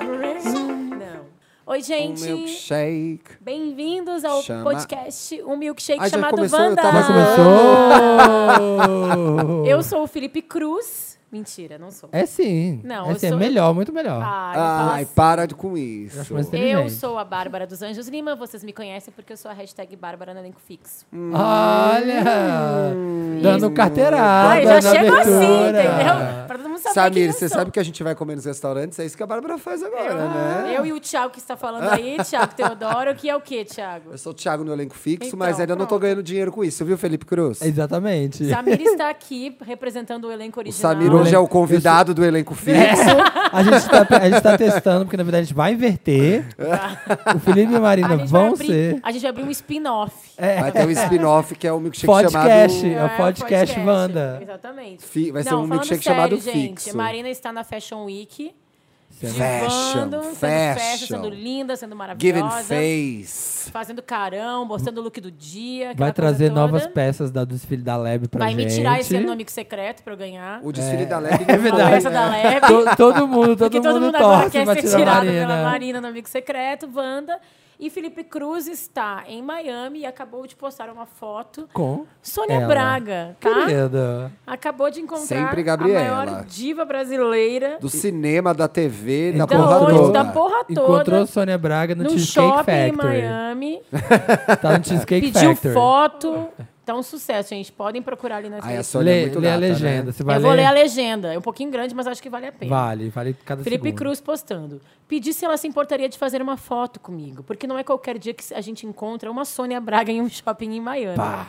Não. Oi, gente. Um milkshake. Bem-vindos ao Chama- podcast Um Milkshake Ai, já chamado começou, eu Wanda. tava Já começou? Eu sou o Felipe Cruz. Mentira, não sou. É sim. Não, é eu sim, sou- Ah. é melhor, muito melhor. Ai, Ai, nossa. para de- com isso. acho mais Eu Inteligente. sou a Bárbara dos Anjos Lima, vocês me conhecem porque eu sou a hashtag Bárbara no elenco fixo. Olha! Isso. Dando carteirada Ai, já na chego assim, abertura. entendeu? Pra todo mundo saber quem Samir, eu você é sou. sabe que a gente vai comer nos restaurantes? É isso que a Bárbara faz agora, né? Eu e o Thiago que está falando aí, Thiago Teodoro, que é o quê, Thiago? Eu sou o Thiago no elenco fixo, Então, mas ainda não tô pronto. ganhando dinheiro com isso, viu, Felipe Cruz? É Exatamente. Samir está aqui representando o elenco O original. Samir hoje é Eu o sou- convidado do elenco fixo. A gente, tá, a gente tá testando, porque na verdade a gente vai inverter. O Felipe e a A Marina gente vai vão abrir- ser. A gente vai abrir um spin-off. Vai ter um spin-off que é um milkshake Podcast. chamado. É o podcast Wanda. Exatamente. Fi- vai ser Não, um falando milkshake sério, chamado gente, fixo. Marina está na Fashion Week. Fashion, divando, sendo fashion. fashion, sendo linda, sendo Given maravilhosa. Face. Fazendo carão, mostrando o look do dia. aquela Vai trazer coisa toda. novas peças da, do desfile da Leb pra Vai gente. me tirar esse ano amigo secreto pra eu ganhar. O desfile da Leve. não é foi, verdade. Conversa né? da Leve. To- todo mundo, todo Porque mundo, todo mundo agora torce quer pra ser tirar a tirado Marina. pela Marina no Amigo Secreto, Wanda. E Felipe Cruz está em Miami e acabou de postar uma foto. Com Sônia ela. Braga, tá? Querida. Acabou de encontrar Sempre Gabriela. a maior diva brasileira Do cinema, da TV, da Da porra onde? toda. Da Então, tá porra toda. Encontrou Sônia Braga no num Cheesecake shopping em Factory. Miami. Tá no Cheesecake Pediu Factory. foto. Tá um sucesso, gente. Podem procurar ali nas Ai, a redes. Sônia é Lê, muito lê a gata, né? legenda. Você vai Eu vou ler a legenda. É um pouquinho grande, mas acho que vale a pena. Vale, vale cada Felipe segundo. Cruz postando. Pedi se ela se importaria de fazer uma foto comigo, porque não é qualquer dia que a gente encontra uma Sônia Braga em um shopping em Miami. Pá!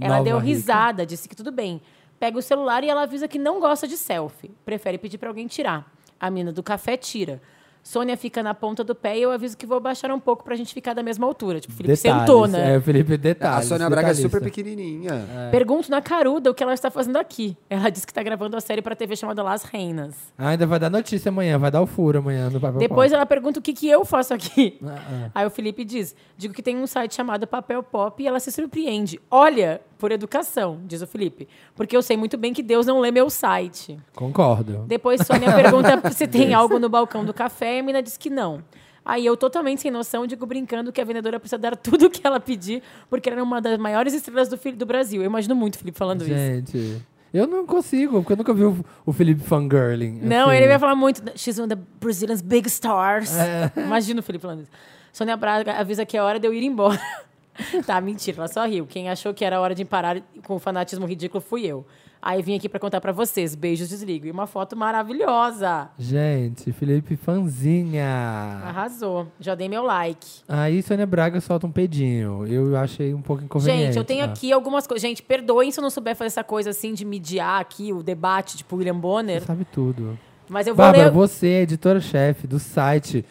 ela Nova deu rica. risada, disse que tudo bem. Pega o celular e ela avisa que não gosta de selfie. Prefere pedir para alguém tirar. A mina do café tira. Sônia fica na ponta do pé e eu aviso que vou baixar um pouco pra gente ficar da mesma altura. Tipo, Felipe Detalhes. sentou, né? É, o Felipe A detalhes. Sônia Braga é detalhista. super É, pequenininha. Pergunto na caruda o que ela está fazendo aqui. Ela disse que está gravando a série pra TV chamada Las Reinas. Ah, ainda vai dar notícia amanhã, vai dar o furo amanhã no papel. Depois Pop. ela pergunta o que, que eu faço aqui. Ah, Aí o Felipe diz: digo que tem um site chamado Papel Pop e ela se surpreende. Olha, por educação, diz o Felipe. Porque eu sei muito bem que Deus não lê meu site. Concordo. Depois Sônia pergunta se tem algo no balcão do café e a mina diz que não. Aí eu, totalmente sem noção, digo brincando que a vendedora precisa dar tudo o que ela pedir, porque ela é uma das maiores estrelas do, fi- do Brasil. Eu imagino muito o Felipe falando isso. Gente, eu não consigo, porque eu nunca vi o, o Felipe fangirling. Não, assim. É. ele é vai falar muito. She's one of the Brazilian's big stars. Imagina o Felipe falando isso. Sônia Braga avisa que é hora de eu ir embora. tá, mentira, ela só riu. Quem achou que era hora de parar com o fanatismo ridículo fui eu. Aí vim aqui pra contar pra vocês. Beijos, desligo. E uma foto maravilhosa. Gente, Felipe fanzinha. Arrasou. Já dei meu like. Aí Sônia Braga solta um pedinho. Eu achei um pouco inconveniente. Gente, eu tenho Ah. aqui algumas coisas. Gente, perdoem se eu não souber fazer essa coisa assim de mediar aqui o debate, tipo William Bonner. Você sabe tudo. Mas eu vou Bárbara, ler. você é editora-chefe do site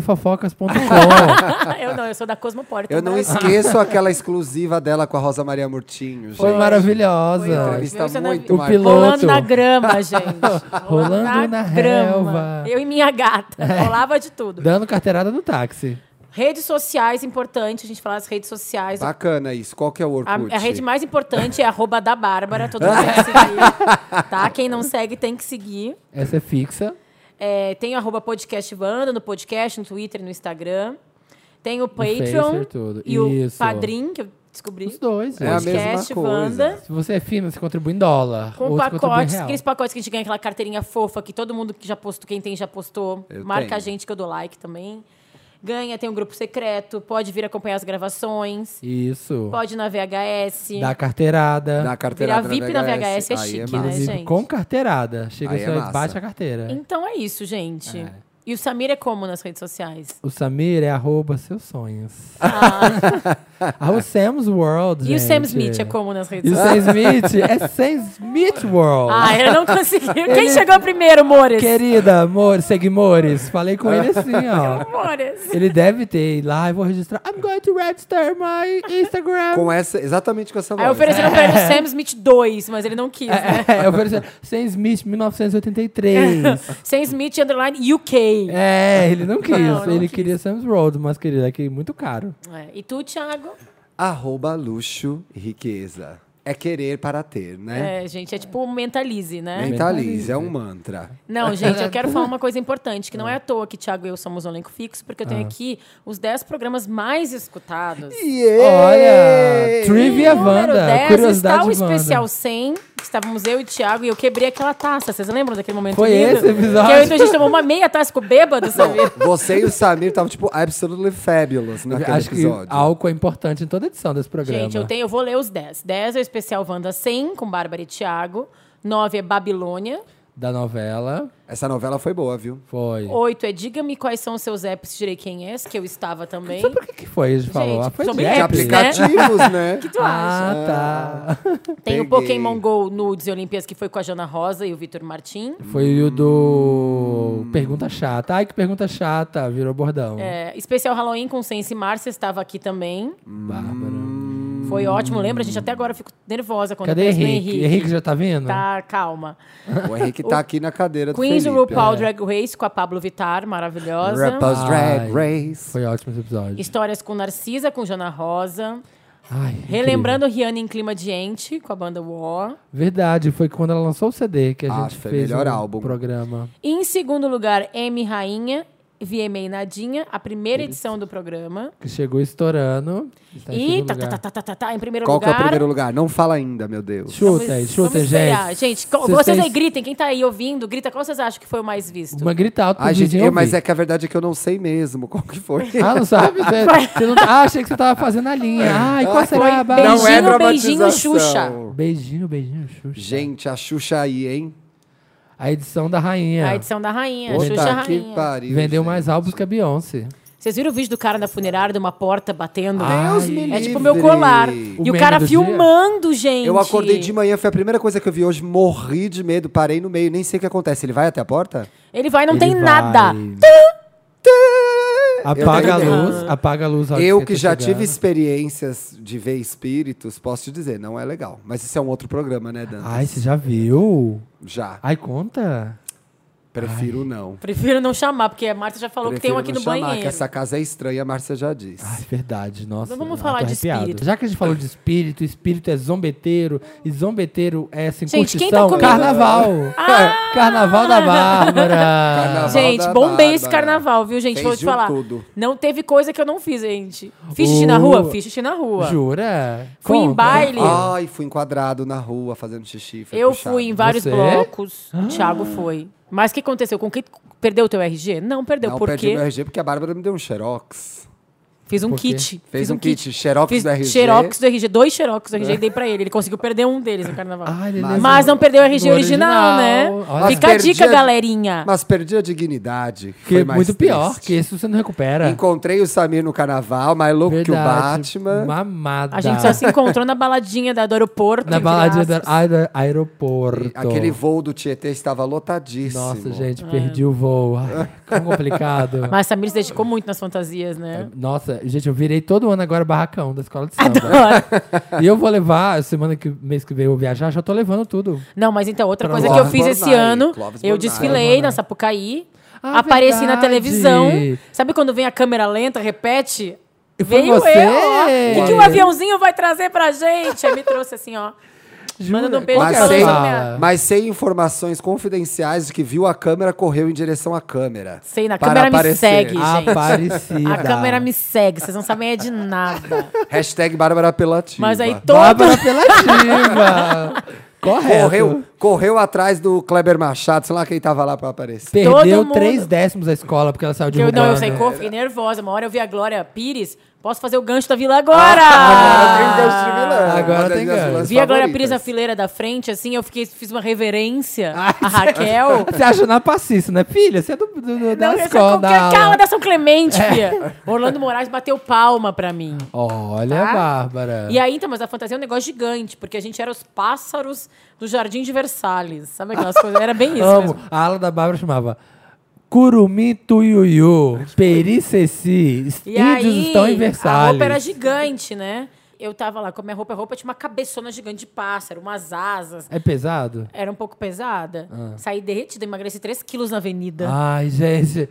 babadosefofocas.com. eu não, eu sou da Cosmopolitan. Eu não é assim. mas- esqueço aquela exclusiva dela com a Rosa Maria Murtinho, gente. Foi Foi maravilhosa. ótimo. Entrevista Isso é na- muito O mar- piloto. Rolando na grama, gente. Rolando na relva. É. Eu e minha gata. Rolava de tudo. Dando carteirada no táxi. Redes sociais, importante a gente falar as redes sociais. A, Bacana isso. Qual que é o a Orkut? rede mais importante é arroba da Bárbara. Todo mundo tem que seguir. Tá? Quem não segue tem que seguir. Essa é fixa. É, tem o arroba podcast Wanda no podcast, no Twitter, no Instagram. Tem o Patreon Facer, tudo. e o Isso. Padrim, que eu descobri. Os dois. É a gente. mesma Podcast coisa. Wanda. Se você é fina, você contribui em dólar. Com ou você contribui em pacotes, real. aqueles pacotes que a gente ganha, aquela carteirinha fofa que todo mundo que já postou, quem tem já postou, Eu marca tenho. a gente que eu dou like também. Ganha, tem um grupo secreto, pode vir acompanhar as gravações, Isso. pode ir na VHS. Dá carteirada. Da carteirada Virar VIP na VHS é Aí chique, massa. né, Inclusive, gente? Com carteirada. Chega Aí é só e massa. bate a carteira. Então é isso, gente. E o Samir é como nas redes sociais? O Samir é arroba seus sonhos. Ah, o Sam's World, E o Sam gente. Smith é como nas redes E o sociais? Sam Smith é Sam Smith World. Ah, ele não conseguiu. Quem Ele- chegou primeiro, Mores? Querida, amor, seguimores, falei com ele assim, ó. Mores. Ele deve ter ido lá e vou registrar. I'm going to register my Instagram. Com essa, exatamente com essa voz. né? Aí ofereceram pra ele o Sam Smith 2, mas ele não quis, né? É, eu falei assim, Sam Smith, 1983. Sam Smith underline UK. é, ele não quis. Não, não ele quis. queria Sam's Road, mas querida, é que é muito caro. É. E tu, Thiago? Arroba luxo e riqueza. é querer para ter, né? É, gente, é tipo mentalize, né? Mentalize, é um mantra. Não, gente, eu quero falar uma coisa importante, que não é à toa que Thiago e eu somos um elenco fixo, porque eu Ah. tenho aqui os 10 programas mais escutados. Olha, E Trivia o número Wanda, 10 curiosidade está o Wanda. especial 100, que estávamos eu e o Thiago, e eu quebrei aquela taça. Vocês lembram daquele momento Foi lindo? esse episódio? Que eu, então, a gente tomou uma meia taça, ficou bêbado, sabe? Você e o Samir estavam, tipo, absolutely fabulous naquele Acho que episódio. álcool é importante em toda edição desse programa. Gente, eu tenho, eu vou ler os 10. 10 é o especial Wanda 100, com Bárbara e Thiago. 9 é Babilônia. Da novela. Essa novela foi boa, viu? Foi. 8 é Diga-me quais são os seus apps, direi quem és, que eu estava também. Sabe por que, que foi? A gente falou. Ah, foi sobre de De apps, app. né? aplicativos, né? que tu acha? Ah, tá. Tem o peguei. Pokémon GO Nudes e Olimpíadas, que foi com a Jana Rosa e o Vitor Martim. Foi o do. Hum. Pergunta chata. Ai, que pergunta chata. Virou bordão. É, especial Halloween com Sense Márcia estava aqui também. Bárbara. Hum. Foi ótimo, lembra? A gente até agora eu fico nervosa quando Hum. Cadê eu penso no Henrique? Henrique. Henrique? já tá vindo? Tá, calma. O Henrique tá aqui na cadeira do Queens Felipe. é. RuPaul Drag Race com a Pablo Vittar, maravilhosa. RuPaul's Drag Ai. Race. Foi ótimo esse episódio. Histórias com Narcisa, com Jana Rosa. Ai, incrível. Relembrando Rihanna em Clima de Ente, com a banda War. Verdade, foi quando ela lançou o CD que a Ah, gente foi fez melhor um álbum. programa. Em segundo lugar, M Rainha, VMA Nadinha, a primeira edição do programa. Que chegou estourando. Está em E segundo tá, tá, lugar. tá, tá, tá, tá, tá, em primeiro Qual que é lugar. o primeiro lugar? Não fala ainda, meu Deus. Chuta aí, Vamos- chuta, vamos esperar. gente. Gente, qual- Vocês vocês, têm- aí gritem, quem tá aí ouvindo, grita qual vocês acham que foi o mais visto. Uma grita alta Ai, pro gente, Didinho eu- mas ouvir. é que a verdade é que eu não sei mesmo qual que foi. Ah, não sabe? Você, você não... Ah, achei que você tava fazendo a É. linha. Ai, qual será a base? Não é- Beijinho, dramatização. beijinho, Xuxa. Beijinho, beijinho, Xuxa. Gente, a Xuxa aí, hein? A edição da rainha. É, A edição da rainha, Puta Xuxa que Rainha. pariu. Vendeu gente. mais álbuns que a Beyoncé. Vocês viram o vídeo do cara na funerária, de uma porta batendo? Deus é me tipo livre. meu colar. O e o meme cara do dia? filmando, gente. Eu acordei de manhã, foi a primeira coisa que eu vi hoje, morri de medo, parei no meio, nem sei o que acontece. Ele vai até a porta? Ele vai e não Ele tem vai. nada. Apaga a Eu tenho- luz, apaga a luz. a hora Eu você que tá já chegando. tive experiências de ver espíritos, posso te dizer, não é legal. Mas isso é um outro programa, né, Dantas? Ai, você já viu? Já. Ai, conta. Prefiro não. Prefiro não chamar, porque a Marta já falou que tem um aqui Prefiro no não chamar, banheiro. Que essa casa é estranha, a Márcia já disse. Ai, verdade, nossa. Mas vamos eu falar tô de arrepiado. espírito. Já que a gente falou de espírito, espírito é zombeteiro, e zombeteiro é sem Gente, quem tá Ah! curtição, comigo? carnaval. Carnaval da Bárbara. Carnaval. Gente, da bombei esse Bárbara. carnaval, viu, gente? Fez Vou te de um falar. tudo. Não teve coisa que eu não fiz, gente. Fiz xixi Uh, na rua? Fiz xixi na rua. Jura? Tipo, Fui em Conta. baile. Ai, fui enquadrado na rua fazendo xixi. foi Eu puxado. fui em vários Você? Ah. blocos. Thiago foi. Mas o que aconteceu? Com que perdeu o teu RG? Não perdeu, Não perdi porque meu RG porque a Bárbara me deu um xerox. fiz um Por quê? kit. Fez Fiz um kit, xerox Fiz do RG. xerox do RG, dois xerox do RG e dei pra ele. Ele conseguiu perder um deles no carnaval. Ai, Ah, ele Mas- lembra- Mas não perdeu o RG Do original, original. né? Olha Fica só. a dica, Perdi a- galerinha. Mas perdi a dignidade. que Que foi é mais muito pior, triste. que esse você não recupera. Encontrei o Samir no carnaval, mais louco que o Batman. Mamada. A gente só se encontrou na baladinha da do aeroporto. Na entre baladinha do aspas. aer- aeroporto. Aquele voo do Tietê estava lotadíssimo. Nossa, gente, perdi o voo. Ai, como complicado. Ah. Mas Samir se dedicou muito nas fantasias, É né? Nossa, gente, eu virei todo ano agora barracão da escola de samba. Adoro. E eu vou levar, semana que mês que vem eu vou viajar, já tô levando tudo. Não, mas então, outra Pra coisa que eu Clóvis fiz esse Bornai, ano, Clóvis eu Bornai. desfilei na Sapucaí, Ah, apareci na verdade. televisão. Sabe quando vem a câmera lenta, repete? E foi Veio você? eu, ó. O que, que o Olha. aviãozinho vai trazer pra gente? Aí me trouxe assim, ó. Mandando um beijo Qual Mas pra que sem, é a ela. fala? mas sem informações confidenciais de que viu a câmera, correu em direção à câmera. Sei, na Para câmera aparecer. me segue, gente. Aparecida. A câmera me segue, vocês não sabem é de nada. Hashtag Bárbara Apelativa. Mas aí todo Bárbara Pelativa. Correto. correu, correu atrás do Kleber Machado, sei lá quem tava lá pra aparecer. Perdeu Todo mundo- três décimos da escola porque ela saiu de Eu, não, eu Urbana. saí com, fiquei nervosa. Uma hora eu vi a Glória Pires. Posso fazer o gancho da Vila agora? Ah, Ah, Agora tem um gancho de vilã. Agora Uma das tem minhas gancho. vilãs Vi a Glória favoritas. Pires na fileira da frente, assim, eu fiquei, fiz uma reverência à Raquel. Você acha na paciça, né? Filha, você é do, do- do- da Não, eu escola, sou da qualquer aula. É. cala da São Clemente, filha. Orlando Moraes bateu palma pra mim. Olha, Tá? Bárbara. E aí, então, mas a fantasia é um negócio gigante, porque a gente era os pássaros do Jardim de Versalhes. Sabe aquelas coisas? Era bem isso Amo. mesmo. A ala da Bárbara chamava Curumim Tuiuiu, Periceci, E aí, índios estão em a roupa era Versalhes. gigante, né? Eu tava lá com a minha roupa, a roupa tinha uma cabeçona gigante de pássaro, umas asas. É pesado? Ah. Era um pouco pesada. Saí derretida, emagreci 3 quilos na avenida. Ai, gente.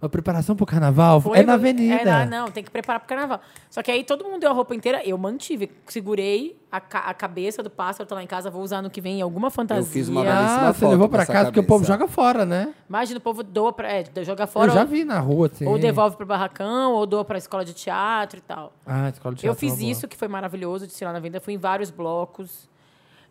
a preparação pro carnaval Foi- é na avenida. é na- não, tem que preparar pro carnaval. Só que aí todo mundo deu a roupa inteira, eu mantive. Segurei a, ca- a cabeça do pássaro, tá lá em casa, vou usar no que vem em alguma fantasia. fiz uma belíssima Ah, você foto levou com pra essa casa, porque o povo cabeça. joga fora, né? Imagina, o povo doa pra. É, joga fora. Eu já ou- vi na rua, assim. Ou devolve pro barracão, ou doa pra escola de teatro e tal. Ah, escola de teatro eu é uma fiz boa. isso, que foi maravilhoso, de lá na venda. Fui em vários blocos.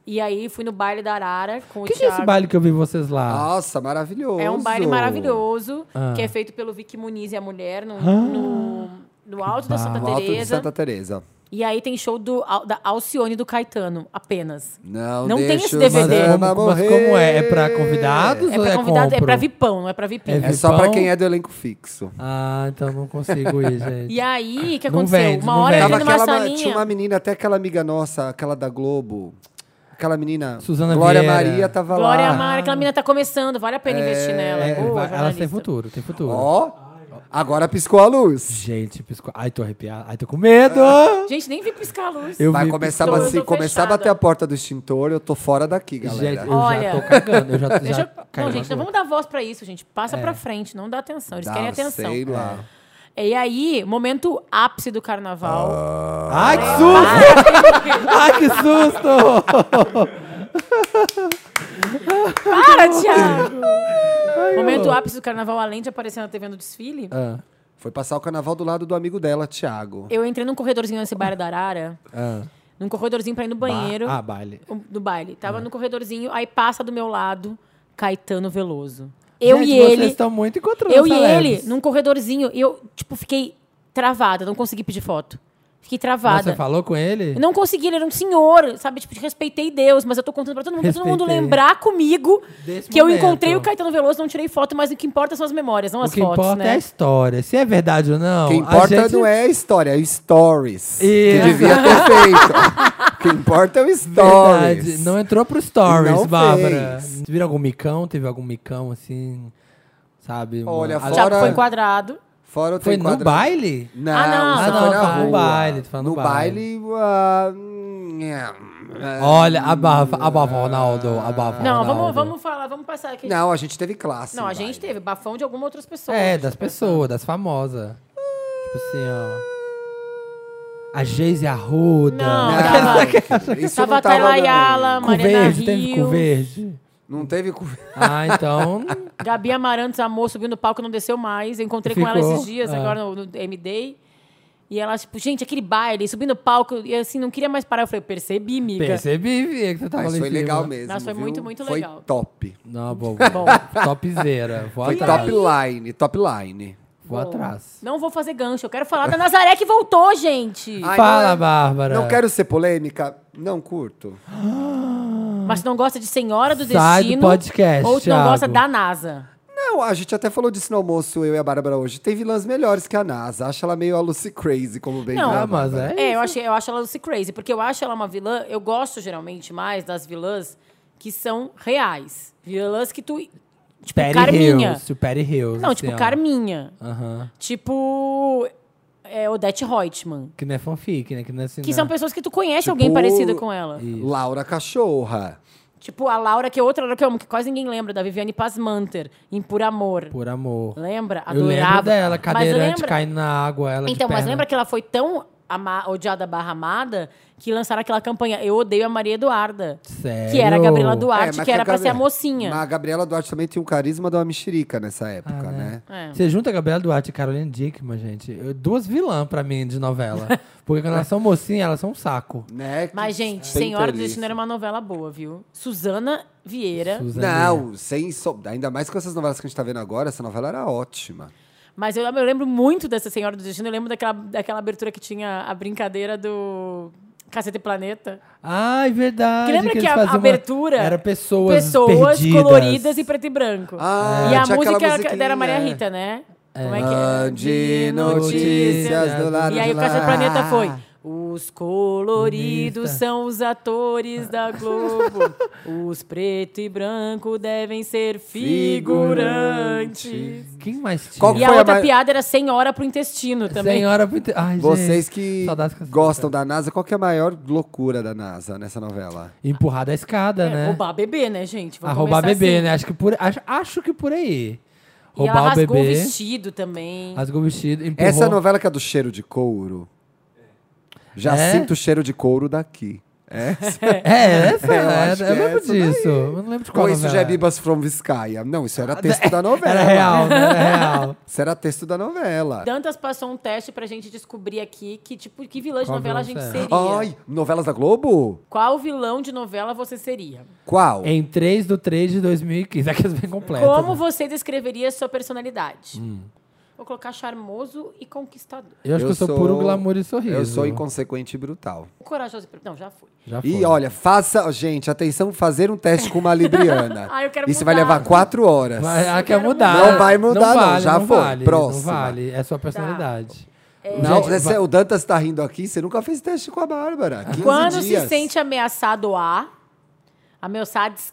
E aí fui no baile da Arara com o Que que é Thiago. esse baile que eu vi vocês lá? Nossa, maravilhoso. É um baile maravilhoso, Ah. que é feito pelo Vicky Muniz e a mulher no, Ah. no, no alto da Santa No alto de Teresa. Santa Teresa. E aí tem show do, Al- da Alcione e do Caetano, apenas. Não, Não tem deixa esse os DVD. Madama Mas como- mas morrer. como é? É pra convidados? É Ou pra é convidado, é compro? pra vipão, não é pra vipinho. É só pra quem é do elenco fixo. Ah, então não consigo ir, gente. E aí, o que Ah, Não aconteceu? vende, uma não hora eu vende. entrei Tava numa aquela, ma- tinha salinha. uma menina, até aquela amiga nossa, aquela da Globo. Aquela menina. Suzana Glória Vieira. Maria tava Glória lá. Mara, aquela menina tá começando, vale a pena investir nela. É, vai- Boa, elas têm jornalista. futuro, tem futuro. Ó, agora piscou a luz. Gente, piscou. Ai, tô arrepiado. Ai, tô com medo. Gente, nem vi piscar a luz. Eu Vai vi- começar, a piscou. ba- Eu se tô começar a fechada. bater a porta do extintor, eu tô fora daqui, Gente, galera. eu Olha. já tô cagando. Eu já, Deixa já eu- Não, caí gente, na não rua. É. vamos dar voz pra isso, gente. Passa pra frente, não dá atenção. Eles Dá, querem atenção. Tá, Sei lá. E aí, momento ápice do Ah. carnaval. Ai, que susto! Ai, que susto! Para, Thiago! momento ápice do carnaval, além de aparecer na TV no desfile, Ah, Foi passar o carnaval do lado do amigo dela, Thiago. eu entrei num corredorzinho nesse bar da Arara, ah. num corredorzinho pra ir no Ba- banheiro, Ah, baile. um- do baile. Tava no corredorzinho, aí passa do meu lado Caetano Veloso. Eu Gente, e vocês ele. estão muito encontrando Eu e celebs. ele, num corredorzinho, e eu, tipo, fiquei travada, não consegui pedir foto. Fiquei Mas Você travada. falou com ele? Eu não consegui, ele era um senhor, sabe? Tipo, respeitei Deus, mas eu tô contando pra todo mundo, pra todo mundo Respeitei. lembrar comigo Desse que eu momento. encontrei o Caetano Veloso, não tirei foto, mas o que importa são as memórias, não O as que fotos, importa é a né? história. Se é verdade ou não. O que a importa gente- não é a história, é o Isso. stories. Que devia ter feito. o que importa é o stories. Verdade. Não é- entrou pro stories, Não Bárbara. fez. Viram algum micão? Teve algum micão assim? Sabe? uma- Olha, Ale- O Thiago Fora- foi enquadrado. Fora eu Foi tenho no quadra- baile? Não, Ah, não. você Ah, foi não, na tá no rua. baile, tu fala no no baile. baile. ah, hum, é, Olha, abafa, abafa, Ronaldo, abafa. Não, vamos, Ah, Ronaldo. vamos falar, vamos passar aqui. Não, a gente teve classe. Não, no a gente baile. teve bafão de algumas outras pessoas. É, das pessoas, das famosas. Tipo assim, ó. A Geise Arruda. Né? Não, Não, tava- isso Tava não a Tayla Ayala, rolando. Com Mariana verde, teve com Rios, verde. Não teve. cu- Ah, então. Gabi Amarantos, amor, subiu no palco e não desceu mais. Eu encontrei com ela Ficou, esses dias, é. agora no, no M-Day. E ela, tipo, gente, aquele baile, subindo no palco, e assim, não queria mais parar. Eu falei, percebi, miga. percebi, Via, que você tava né? Mas ali em foi cima. legal mesmo. Nossa, foi viu? muito, muito legal. Foi top. Não, bom, bom. Bom. Topzera. Vou Foi atrás. top line, top line. Vou atrás. Não vou fazer gancho, eu quero falar da Nazaré que voltou, gente. Ai, Fala, não é- Bárbara. Não quero ser polêmica, não curto. Mas não gosta de Senhora do Sai do Destino. podcast, Ou tu não Thiago. gosta da NASA. Não, a gente até falou disso no almoço, eu e a Bárbara hoje. Tem vilãs melhores que a NASA. Acho ela meio a Lucy Crazy, como bem Não, diz a Ah, mas Bárbara. é. É, eu, achei, eu acho ela Lucy Crazy, porque eu acho ela uma vilã. Eu gosto geralmente mais das vilãs que são reais. Vilãs que tu. Tipo, Perry Carminha. Hills. O Perry Hills. Não, tipo, assim, ó. Carminha. Aham. Tipo. É, Odete Reutemann. Que não é fanfic, né? Que não é assim, Que não. são pessoas que tu conhece Tipo, alguém parecida com ela. Laura Cachorra. Tipo, a Laura, que é outra Laura que eu amo, que quase ninguém lembra, da Viviane Pasmanter, em Por Amor. Por amor. Lembra? Eu lembro Adorava. dela, Mas cadeirante lembra- caindo na água, ela de Então, mas perna. lembra que ela foi tão ama- odiada barra amada que lançaram aquela campanha Eu odeio a Maria Eduarda. Sério? Que era a Gabriela É, Duarte, mas que a era pra Gabi- ser a mocinha. Mas a Gabriela Duarte também tinha o carisma da uma mexerica nessa Ah, época, né? É. Você junta a Gabriela Duarte e Carolina Dickman, gente. eu- Duas vilãs pra mim de novela. Porque quando elas são mocinhas, elas são um saco. Né? Que Mas, gente, tem Senhora do interesse. Destino era uma novela boa, viu? Suzana Vieira. Suzana. Não, sem so... ainda mais com essas novelas que a gente tá vendo agora, essa novela era ótima. Mas eu, eu lembro muito dessa Senhora do Destino. Eu lembro daquela, daquela abertura que tinha a brincadeira do Cacete Planeta. Ai, verdade. Que lembra que, eles a faziam uma- abertura Era pessoas pessoas perdidas. coloridas e preto e branco. Ah, e a tinha música aquela era, era Maria musiquinha. Rita, né? Como é que Ah, é? de notícias do lado E aí de o lá. Cacete Planeta foi. Os coloridos são os atores da Globo. Os preto e branco devem ser figurantes. Quem mais tinha? Qual E Foi é a a outra mais- piada era sem hora pro intestino também. Senhora... muito- Ai, Vocês gente, que saudades com essa- gostam da NASA, qual que é a maior loucura da NASA nessa novela? Empurrar da escada, É, né? Roubar bebê, né, gente? A Vamos roubar começar bebê, assim. né? Acho que, por, acho, acho que por aí. E ela roubar o rasgou o bebê. vestido também. Rasgou o vestido, empurrou. Essa novela que é do cheiro de couro. Já É? sinto o cheiro de couro daqui. É? É, essa, Eu acho é, eu que é lembro essa disso. Eu não lembro de qual Ou isso novela já é era. Bibas from Vizcaya? Não, isso era texto da novela. Era real, né? Era real. Isso era texto da novela. Dantas passou um teste pra gente descobrir aqui que tipo que vilã de Qual novela a gente vilã você é? seria. Ai, novelas da Globo? Qual vilão de novela você seria? Qual? Em 3 de 3 de 2015. Aqui é bem completo. Como né? você descreveria sua personalidade? Hum. Vou colocar charmoso e conquistador. Eu acho que eu sou, puro glamour e sorriso. Eu sou inconsequente e brutal. Corajoso e... pre- Não, já fui. Já foi. E olha, faça, gente, atenção, fazer um teste com uma libriana. Ai, eu quero Isso vai mudar. levar quatro horas. Vai, ah, quer Não mudar. vai mudar, não. vale, Já foi. Vale, Próxima. Não vale. É sua personalidade. Tá. É. Não, Gente, esse- vai- o Dantas tá rindo aqui, você nunca fez teste com a Bárbara. 15 Quando dias. se sente ameaçado a... Ameaçados...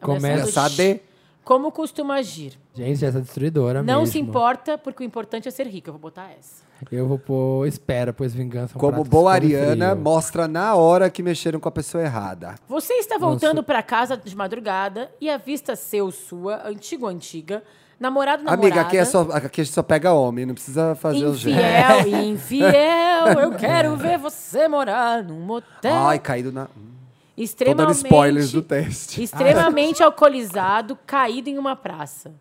Começa- ameaçados- Ameaçado. Como costuma agir? Gente, essa é destruidora Não mesmo. se importa, porque o importante é ser rico. Eu vou botar essa. Eu vou pôr espera, pois vingança é um Como prato que boa se come Ariana, frio. mostra na hora que mexeram com a pessoa errada. Você está voltando pra casa de madrugada e avista seu, sua, antigo, antiga, namorado, namorada... Amiga, aqui, é só, aqui a gente só pega homem, não precisa fazer o jeito. Infiel, infiel, eu quero ver você morar num motel. Ai, caído na. Tô dando extremamente, spoilers do teste. extremamente alcoolizado, caído em uma praça.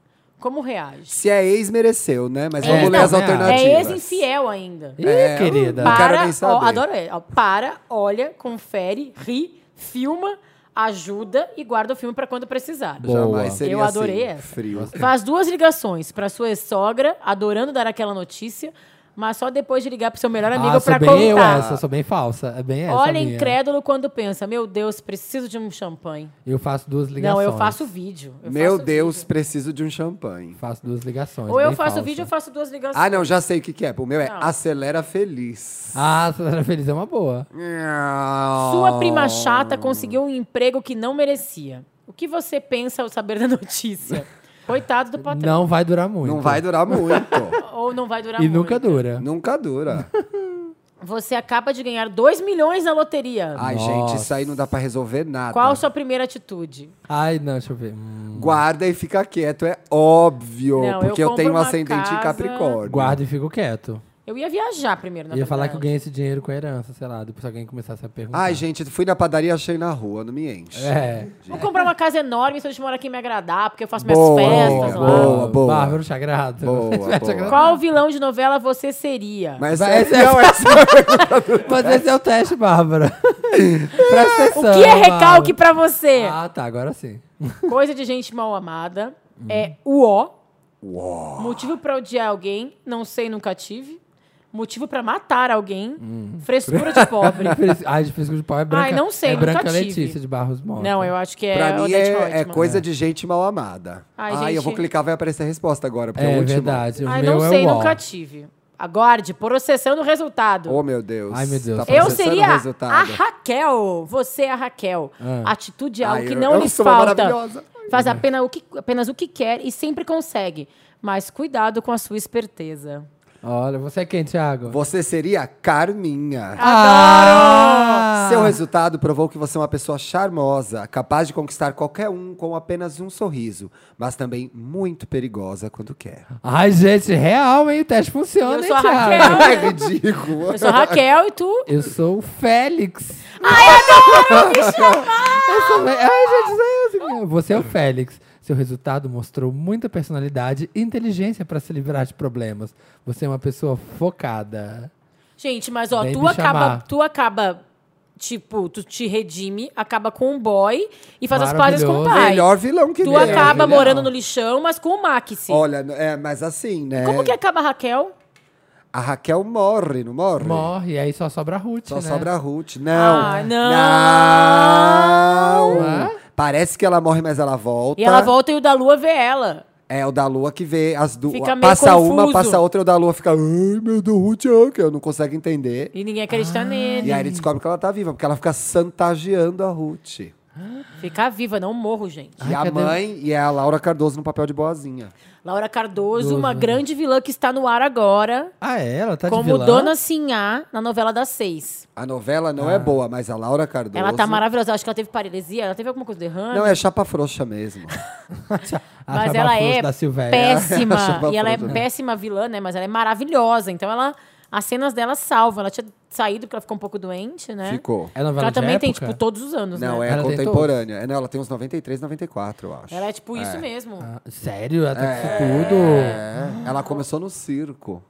Como reage? Se é ex, mereceu, né? Mas É, vamos ler não, as é. alternativas. É ex-infiel ainda. Ih, um querida. Não É quero Para, nem ó, saber. adoro ele. ó, para, olha, confere, ri, filma, ajuda e guarda o filme pra quando precisar. Boa. Jamais seria Eu adorei assim, essa. Frio. Faz duas ligações pra sua sogra, adorando dar aquela notícia, mas só depois de ligar pro seu melhor amigo ah, pra sou bem contar. eu essa, sou bem falsa. É bem essa Olha, minha. incrédulo quando pensa, meu Deus, preciso de um champanhe. Eu faço duas Não, ligações. eu faço vídeo. eu Meu faço Deus, vídeo. preciso de um champanhe. Faço duas ligações. Ou eu bem faço falsa. vídeo ou faço duas ligações. Ah, não, já sei o que, que é. O meu é Não. acelera feliz. Ah, Sandra Feliz é uma boa. Sua prima chata conseguiu um emprego que não merecia. O que você pensa ao saber da notícia? Coitado do patrão. Não vai durar muito. Não vai durar muito. Ou não vai durar E muito. nunca dura. Nunca dura. Você acaba de ganhar 2 milhões na loteria. Ai, Nossa. gente, isso aí não dá pra resolver nada. Qual sua primeira atitude? Ai, não, deixa eu ver. Hum. Guarda e fica quieto, é óbvio. Não, eu porque eu, compro tenho um uma ascendente em casa- Capricórnio. Guarda e fico quieto. Eu ia viajar primeiro, na Ia falar que eu verdade. ganhei esse dinheiro com herança, sei lá. Depois alguém começasse a perguntar. Ai, gente, fui na padaria, achei na rua, não me enche. É. Vou comprar uma casa enorme se eu morar aqui me agradar, porque eu faço Boa, minhas boa, festas lá. boa, boa. Bárbaro Sagrado. Boa, Vai te boa. agradar. Qual vilão de novela você seria? Mas é Vai, essa essa, é- não, essa- Mas esse é o teste, Bárbara. Presta o atenção. que é recalque pra você? Bárbara. Ah, tá, agora sim. Coisa de gente mal amada. É uó. Motivo pra odiar alguém, não sei, nunca tive. Motivo pra matar alguém, Hum. frescura de pobre. Infeliz- Ai, de físico de pau é branca. Ai, não sei, É nunca branca tive. Letícia de Barros Montes. não, eu acho que é pra mim Odete é, é Roitman. coisa de gente mal amada. Ai, Ai, gente. eu vou clicar, vai aparecer a resposta agora, porque é, o É último. verdade. o Ai, meu não é sei, o ó. nunca tive. Aguarde, processando o resultado. Oh, meu Deus. Ai, meu Deus. Tá Eu processando seria o a resultado. Raquel. Você é a Raquel. Ah. Atitude é algo Ai, que eu- não eu lhes sou uma maravilhosa. falta. Faz apenas o, que, apenas o que quer e sempre consegue. Mas cuidado com a sua esperteza. Olha, você é quem, Thiago? Você seria a Carminha. Adoro! Seu resultado provou que você é uma pessoa charmosa, capaz de conquistar qualquer um com apenas um sorriso, mas também muito perigosa quando quer. Ai, gente, real, hein? O teste funciona, Eu hein, sou a Thiago? Raquel. É ridículo. Eu sou a Raquel e tu. Eu sou o Félix. Eu sou... Ai, gente, isso é eu, assim, Você é o Félix. Seu resultado mostrou muita personalidade e inteligência para se livrar de problemas. Você é uma pessoa focada. Gente, mas ó, Vem tu me acaba, chamar. tu acaba, tipo, tu te redime, acaba com um boy e faz as pazes com o Maravilhoso. pai. Melhor vilão que tu tem. acaba Melhor. morando no lixão, mas com o Maxi. Olha, é, mas assim, né? Como que é? acaba a Raquel? A Raquel morre, não morre? Morre, aí só sobra a Ruth, Só né? sobra a Ruth. Não. Ah, não. não. Parece que ela morre, mas ela volta. E ela volta e o da lua vê ela. É o da Lua que vê as duas. Fica meio Passa uma, confuso. passa outra, e o da Lua fica. Ai, meu Deus, Ruth, ah", que eu não consigo entender. Ah. E ninguém acredita nele. E aí ele descobre que ela tá viva, porque ela fica santageando a Ruth. Ficar viva, não morro, gente. e a cadê- mãe e a Laura Cardoso no papel de boazinha. Laura Cardoso, Doze, uma né? grande vilã que está no ar agora, Ah, é? Ela tá de como vilã? Dona Sinhá, na novela das seis. A novela não Ah. é boa, mas a Laura Cardoso. Ela tá maravilhosa. Eu Acho que ela teve paralisia, ela teve alguma coisa derrame. Não, é chapa frouxa mesmo. A Mas Chapa ela Frouxa é tá da Silvéia. péssima. Ela achava e ela é foda. péssima vilã, né? Mas ela é maravilhosa. Então ela. As cenas dela salvam. Ela tinha saído porque ela ficou um pouco doente, né? Ficou. É novela Ela de também tem, época? tipo, todos os anos, Não, né? é Ela tem contemporânea. É, Não, ela tem uns 93, 94, eu acho. Ela é tipo isso mesmo. Ah, sério? Ela tá com isso É, Ah. Ela começou no circo.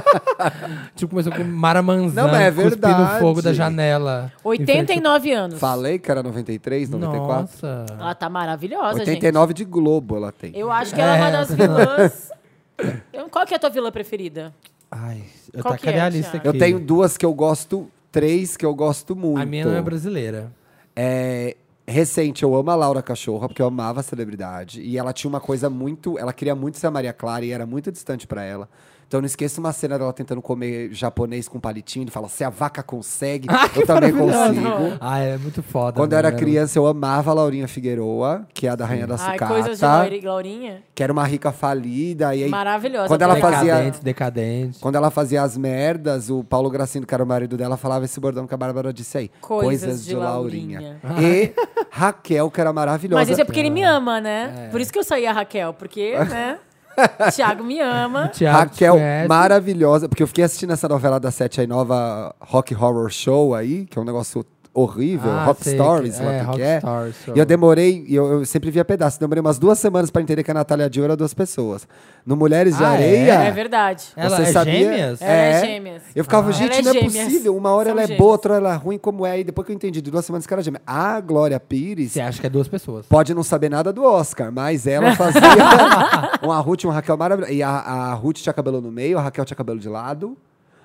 tudo? Tipo, começou com Maramanzã, Não, mas é cuspindo verdade. fogo da janela. em frente ao- 89 anos. Falei que era 93, 94. Nossa. Ela tá maravilhosa, gente. 89 de Globo ela tem. Eu acho que ela é uma das vilãs. Eu- Qual que é a tua vilã preferida? Ai, eu Qual que tacaria é, a lista Thiago? aqui. Eu tenho duas que eu gosto, três que eu gosto muito. A minha não é brasileira. É, recente, eu amo a Laura Cachorra, porque eu amava a celebridade. E ela tinha uma coisa muito. Ela queria muito ser a Maria Clara e era muito distante pra ela. Então não esqueça uma cena dela tentando comer japonês com palitinho. Ele fala: se a vaca consegue, Ah, eu também consigo. Ah, é muito foda. É Quando eu era né? criança, eu amava a Laurinha Figueroa, que é a da Rainha da Ai, Sucata. coisas de Lauri- Laurinha. que era uma rica falida. E aí, Maravilhosa. Quando ela adorava. fazia- Decadente, decadente. quando ela fazia as merdas, o Paulo Gracino, que era o marido dela, falava esse bordão que a Bárbara disse aí. Coisas de E Raquel, que era maravilhosa. É. Mas isso é porque ele me ama, né? Por isso que eu saí a Raquel, porque, né? Thiago me ama. Thiago Raquel, Tiet, maravilhosa. Porque eu fiquei assistindo essa novela da Sete aí, nova Rock Horror Show aí, que é um negócio horrível. Ah, Rock sei que- Stories, lá é, que Rock é. Stories, e eu show. demorei, e eu, eu sempre via pedaço, demorei umas duas semanas pra entender que a Natália Dior era duas pessoas. No Mulheres de Ah, é? Areia. É verdade. Ela é gêmeas? Ela é gêmeas. Eu ficava, Ah. gente, Ela é não é gêmeas. possível. Uma hora São ela é gêmeas. boa, outra ela é ruim, como é. E depois que eu entendi, de duas semanas que ela é gêmea. A Glória Pires Você acha que é duas pessoas? pode não saber nada do Oscar, mas ela fazia uma Ruth e uma Raquel maravilhosa. E a, a Ruth tinha cabelo no meio, a Raquel tinha cabelo de lado.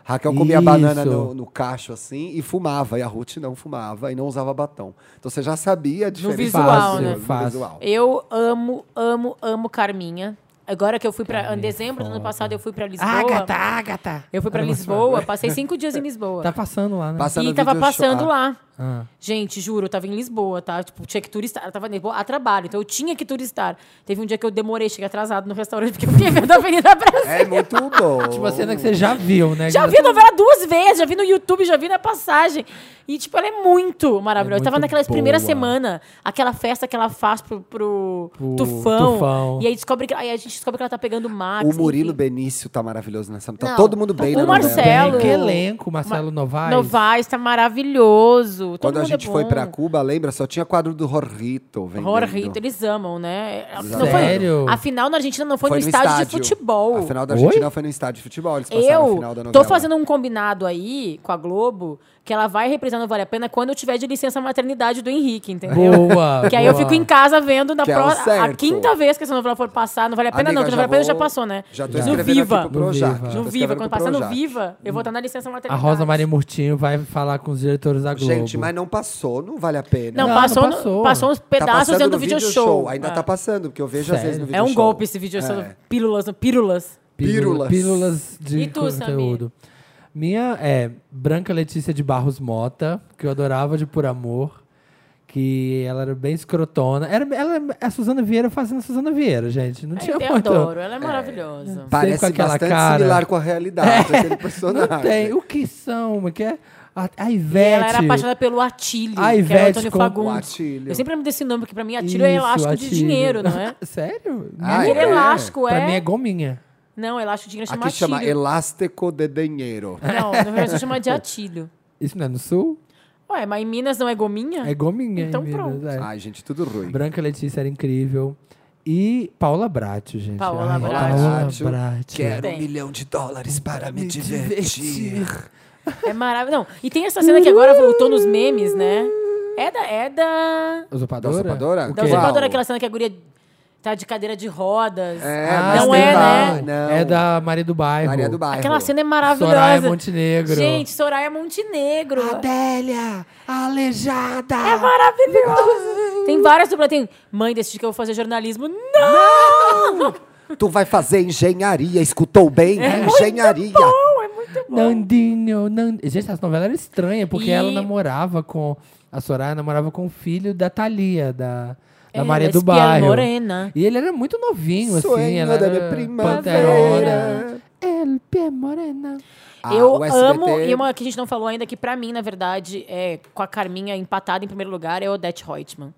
A Raquel comia Isso. banana no, no cacho, assim, e fumava. E a Ruth não fumava e não usava batom. Então você já sabia a diferença. visual, né? Fácil. Eu amo, amo, amo Carminha. Agora que eu fui pra. é Em dezembro do ano passado, eu fui Ah, pra Lisboa. Agatha, Agatha. Eu é fui pra Lisboa, passei cinco dias em Lisboa. Tá passando lá, né? Passa no e tava video show. passando Ah, lá. Ah. Gente, juro, eu tava em Lisboa, tá? Tipo, tinha que turistar. Eu tava em Lisboa a trabalho, então eu tinha que turistar. Teve um dia que eu demorei, cheguei atrasado no restaurante, porque eu fiquei vendo a Avenida Brasil. É muito bom. Tipo, a cena que você já viu, né? Já vi a novela duas vezes, já vi no YouTube, já vi na passagem. E, tipo, ela é muito maravilhosa. É tava muito naquela primeira boa. semana, aquela festa que ela faz pro, pro Pro tufão, Tufão. E aí, descobre que, aí a gente descobre que ela tá pegando o Max. O Murilo enfim. Benício tá maravilhoso nessa. Tá Não, todo mundo bem, o na novela. Marcelo. Bem, que elenco, Marcelo Novaes. Novaes tá maravilhoso. Todo Quando a mundo é gente foi bom. pra Cuba, lembra? Só tinha quadro do Jorrito vendendo. Horrito, eles amam, né? Exato. Não foi- Sério? a final na Argentina não foi, no, estádio, de A futebol. final da Oi? Argentina foi no estádio de futebol. Eles passaram a final da Eu novela. tô fazendo um combinado aí com a Globo que ela vai representar no Vale a Pena quando eu tiver de licença maternidade do Henrique, entendeu? Boa. Que aí eu boa. fico em casa vendo na Que é o pró- a certo. quinta vez que essa novela for passar. Não vale a pena, Amiga, não, porque já não vale a pena já vou- passou, né? Já tô no escrevendo Viva. aqui pro Viva. Projac. já tô No Viva. escrevendo Quando pro passar no Projac. Viva, eu vou estar na licença A maternidade. Rosa Maria Murtinho vai falar com os diretores da Globo. Gente, mas não passou, não vale a pena. Não, Não, passou, não no- passou. passou uns Tá pedaços passando dentro no do video video show. Ainda Ah. tá passando, porque eu vejo às Sério? vezes no É video um show. golpe esse vídeo, É. pílulas, pílulas. Pílula- Pílulas. Pílulas de E tu, conteúdo. Minha é Branca Letícia de Barros Mota, que eu adorava de Por Amor, que ela era bem escrotona. Era, ela é a Suzana Vieira fazendo a Suzana Vieira, gente. Não tinha Eu muito. adoro, ela é maravilhosa. Parece com aquela bastante cara. similar com a realidade, É. aquele personagem. Não tem. O que são? Como é que é? A, a E Ivete. ela era apaixonada pelo Atílio, A que era o Ivete Antônio com- O Fagundes. Atílio. Eu sempre lembro desse nome, porque pra mim Atílio é Isso, elástico de Atílio. dinheiro, não é? Sério? Ah, Aquele é? elástico é... Pra mim é gominha. Não, elástico de dinheiro chama Aqui chama um Atílio. Elástico de Dinheiro. Não, no Rio Grande do Sul chama de Atílio. Isso não é no sul? Ué, mas em Minas não é gominha? É gominha. Então meninas, pronto. é. Ai, gente, tudo ruim. Branca Letícia era incrível. E Paula Bracho, gente. Paola Ai, Bracho. Paola Bracho. Bracho. Quero Tem. um milhão de dólares para me divertir. É, maravilhoso. Não, e tem essa cena que agora voltou nos memes, né? É da... É da... Usurpadora? Da usurpadora? O Da quê? Usurpadora. usurpadora, aquela cena que a guria tá de cadeira de rodas. É, Ah, não mas é, tem né? vai, Não. É da Maria do Bairro. Maria do Bairro. Aquela cena é Soraya maravilhosa. Montenegro. Gente, Soraya Montenegro. Adélia, aleijada. Maravilhosa. Tem várias duplas. Tem mãe, decidi que eu vou fazer jornalismo. Não! É. Tu vai fazer engenharia, escutou bem? engenharia. É muito bom. Nandinho, Nandinho. Gente, essa novela era estranha, porque E- ela namorava com A Soraya namorava com o filho da Thalia, da, da É, Maria da do Espiã Bairro. Morena. E ele era muito novinho, assim. Sonho Ela da era minha panterona. primavera. El pie morena. Ah, eu o SBT amo, e uma que a gente não falou ainda, que pra mim, na verdade, é com a Carminha empatada em primeiro lugar, é Odete Reutemann.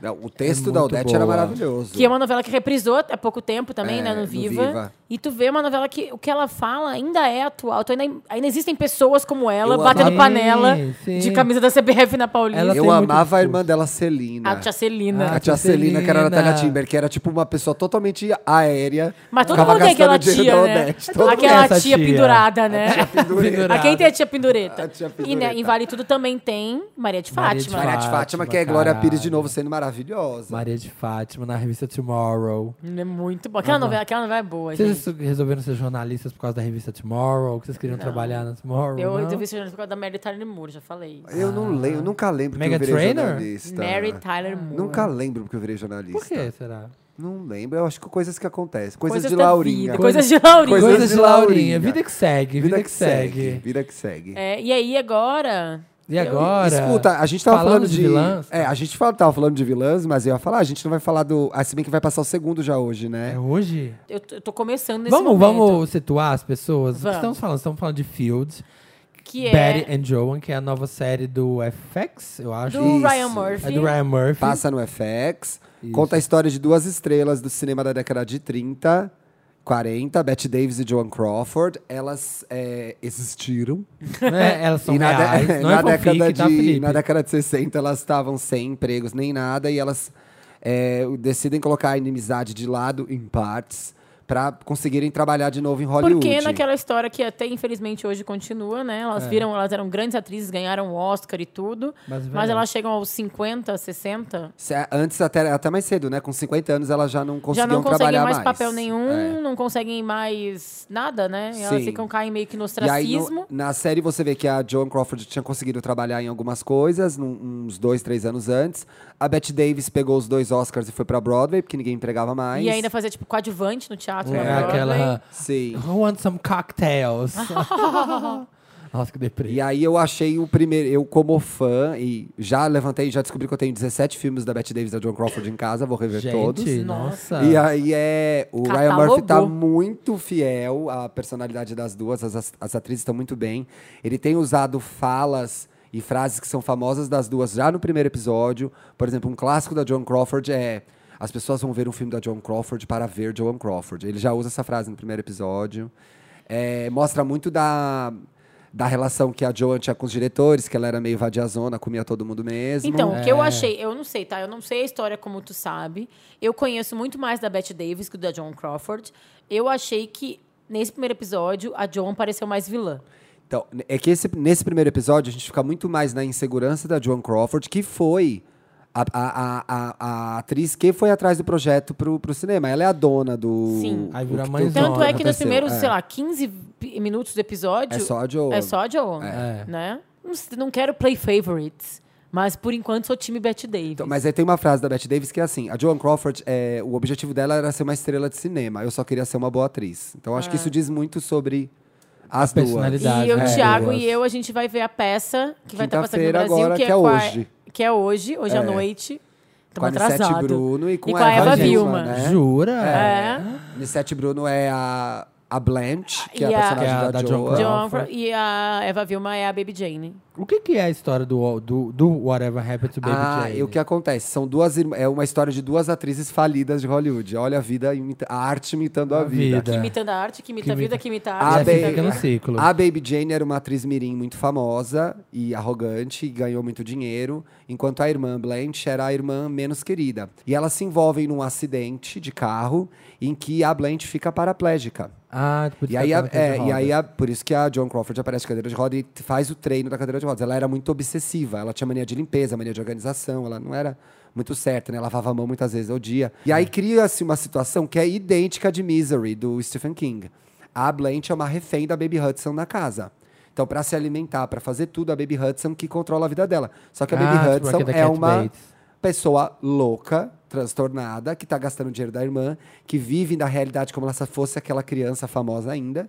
Não, o texto É da muito Odete era boa. maravilhoso. Que é uma novela que reprisou há pouco tempo também, É, né? No no Viva. Viva. E tu vê uma novela que o que ela fala ainda é atual. Então ainda, ainda existem pessoas como ela, Eu batendo amava- panela Sim, sim. de camisa da CBF na Paulista. Ela tem eu muito amava a irmã discurso. dela, Celina. A tia Celina. A Ah, tia tia Celina, que era a Natália Celina. Timber, que era tipo uma pessoa totalmente aérea. Mas todo ficava mundo tem gastando aquela dinheiro tia, da né? Odete, todo mundo. aquela essa tia, tia. pendurada, né? pendurada. A quem tem a tia pendureta? A tia E né, pendureta. em Vale Tudo também tem Maria de Maria de Fátima. Maria de Fátima, que é Glória caralho. Pires de novo, sendo maravilhosa. Maria de Fátima, na revista Tomorrow. É muito bom. Aquela, novela, aquela novela é boa, Vocês gente. su- resolveram ser jornalistas por causa da revista Tomorrow? Que vocês queriam trabalhar na Tomorrow? Eu não? entrevistei jornalista por causa da Mary Tyler Moore, já falei. isso. Eu não lembro, eu nunca lembro Mega que eu virei Ah. Trainor? jornalista. Mary Tyler Moore. Nunca lembro porque eu virei jornalista. Por que será? Não lembro, eu acho que coisas que acontecem. Coisas, Coisas de da Laurinha. vida, Coisas de Laurinha. Coisas Coisas de de Laurinha. Laurinha. Vida que segue, vida, que, segue. Vida que segue. É, e aí, agora? E agora? Escuta, a gente tava falando, falando de, de vilãs? É, a gente fala- tava falando de vilãs, mas eu ia falar, a gente não vai falar do. Ah, se bem que vai passar o segundo já hoje, né? É hoje? Eu t- eu tô começando nesse Vamos, momento. vamos situar as pessoas? O que Vamos. Estamos falando, estamos falando de Fields, Que Betty é and Joan, que é a nova série do FX, eu acho. do Isso. É Ryan Murphy. do Ryan Murphy. Passa no FX, conta a história de duas estrelas do cinema da década de 30, 40, Betty Davis e Joan Crawford. Elas é, existiram. né? Elas são e na, dé- reais, não na é fanfic, década tá, de, Felipe? na década de 60, elas estavam sem empregos nem nada e elas é, decidem colocar a inimizade de lado em partes pra conseguirem trabalhar de novo em Hollywood. Porque naquela história que até infelizmente hoje continua, né? Elas viram, elas eram grandes atrizes, ganharam Oscar e tudo. Mas, Mas, velho. elas chegam aos 50, 60. Se- Antes, até, até mais cedo, né? Com 50 anos, elas já não Já conseguiam não conseguem trabalhar mais, mais. papel nenhum, É. não conseguem mais nada, né? Elas Sim. ficam caem meio que no E aí, no- ostracismo. na série, você vê que a Joan Crawford tinha conseguido trabalhar em algumas coisas, num- uns dois, três anos antes. A Bette Davis pegou os dois Oscars e foi pra Broadway, porque ninguém empregava mais. E ainda fazia, tipo, coadjuvante no teatro. É na Broadway. aquela... Sim. Who wants some cocktails? Nossa, que deprê. E aí eu achei o primeiro, eu como fã, e já levantei, já descobri que eu tenho 17 filmes da Bette Davis e da Joan Crawford em casa, vou rever Gente, todos. nossa. E aí é. O Ryan Catalogou. Murphy tá muito fiel à personalidade das duas, as- as, as atrizes estão muito bem. Ele tem usado falas e frases que são famosas das duas já no primeiro episódio. Por exemplo, um clássico da Joan Crawford é. As pessoas vão ver um filme da Joan Crawford para ver Joan Crawford. Ele já usa essa frase no primeiro episódio. É, mostra muito da, da relação que a Joan tinha com os diretores, que ela era meio vadiazona, comia todo mundo mesmo. Então, o que eu é achei, eu não sei, tá? Eu não sei a história como tu sabe. Eu conheço muito mais da Bette Davis que da Joan Crawford. Eu achei que nesse primeiro episódio a Joan pareceu mais vilã. Então, n- é que esse- nesse primeiro episódio a gente fica muito mais na insegurança da Joan Crawford, que foi a, a- a- a- a atriz que foi atrás do projeto pro, pro cinema. Ela é a dona do. Sim. Aí vira o que- mãezona. o Tanto é que nos aconteceu. primeiros, É. sei lá, 15 pi- minutos do episódio É só a Joan. é só a Joan, É. né? Não, s- não quero play favorites, mas por enquanto sou time Bette Davis. Então, mas aí tem uma frase da Bette Davis que é assim: a Joan Crawford, é, o objetivo dela era ser uma estrela de cinema. Eu só queria ser uma boa atriz. Então Ah. acho que isso diz muito sobre as duas. personalidade. E eu, É. Thiago Duas. e eu, a gente vai ver a peça que vai estar passando no né? Quinta-feira Brasil, agora, que, é que é com a- hoje. que é hoje, hoje É. à noite. Com a Estamos Nissete atrasados. Bruno e com, a Eva Vilma. né? Jura? É. Nissete Bruno é a, a Blanche, que é a Ah, E a- personagem Que é a da, da Joan. Joan Crawford. Joan Alfred. Fra- e a Eva Vilma é a Baby Jane. O que, que é a história do, do, do Whatever Happened to Baby ah, Jane? e o que acontece? São duas irmã- é uma história de duas atrizes falidas de Hollywood. Olha a vida, imita- a arte imitando a, A vida. vida. É. Imitando a arte, que imita Que a vida, imita- que imita a Ah, arte. E que bem- assim imita a fica vida. no ciclo. A Baby Jane era uma atriz mirim muito famosa e arrogante, e ganhou muito dinheiro, enquanto a irmã Blanche era a irmã menos querida. E elas se envolvem num acidente de carro em que a Blanche fica paraplégica. Ah, tipo, E aí, a- descartar na é, cadeira de e aí rodas. a- por isso que a Joan Crawford aparece de cadeira de roda e t- faz o treino da cadeira de rodas. Ela era muito obsessiva, ela tinha mania de limpeza, mania de organização, ela não era muito certa, né? Ela Lavava a mão muitas vezes ao dia. E É. aí cria-se uma situação que é idêntica à de Misery, do Stephen King. A Blanche é uma refém da Baby Hudson na casa. Então, pra se alimentar, pra fazer tudo, a Baby Hudson que controla a vida dela. Só que a Baby Ah, tipo Hudson aquele da é Cat uma Bates. pessoa louca, transtornada, que tá gastando dinheiro da irmã, que vive na realidade como se ela fosse aquela criança famosa ainda.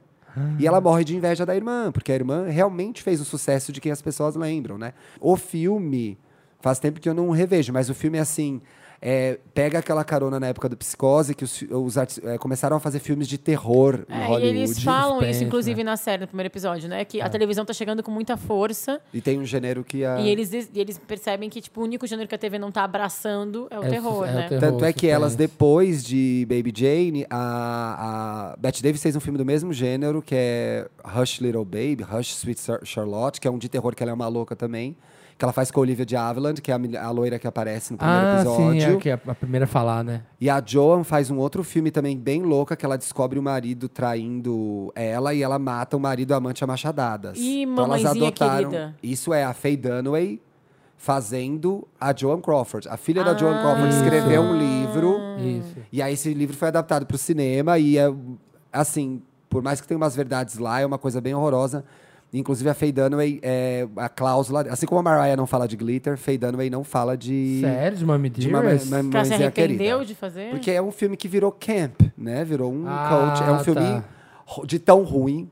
E ela morre de inveja da irmã, porque a irmã realmente fez o sucesso de quem as pessoas lembram, né? O filme Faz tempo que eu não revejo, mas o filme é assim. é, pega aquela carona na época do Psicose, que os, fi- os arti- é, começaram a fazer filmes de terror em É, e Hollywood. eles falam suspense, isso, né? É. inclusive, na série, no primeiro episódio, né? Que a televisão tá chegando com muita força. E tem um gênero que a. E eles, e eles percebem que, tipo, o único gênero que a TV não tá abraçando é o É o terror, sus- é o né? terror. Tanto é que suspense. elas, depois de Baby Jane, a, a Bette Davis fez um filme do mesmo gênero, que é Hush Little Baby, Hush Sweet Sar- Charlotte, que é um de terror que ela é uma louca também. Que ela faz com a Olivia de Havilland, que é a, meni- a loira que aparece no primeiro Ah, sim, episódio. é que a, a primeira a falar, né? E a Joan faz um outro filme também bem louca, que ela descobre o marido traindo ela e ela mata o marido amante a machadadas. Ih, elas mamãezinha adotaram. querida. Isso é a Faye Dunaway fazendo a Joan Crawford. A filha da Joan Ah. Crawford escreveu um Isso. livro. Hum. Isso. E aí esse livro foi adaptado para o cinema e é assim, por mais que tenha umas verdades lá, é uma coisa bem horrorosa. Inclusive a Faye Dunaway, é, a cláusula, assim como a Mariah não fala de glitter, Faye Dunaway não fala de Sério, de Mami de uma Dearest? ma- ma- Que ela se mãezinha arrependeu querida. de fazer? Porque é um filme que virou camp, né? Virou um Ah, coach, é um filme tá. ru- de tão ruim,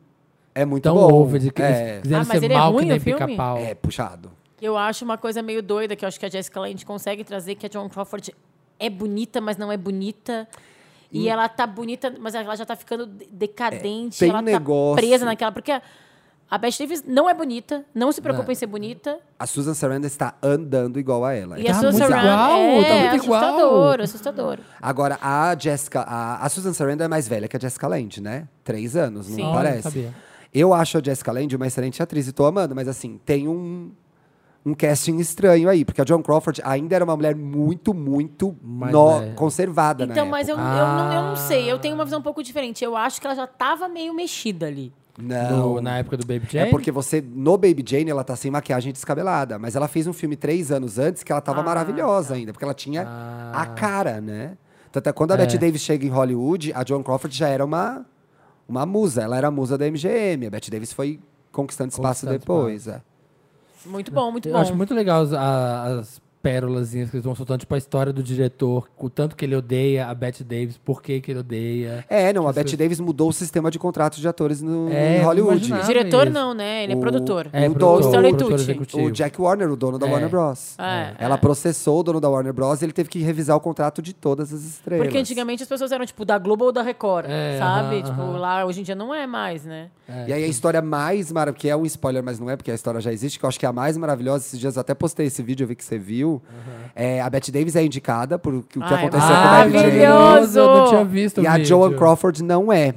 é muito Tão bom. over, de que é, quiseram Ah, mas ser ele é mal ruim que o nem filme? pica-pau. é puxado. Eu acho uma coisa meio doida que eu acho que a Jessica Lange consegue trazer, que a Joan Crawford é bonita, mas não é bonita. Hum. E ela tá bonita, mas ela já tá ficando de- decadente. É, tem ela um negócio- tá presa naquela. Porque a- a Beth Davis não é bonita, não se preocupa em ser bonita. A Susan Sarandon está andando igual a ela. E É a Tá Susan muito Sarandon igual, é, tá muito igual. assustador, assustador. Agora, a Jessica. A, a Susan Sarandon é mais velha que a Jessica Lange, né? Três anos, Sim. não Olha, parece? sabia. Eu acho a Jessica Lange uma excelente atriz e tô amando, mas assim, tem um. Um casting estranho aí, porque a Joan Crawford ainda era uma mulher muito, muito Mais nó- velha. conservada, né? Então, mas eu, eu não, eu não Ah. sei. Eu tenho uma visão um pouco diferente. Eu acho que ela já tava meio mexida ali. Não, Do- na época do Baby Jane? É porque você, no Baby Jane, ela tá sem maquiagem e descabelada. Mas ela fez um filme três anos antes que ela tava Ah, maravilhosa ainda, porque ela tinha Ah. a cara, né? Tanto é quando a É. Betty Davis chega em Hollywood, a Joan Crawford já era uma, uma musa. Ela era a musa da MGM. A Betty Davis foi conquistando espaço Conquistando depois. é. Muito bom, muito Eu bom. acho muito legal as, a- as pérolazinhas que eles vão soltando, tipo a história do diretor, o tanto que ele odeia a Bette Davis, por que que ele odeia. É, não, a Isso. Betty Davis mudou o sistema de contratos de atores no, É, em eu Hollywood. imaginava. Diretor mesmo. não, né? Ele é O- produtor. É, o produtor, Stanley produtor Tucci. executivo. O Jack Warner, o dono da É. Warner Bros. É, Ela é. processou o dono da Warner Bros. e ele teve que revisar o contrato de todas as estrelas. Porque antigamente as pessoas eram, tipo, da Globo ou da Record, É, sabe? aham, tipo, aham. lá hoje em dia não é mais, né? É. E aí a história mais maravilhosa, que é um spoiler, mas não é, porque a história já existe, que eu acho que é a mais maravilhosa. Esses dias eu até postei esse vídeo, eu vi que você viu. É, a Betty Davis é indicada por o que o que Ai, aconteceu com a Baby Jane. Ah, é maravilhoso! Ah, Eu não tinha visto E o a vídeo. Joan Crawford não é.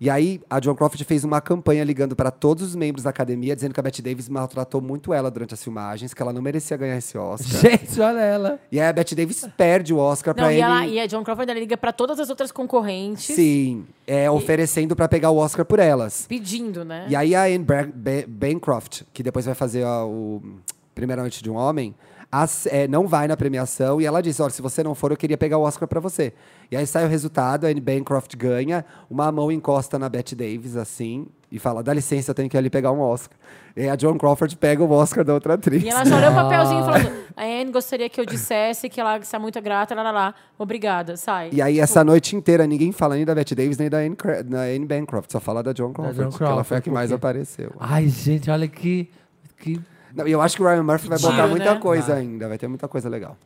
E aí, a Joan Crawford fez uma campanha ligando para todos os membros da academia, dizendo que a Betty Davis maltratou muito ela durante as filmagens, que ela não merecia ganhar esse Oscar. Gente, olha ela. e aí a Betty Davis perde o Oscar Não, para e, É ele. ela, e a John Crawford ela liga pra todas as outras concorrentes, Sim, é, oferecendo para pegar o Oscar por elas. pedindo, né? É. E aí a Anne Bra- Ba- Bancroft, que depois vai fazer a- o Primeira Noite de um Homem, as- é, não vai na premiação e ela diz, olha, se você não for, eu queria pegar o Oscar pra você. E aí sai o resultado, a Anne Bancroft ganha, uma mão encosta na Bette Davis, assim, e fala, dá licença, eu tenho que ir ali pegar um Oscar. E aí a Joan Crawford pega o Oscar da outra atriz. E ela só leu o papelzinho falando: A Anne gostaria que eu dissesse que ela está muito grata, lá, lá, lá. Obrigada, sai. E aí, essa noite inteira, ninguém fala nem da Bette Davis, nem da Anne, Cra- da Anne Bancroft. Só fala da Joan Crawford, Joan que ela foi a Crawford, que mais porque- apareceu. Ai, gente, olha que... que Não, e eu acho que o Ryan Murphy vai Tiro, botar muita né? coisa Vai. ainda. Vai ter muita coisa legal.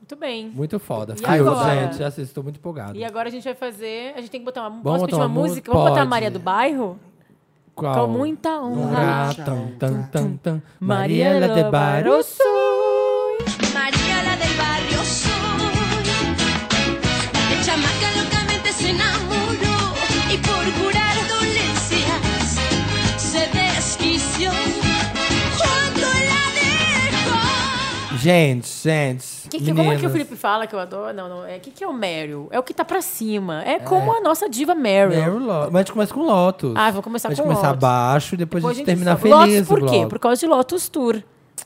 Muito bem. muito foda. E Fiquei, eu, agora? gente, assim, estou muito empolgado. E agora a gente vai fazer. A gente tem que botar uma. botar Posso pedir uma, uma mu- música? Vamos botar a pode. Maria do Bairro? Qual? Com muita honra. Gratam, tan, tan, tan. Mariela Mariela de Barros. Barroso. Mariela del barrio soy. La chamaca locamente se enamoró y por curar dolencias se desquició cuando la dejó. Gente, gente. Que que- como é que o meninas. Felipe fala que eu adoro? Não, não. O é, que, que é o Meryl? É o que tá pra cima. É como a nossa diva Meryl. Meryl Lotus. Mas a gente começa com Lotus. Ah, vou começar a gente com começar Lotus. abaixo e depois, a Depois gente termina sobe. feliz Lotus, por o quê? bloco. Por causa de Lotus Tour.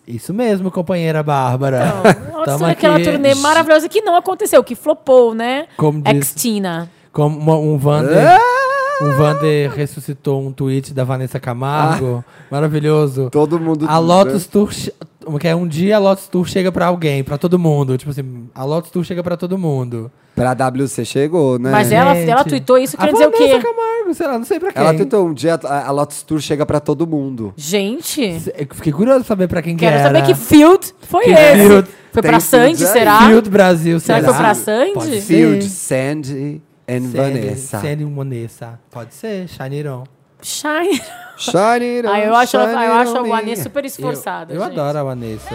Isso mesmo, companheira Bárbara. Então, Lotus Tamo Tour é aquela aqui. turnê maravilhosa que não aconteceu, que flopou, né? Como diz- Ex-Tina. Como uma- um Vander... É! Um Vander ressuscitou um tweet da Vanessa Camargo. Maravilhoso. Todo mundo. né? A Lotus Tour, Uma que é um dia a Lotus Tour chega pra alguém, pra todo mundo. Tipo assim, a Lotus Tour chega pra todo mundo. Pra WC chegou, né? Mas é ela, Gente. ela tweetou isso, Ah, quer foi dizer a o quê? Vanessa Camargo, sei lá, não sei pra quem. Ela tentou um dia, a, a Lotus Tour chega pra todo mundo. Gente, Eu Fiquei curioso pra saber pra quem que quero era. saber que field foi Que esse. field? Foi Tem pra fields Sandy, aí? será? Field Brasil, Será que será? foi pra Sandy? Pode ser. Field, Sandy and Vanessa. Sandy Vanessa. Pode ser, Shaniron. Shine. Shine it on, Aí Ah, eu acho, shine eu it acho on a me. Vanessa super esforçada. é Eu, eu gente. adoro a Vanessa.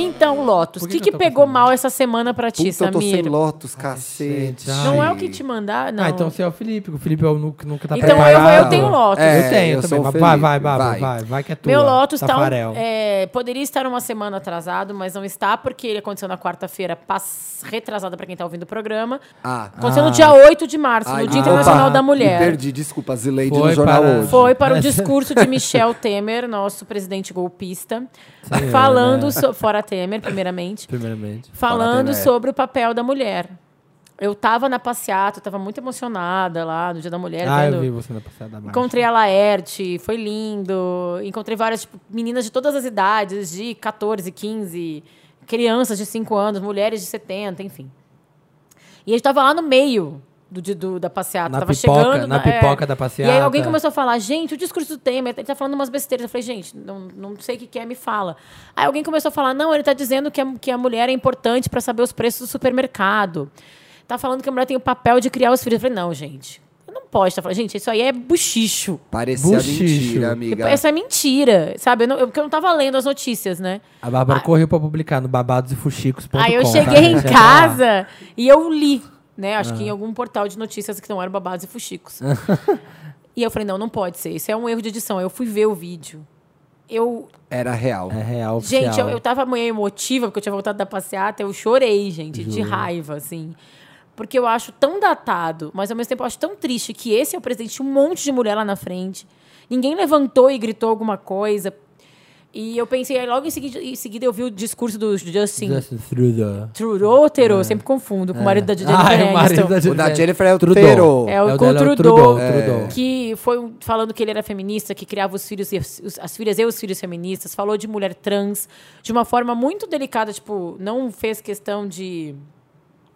Então, Lotus, o Por que, que que, que eu tô pegou confundindo? mal essa semana pra ti, Puta, eu tô sem Samir? Lotus, cacete. gente, ai. Não é o que te mandar, não. Ah, então você é o Felipe, que o Felipe é o nu- que nunca tá Então eu- eu preparado. tenho Lotus. É, eu tenho eu sou também. o mas vai, vai, Felipe, vai, vai, vai. vai, vai que é tua. Meu Lotus tá um- Tafarel. é, poderia estar uma semana atrasado, mas não está, porque ele aconteceu na quarta-feira, pass- retrasada pra quem tá ouvindo o programa. Ah. Aconteceu no dia 8 de março, Ai, no é Dia desculpa, Internacional da me Mulher. Perdi, desculpa, Zileide Foi no jornal para- hoje. Foi para o Mas- discurso de Michel Temer, nosso presidente golpista, Sim, falando né? é. so- fora Temer, primeiramente, Primeiramente. falando Temer. sobre o papel da mulher. Eu tava na passeata, eu tava muito emocionada lá no Dia da Mulher, Ah, eu vendo- vi você na passada da marcha. Encontrei a Laerte, foi lindo. Encontrei várias tipo, meninas de todas as idades, de 14, 15, crianças de 5 anos, mulheres de 70, enfim. E a gente tava lá no meio do, de- do- da passeata. Na tava pipoca- chegando, na é. pipoca da E aí alguém passeata. começou a falar, gente, o discurso do Temer, ele tá falando umas besteiras. Eu falei, gente, não, não sei o que, que é, me fala. Aí alguém começou a falar, não, ele tá dizendo que a, que a mulher é importante para saber os preços do supermercado. Tá falando que a mulher tem o papel de criar os filhos. Eu falei, não, gente. eu Não pode estar falando, gente, isso aí é buchicho. Parecia Buchicho. mentira, amiga. Essa é mentira, sabe? Eu não, eu, porque eu não tava lendo as notícias, né? A Bárbara correu pra publicar no babadosefuxicos.com. Aí eu tá, cheguei em gente? Entra lá. casa e eu li, né? Acho que em algum portal de notícias que não eram babados e fuxicos. e eu falei, não, não pode ser. Isso é um erro de edição. Aí eu fui ver o vídeo. Eu. Era real. É real, oficial. Gente, eu, eu tava meio emotiva, porque eu tinha voltado da passeata. Eu chorei, gente, de raiva, assim. Porque eu acho tão datado, mas ao mesmo tempo eu acho tão triste que esse é o presidente, tinha um monte de mulher lá na frente. Ninguém levantou e gritou alguma coisa. E eu pensei, aí logo em seguida, em seguida eu vi o discurso do Justin Justin Trudeau. Trudeau ou Terô? Sempre confundo com o marido da Jennifer Ai, o marido da Aniston. O da Jennifer. Jennifer é o Trudeau. Trudeau. É o, É o com o dela, é o Trudeau, Trudeau, É. Trudeau. que foi um- falando que ele era feminista, que criava os filhos, e as, os- as filhas e os filhos feministas, falou de mulher trans de uma forma muito delicada, tipo, não fez questão de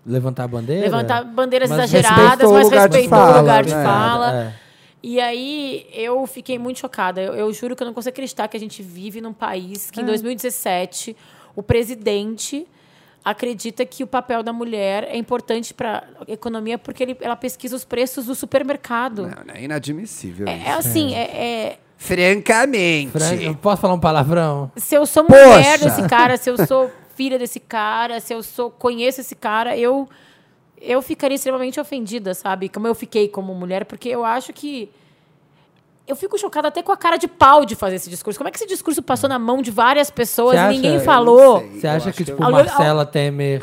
Levantar a bandeira? levantar bandeiras Mas exageradas, respeitou o mas lugar de respeitou o fala, lugar de né? fala. É. E aí eu fiquei muito chocada. Eu, eu juro que eu não consigo acreditar que a gente vive num país É. que em 2017 o presidente acredita que o papel da mulher é importante para a economia porque ele, ela pesquisa os preços do supermercado. Não, é inadmissível É, isso. é assim, é- é- Francamente. Fran- eu posso falar um palavrão? se eu sou Poxa! mulher desse cara, se eu sou filha desse cara, se eu sou conheço esse cara, eu eu ficaria extremamente ofendida, sabe? Como eu fiquei como mulher, porque eu acho que eu fico chocada até com a cara de pau de fazer esse discurso. Como é que esse discurso passou na mão de várias Hum. Você pessoas e acha? ninguém Eu não falou? sei. Não, Você É, Eu acha acho que, que tipo, eu- Marcela Temer...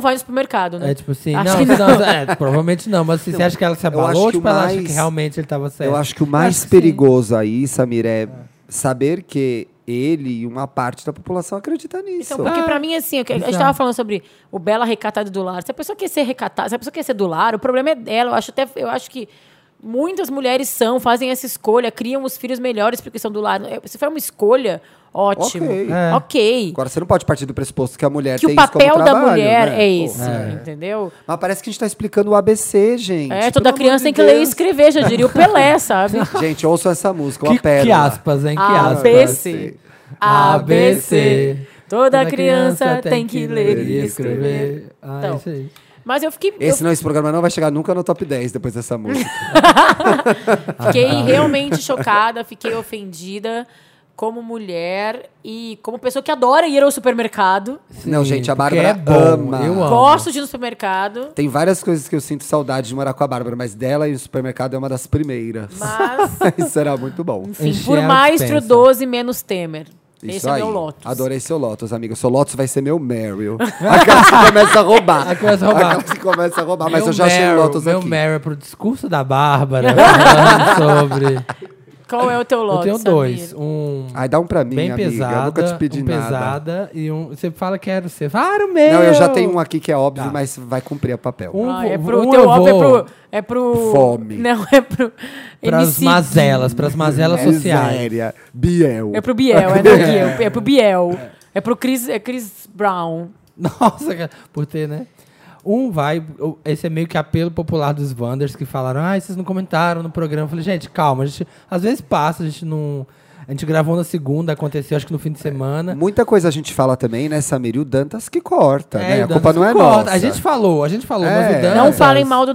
vai no supermercado, né? É tipo assim, Acho não, que você não- é, provavelmente não, mas assim, você acha que ela se acho abalou que ou o tipo, ela acha mais- que realmente ele tava certo? Eu acho que o mais que sim. perigoso aí, Samir, é saber que ele e uma parte da população acredita nisso. Então, porque Ah, pra mim, assim, eu que- a gente bizarro. tava falando sobre o Bela recatado do lar. Se a pessoa quer ser recatada, se a pessoa quer ser do lar, o problema é dela. Eu acho até, eu acho que muitas mulheres são, fazem essa escolha, criam os filhos melhores porque são do lar. É, Se for uma escolha, ótimo. Ok. Ok. É. Agora, você não pode partir do pressuposto que a mulher Que tem o papel isso como da trabalho, mulher né? é Pô. esse, entendeu? Mas parece que a gente tá explicando o ABC, gente. é, toda Pelo criança tem amor de que ler e Deus. escrever, já diria o Pelé, sabe? Gente, ouçam essa música, uma Que, é pérola. que aspas, hein? Que A, aspas. B, C. A, B, C. Toda Toda criança tem que ler e escrever. Ah, Então, isso aí. Mas eu fiquei, eu Esse, não, esse programa não vai chegar nunca no top 10 depois dessa música. Fiquei Ah, tá. realmente chocada, fiquei ofendida como mulher e como pessoa que adora ir ao supermercado. não, gente, a porque Bárbara é bom, ama. eu amo. Gosto de ir no supermercado, Tem várias coisas que eu sinto saudade de morar com a Bárbara, mas dela e o supermercado é uma das primeiras. mas, Isso era muito bom. enfim, Encher por a mais dispensa. Trudoso e menos Temer. Isso Esse aí. é meu Lotus. Adorei seu Lotus, amigo. Seu Lotus vai ser meu Meryl. Aquelas que começa a roubar. que começa a roubar. Aquelas que começa a roubar. Ah, Mas Meu eu já achei o Meryl, Lotus meu aqui. Meryl pro discurso da Bárbara, falando sobre Qual é o teu Eu lote? tenho Samir? dois. Um Ai, dá um pra mim, bem amiga. pesada, eu nunca te pedi um nada. pesada e um... Você fala que era o seu. Ah, era o meu! Não, eu já tenho um aqui que é óbvio, Tá. mas vai cumprir o papel. Um Ah, vo- é pro, um teu eu op é vou pro, é pro. Fome. Não, é pro. Pras MC. mazelas, pras mazelas É sociais. Miséria. Biel. É pro Biel, é, não, Biel, é pro Biel. É pro Chris, é Chris Brown. Nossa, cara, por ter, né? Um vai, o- esse é meio que apelo popular dos Wanders que falaram, ah, vocês não comentaram no programa. Eu falei, gente, calma, a gente às vezes passa, a gente não. A gente gravou na segunda, aconteceu acho que no É. fim de semana. Muita coisa a gente fala também, né, Samir? E o Dantas que corta, É, né? e o A culpa Dantas não é concorda. nossa. A gente falou, a gente falou, É. mas o Dantas. Dantas. Não falem mal do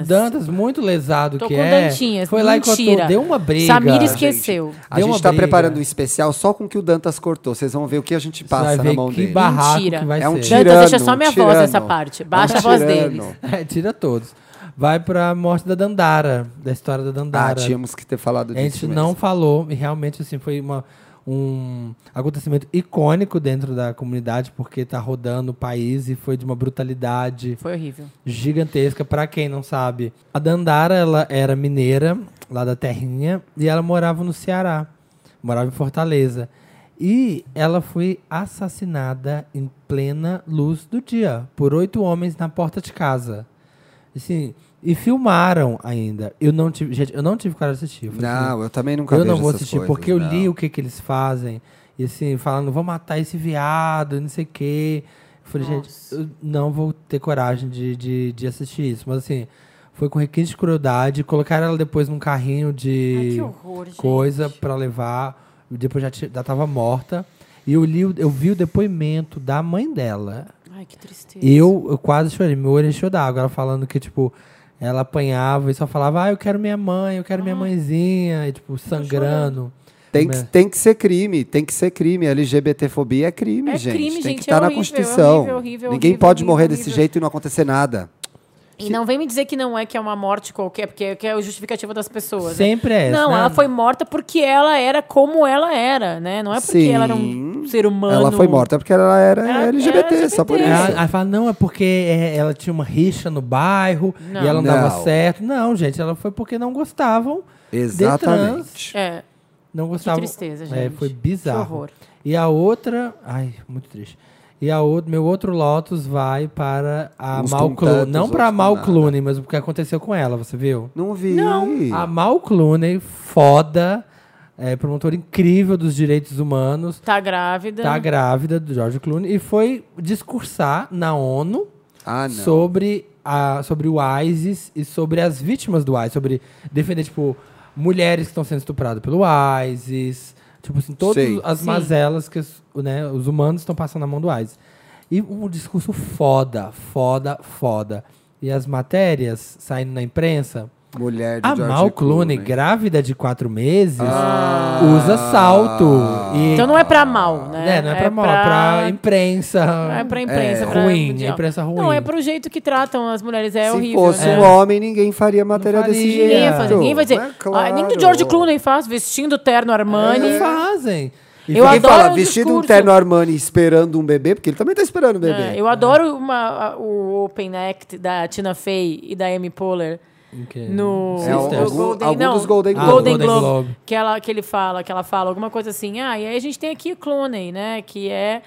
O Dantas, muito lesado Tô que com é. Dantinhas. Foi lá e Mentira. cortou, deu uma briga. Ah, Samir esqueceu. A Deu gente uma tá briga. né? preparando um especial só com o que o Dantas cortou. Vocês vão ver o que a gente Você passa vai na ver mão que dele. barraco Mentira. que vai É um ser. tiro. Dantas, deixa Tirano, só minha tirano. voz nessa parte. Baixa É um a voz tirano. deles. É, tira todos. Vai pra morte da Dandara, da história da Ah, Dandara. tínhamos que ter falado A disso. gente mesmo. não falou, e realmente assim, foi uma, um acontecimento icônico dentro da comunidade, porque tá rodando o país e foi de uma brutalidade Foi horrível. gigantesca. Pra quem não sabe, a Dandara, ela era mineira, lá da Terrinha, e ela morava no Ceará, morava em Fortaleza. E ela foi assassinada em plena luz do dia por oito homens na porta de casa. Assim, e filmaram ainda. Eu não tive, gente, eu não tive coragem de assistir. Eu falei assim, Não, eu também nunca eu vejo não vou essas assistir, coisas, porque eu não. li o que, que eles fazem. E assim, falando, vou matar esse viado, não sei o quê. Eu falei, gente, eu não vou ter coragem de, de, de assistir isso. Mas assim, foi com requinte de crueldade. Colocaram ela depois num carrinho de Ai, que horror, gente. coisa pra levar. E Depois já, ti- já tava morta. E eu, li, o- eu vi o depoimento da mãe dela. Ai, que tristeza. Eu, eu quase chorei, meu olho encheu d'água. Ela falando que, tipo, ela apanhava e só falava, ah, eu quero minha mãe, eu quero Ah. minha mãezinha, e, tipo, sangrando. Tem que, Né? tem que ser crime, tem que ser crime. LGBTfobia é crime, É gente. crime, tem gente, que é estar na horrível, Constituição. horrível, é horrível, Ninguém horrível, pode morrer horrível, desse horrível. jeito e não acontecer nada. E não vem me dizer que não é que é uma morte qualquer, porque é- que é o justificativo das pessoas. né? Sempre é essa, Não, né? ela foi morta porque ela era como ela era, né? Não é porque Sim. ela era um ser humano. Ela foi morta porque ela era Ela LGBT, era só por isso. LGBT. Ela, ela fala, não, é porque é, ela tinha uma rixa no bairro Não. e ela não, dava Não. certo. Não, gente, ela foi porque não gostavam de trans. Exatamente. É, Não gostavam. tristeza, É, gente. foi Que bizarro. horror. E a outra. Ai, muito triste. E a outro, meu outro Lotus vai para a Uns Mal com Clooney. tantos, Não para a outros Mal com nada. Clooney, mas o que aconteceu com ela, você viu? Não vi. A Mal Clooney, foda, é, promotora incrível dos direitos humanos, tá grávida. tá grávida do George Clooney e foi discursar na ONU Ah, não. sobre, a, sobre o ISIS e sobre as vítimas do ISIS, sobre defender, tipo, mulheres que estão sendo estupradas pelo ISIS, tipo assim, todas Sei. as Sim. mazelas que os- né, os humanos estão passando na mão do ISIS. E um discurso foda, foda, foda. E as matérias saindo na imprensa, Mulher de a George Mal Clooney, grávida de quatro meses, usa salto. E, Então não é pra mal, né? É, não é pra mal, é pra imprensa. É pra imprensa. pra ruim, mundial. é imprensa ruim. Não, é pro jeito que tratam as mulheres. É Se horrível. fosse né? um homem, ninguém faria matéria faria. desse jeito. Ninguém ia fazer. Ninguém vai dizer. É Ah, nem que claro. o George Clooney faz, vestindo terno Armani. Não fazem. E Eu Quem adoro fala o vestido um discurso. terno Armani esperando um bebê, porque ele também tá esperando um bebê. É, eu adoro uma- a- o Open Act da Tina Fey e da Amy Poehler. Ok. No É, o- algum- o Golden, algum não, dos Golden Globe, Globes. Golden Ah, Golden Globe, Globe. Que, ela, que ele fala, que ela fala alguma coisa assim, ah, e aí a gente tem aqui o Clooney, né, que é...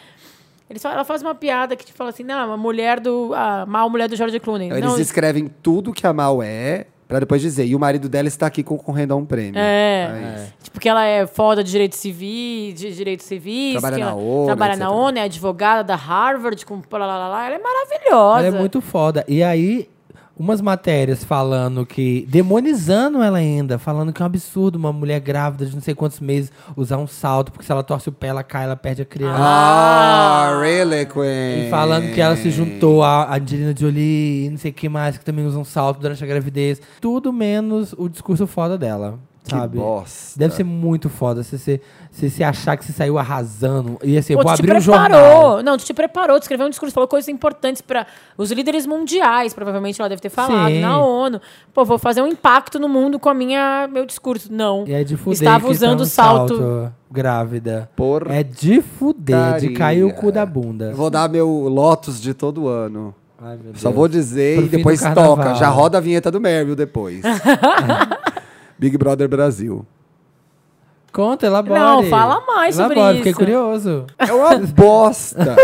Eles falam- ela faz uma piada que te fala assim, não, a mulher do... a mal mulher do George Clooney. Eles não, escrevem tudo que a Mal é, pra depois dizer. E o marido dela está aqui concorrendo a um prêmio. É. isso. Tipo, que ela é foda de direitos civis, de direitos civis. Trabalha que na ela ONU, Trabalha etc. né? na ONU, é advogada da Harvard, com lá, lá, lá, lá. Ela é maravilhosa. Ela é muito foda. E aí, umas matérias falando que. demonizando ela ainda, falando que é um absurdo uma mulher grávida de não sei quantos meses usar um salto, porque se ela torce o pé, ela cai, ela perde a criança. Ah, really, Queen? E falando que ela É. se juntou à Angelina Jolie e não sei que mais, que também usam salto durante a gravidez. Tudo menos o discurso foda dela. Que Sabe? bosta. Deve ser muito foda se você se, se achar que você saiu arrasando. E assim, eu Pô, vou tu te abrir um jornal. preparou. Não, tu te preparou, tu escreveu um discurso, falou coisas importantes para os líderes mundiais, provavelmente ela deve ter falado, Sim. na ONU. Pô, vou fazer um impacto no mundo com a minha, meu discurso. Não. E é de fuder. Estava que usando tá um salto. Grávida. Por- É de fuder, de cair o cu da bunda. Eu Vou dar meu Lotus de todo ano. Ai, meu Deus. Só vou dizer Pro e fim do depois carnaval. toca. Já roda a vinheta do Meryl depois. Big Brother Brasil. Conta, elabora. Não, fala mais sobre Fiquei isso. curioso. É uma bosta.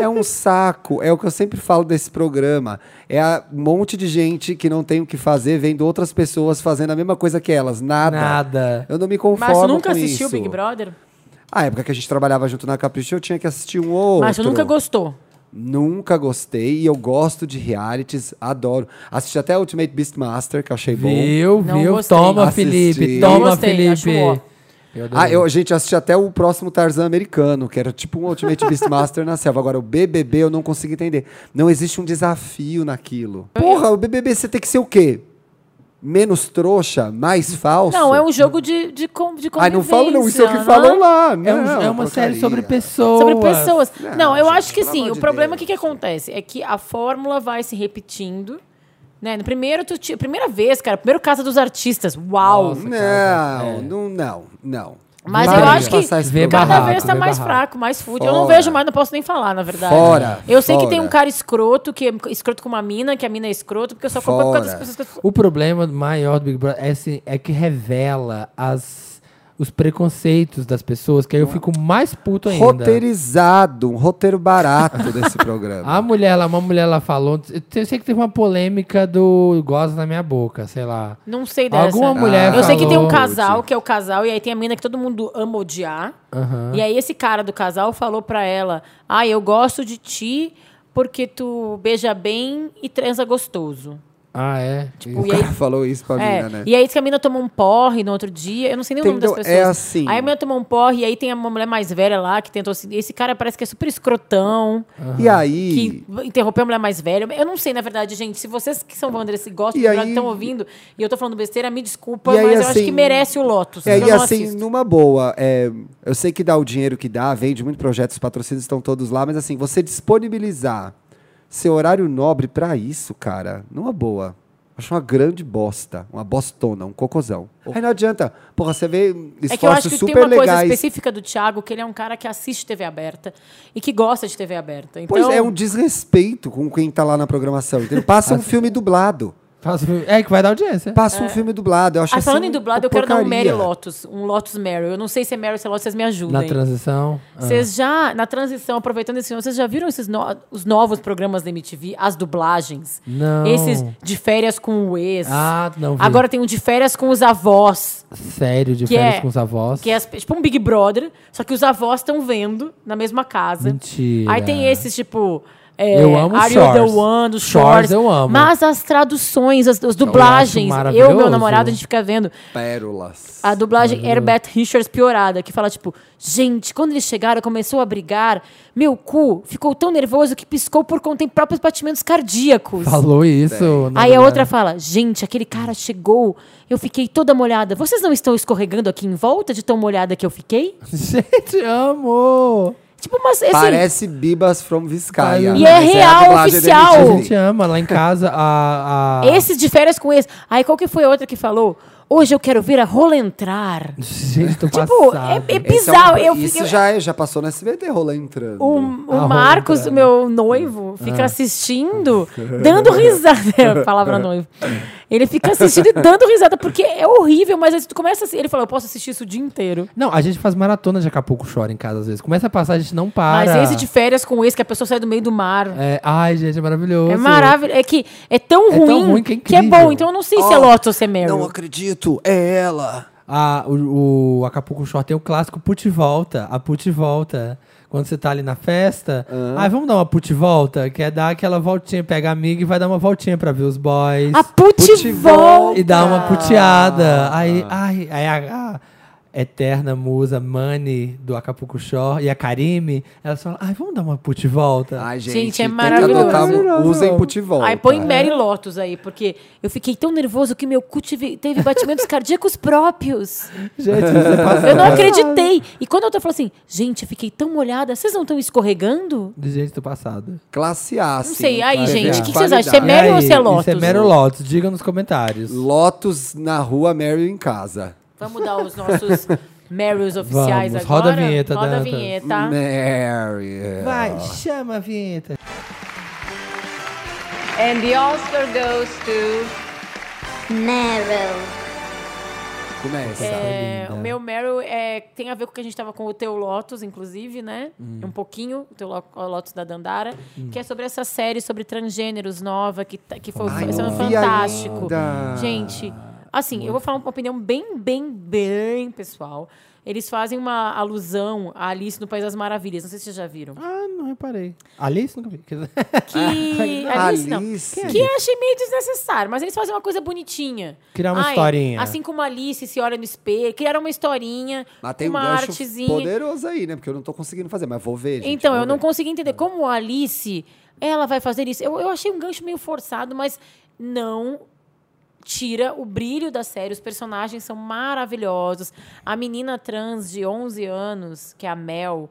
É um saco. É o que eu sempre falo desse programa. É a- um monte de gente que não tem o que fazer vendo outras pessoas fazendo a mesma coisa que elas. Nada. Nada. Eu não me conformo Márcio nunca com assistiu isso. Big Brother? A época que a gente trabalhava junto na Capricho, eu tinha que assistir um ou outro. Márcio nunca gostou. Nunca gostei. E eu gosto de realities. Adoro. Assisti até Ultimate Beastmaster, que eu achei bom. Viu, Não viu? gostei. Toma, Assisti. Felipe. Não Toma, gostei, acho Felipe. ó. Ah, eu, gente, eu assisti até o próximo Tarzan americano, que era tipo um Ultimate Beastmaster na selva. Agora, o BBB eu não consigo entender. Não existe um desafio naquilo. É. Porra, o BBB você tem que ser o quê? Menos trouxa? Mais falso? Não, é um jogo de, de, com- de Ah, convivência. não falam não, isso é o que né? falam lá. É, um- Não, é uma série porcaria. sobre pessoas. Sobre pessoas. Não, eu gente, acho que pelo sim. amor O de problema Deus. que, que acontece é que a fórmula vai se repetindo. Né? No primeiro, tu ti- primeira vez, cara. Primeiro Casa dos Artistas. Uau! Nossa. Não, não, não, não. Mas Para eu de acho que passar esse É. vê programa. Cada barraco, vez tá né, mais barraco. fraco, mais fútil. Eu não Fora. vejo mais, não posso nem falar, na verdade. Fora, Eu sei que tem fora. um cara escroto, que é escroto com uma mina, que a mina é escroto, porque eu só compro por causa das Fora. pessoas que eu... O problema maior do Big Brother é, assim, é que revela as, os preconceitos das pessoas, que aí eu fico mais puto ainda. Roteirizado, um roteiro barato desse programa. A mulher lá, uma mulher lá falou. Eu sei que teve uma polêmica do goza na minha boca, sei lá. Não sei dessa. Alguma mulher Eu sei que tem falou, um casal, que é o casal, e aí tem a mina que todo mundo ama odiar. Aham. E aí esse cara do casal falou pra ela: Ah, eu gosto de ti porque tu beija bem e transa gostoso. Ah, é? Tipo, O e aí- cara falou isso pra É, mina, né? E aí diz que a mina tomou um porre no outro dia. Eu não sei nem o nome das Entendeu? pessoas. É assim. Aí a mina tomou um porre, e aí tem uma mulher mais velha lá que tentou. se- Esse cara parece que é super escrotão. E aí... Que interrompeu a mulher mais velha. Eu não sei, na verdade, gente. Se vocês que são Wander se gostam E do aí- estão ouvindo e eu tô falando besteira, me desculpa, E aí, mas eu acho assim, que merece o Lotus. É, eu e não assim, assisto. numa boa, é, eu sei que dá o dinheiro que dá, vende muito projeto, os patrocínios estão todos lá, mas assim, você disponibilizar seu horário nobre pra isso, cara, numa boa. Acho uma grande bosta, uma bostona, um cocôzão. Aí não adianta. Porra, você vê esforços É que eu acho que tem super uma coisa legais. específica do Thiago, que ele é um cara que assiste TV aberta e que gosta de TV aberta. Então, Pois é, um desrespeito com quem tá lá na programação. Entendeu? Passa um filme dublado. Faz o filme- É que vai dar audiência. Passa um filme dublado. Eu acho Ah, falando assim, em dublado, uma eu quero dar um Mary porcaria. Lotus, um Lotus Mary. Eu não sei se é Mary ou se é Lotus, vocês me Na ajudem. transição. Ah. Vocês já, na transição, aproveitando esse filme, vocês já viram esses no- os novos programas da MTV, as dublagens? Ah. Não. Esses de férias com o ex. Ah, não vi. Agora tem um de férias com os avós. Sério, de Que férias é- com os avós. Que é as- tipo um Big Brother, só que os avós estão vendo na mesma casa. Mentira. Aí tem esses, tipo. é, Eu amo Are You the Shores. One, os Shores Shores. eu amo. Mas as traduções, as, as dublagens. Eu, meu maravilhoso. namorado, a gente fica vendo. Pérolas. A dublagem Herbert Richards piorada, que fala tipo: Gente, quando eles chegaram, começou a brigar, meu cu ficou tão nervoso que piscou por conta em próprios batimentos cardíacos. Falou isso. é na Aí a né? verdade. outra fala: Gente, aquele cara chegou, eu fiquei toda molhada. Vocês não estão escorregando aqui em volta de tão molhada que eu fiei? Gente, amo! Tipo, mas assim, Parece Bibas from Vizcaya. E né? é Essa real, a dublagem é da oficial. MTV. A gente ama. Lá em casa, a. a... esses de férias com esse. Aí qual que foi a outra que falou? Hoje eu quero ver a rola entrar. Gente, tô Pô, passado. é, é Esse é um- bizarro. eu, isso eu, já, é- já passou no SBT, rola entrando. O, A o Marcos, roupa. né? Ah. meu noivo, fica assistindo, dando risada. É, Palavra noivo. Ele fica assistindo e dando risada, porque é horrível, mas aí tu começa assim. Ele fala, eu posso assistir isso o dia inteiro. Não, a gente faz maratona de Acapulco Chora em casa às vezes. Começa a passar, a gente não para. Mas esse é de férias com esse, que a pessoa sai do meio do mar. É, ai, gente, é maravilhoso. É maravilhoso. É que é tão É ruim, tão ruim que é é incrível. bom. Então eu não sei se é Oh, Lotus ou se é Meryl. Não acredito, é ela. Ah, o, o Acapulco Shore tem o clássico put e volta, a put e volta. Quando você tá ali na festa, ah, vamos dar uma put e volta, que é dar aquela voltinha, pega a amiga e vai dar uma voltinha pra ver os boys. A Putivol. E dar uma puteada. Aí, ai, aí a, a eterna musa Mani do Acapulco Shore e a Karime, elas falam, ai, vamos dar uma put e volta. Ai, Gente, gente, é tem que maravilhoso. adotar um- Maravilhoso. usem putivol. Aí É. põe Mary Lotus aí, porque eu fiquei tão nervoso que meu cu tive- teve batimentos cardíacos próprios. Gente, é você passa... Eu não acreditei. E quando a outra falou assim, gente, eu fiquei tão molhada, vocês não estão escorregando? Gente do passado. Classe A. assim, Não sei. Aí, claro. gente, o É. que, que vocês acham? Isso é Qualidade. E Mary ou aí, isso é Isso é Lotus? Mero Lotus, diga nos comentários. Lotus na rua, Mary em casa. Vamos dar os nossos Marys oficiais Vamos, agora? roda a vinheta, Hum, Roda a Dantas. vinheta. Mary. Vai, chama a vinheta. And the Oscar goes to Meryl. Começa. É, linda. o meu Meryl é, tem a ver com o que a gente tava com o Teu Lotus, inclusive, né? Hum. Um pouquinho, o Teu Lo- o Lotus da Dandara, que é sobre essa série sobre transgêneros nova, que, tá- que foi, Ai, foi não vi fantástico. ainda. Gente, assim, eu vou falar uma opinião bem, bem, bem pessoal. Eles fazem uma alusão a Alice no País das Maravilhas. Não sei se vocês já viram. Ah, não reparei. Alice nunca vi. Quer dizer, Que. Ah, Alice, não. Alice. Que é eu achei meio desnecessário, mas eles fazem uma coisa bonitinha. Criar uma historinha. Assim como a Alice se olha no espelho, criaram uma historinha, Mas tem um uma gancho artezinha. poderoso aí, né? Porque eu não tô conseguindo fazer, mas vou ver. gente, então, vou eu não ver. consegui entender como a Alice, ela vai fazer isso. Eu, eu achei um gancho meio forçado, mas não tira o brilho da série. Os personagens são maravilhosos. A menina trans de 11 anos, que é a Mel,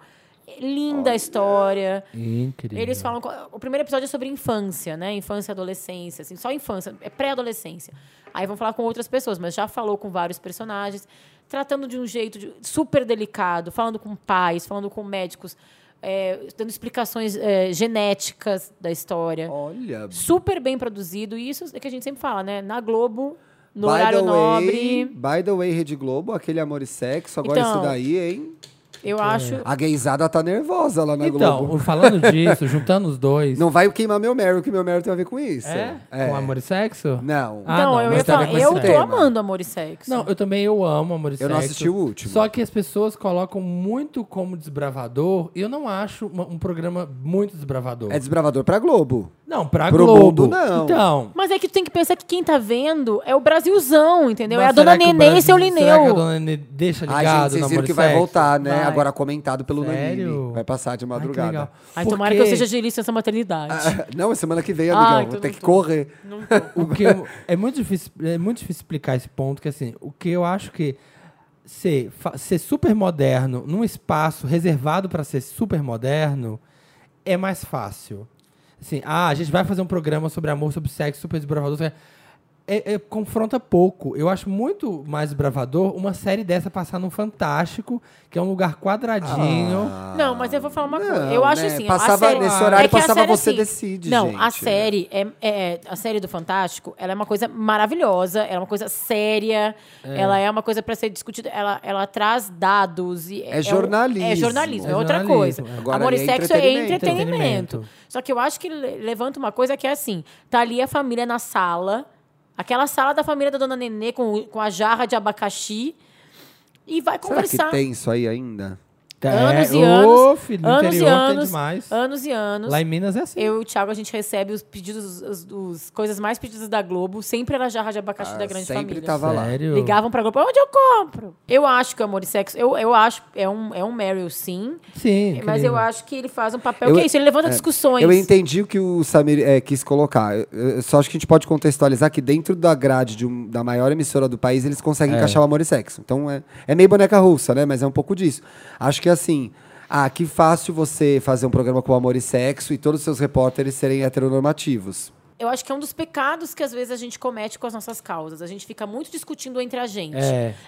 linda a história. Incrível. Eles falam. co- O primeiro episódio é sobre infância, né? Infância e adolescência, assim, só infância, é pré-adolescência. Aí vão falar com outras pessoas, mas já falou com vários personagens, tratando de um jeito de- super delicado, falando com pais, falando com médicos, é, dando explicações é, genéticas da história. Olha, Super bem produzido, e isso é que a gente sempre fala, né? Na Globo, no by horário the way, nobre. By the way, Rede Globo, aquele amor e sexo, agora Então. isso daí, hein? é. Eu acho. A gaysada tá nervosa lá na Então, Globo. falando disso, juntando os dois. Não vai queimar meu Meryl, que meu Meryl tem a ver com isso. é? Com amor e sexo? Não. Ah, não, não, eu mas ia tem a ver falar, com eu esse tô tema. amando amor e sexo. Não, eu também eu amo amor e sexo. Eu não assisti o último. Só que as pessoas colocam muito como desbravador. E eu não acho uma- um programa muito desbravador. É desbravador pra Globo. Não, pra Pro Globo. mundo, não. Então. Mas é que tu tem que pensar que quem tá vendo é o Brasilzão, entendeu? é a mas dona será que o Nenê e seu Brasil- Será que a Lineu. dona Nenê deixa Ai, gente, Tá ligado no vocês amor viram e que vai sexo? voltar, né? Vai. Agora comentado pelo Sério? Nanini. Vai passar de Ai, que madrugada. legal. Ai, tomara que eu Porque seja de licença maternidade. não, é semana que vem, Ai, amigão. então Vou não ter que tô. correr. Não tô. o que eu- é, muito difícil, é muito difícil explicar esse ponto, que assim, o que eu acho que ser, fa- ser super moderno num espaço reservado para ser super moderno é mais fácil. Assim, ah, a gente vai fazer um programa sobre amor, sobre sexo, super desbravador. sobre- É, é- confronta pouco. Eu acho muito mais desbravador uma série dessa passar num Fantástico, que é um lugar quadradinho. Não, mas eu vou falar uma Não, coisa. Eu acho né? assim. Passava a série, nesse horário, que a passava série, é assim. Você Decide, Não, a gente. série é, é- a série do Fantástico. Ela é uma coisa maravilhosa. Ela é uma coisa séria. Ela é uma coisa pra ser discutida. Ela, ela traz dados e um- jornalismo. é jornalismo, é, É outra jornalismo, coisa. é. Agora, Amor e é sexo é entretenimento. entretenimento. Entretenimento. Só que eu acho que le- levanta uma coisa que é assim: tá ali a família na sala, aquela sala da família da dona Nenê com, com a jarra de abacaxi. E vai Será conversar que tem isso aí ainda? anos e É, ô, anos. filho, no anos e interior tem anos. demais. Anos e anos. Lá em Minas é assim. Eu e o Thiago, a gente recebe os pedidos, os, os- os coisas mais pedidas da Globo. Sempre era jarra de abacaxi da Ah, grande sempre família. tava lá. Sério? Ligavam pra Globo, onde eu compro? Eu acho que o Amor e Sexo, eu, eu acho, é um, é um Meryl, sim. Sim. Mas eu incrível. acho que ele faz um papel, Eu- que é isso, ele levanta é, discussões. Eu entendi o que o Samir eh, quis colocar. Eu- eu só acho que a gente pode contextualizar que dentro da grade de um- da maior emissora do país, eles conseguem encaixar o amor e sexo. Então é, é meio boneca russa, né? Mas é um pouco disso. Acho que assim. Ah, que fácil você fazer um programa com amor e sexo e todos os seus repórteres serem heteronormativos. Eu acho que é um dos pecados que às vezes a gente comete com as nossas causas. A gente fica muito discutindo entre a gente.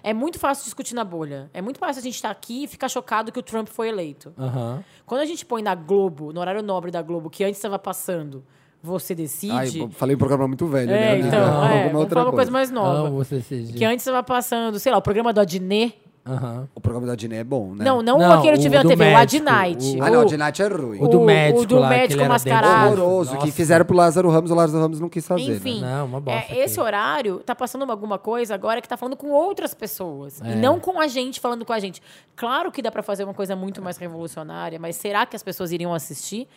É. muito fácil discutir na bolha. É muito fácil a gente estar aqui e ficar chocado que o Trump foi eleito. Aham. Quando a gente põe na Globo, no horário nobre da Globo, que antes estava passando, você decide. Ai, eu falei um programa muito velho, né? é, amiga? então, Não, é, Alguma vamos falar uma coisa mais nova. Amo você, Cid. que antes estava passando, sei lá, o programa do Adnet. Aham. O programa da Diné é bom, né? Não, não, Não, aquele que o tive na do TV, o Ad médico, Night. o- Ah, não, O- o Dinati é ruim. O do o médico do lá, que médico ele era mascarado. dentista. Horroroso, que Nossa. fizeram pro Lázaro Ramos, o Lázaro Ramos não quis fazer. Enfim, né? Não, uma bosta é, esse aquilo. horário tá passando alguma coisa agora que tá falando com outras pessoas. É. E não com a gente falando com a gente. Claro que dá pra fazer uma coisa muito mais revolucionária, mas será que as pessoas iriam assistir?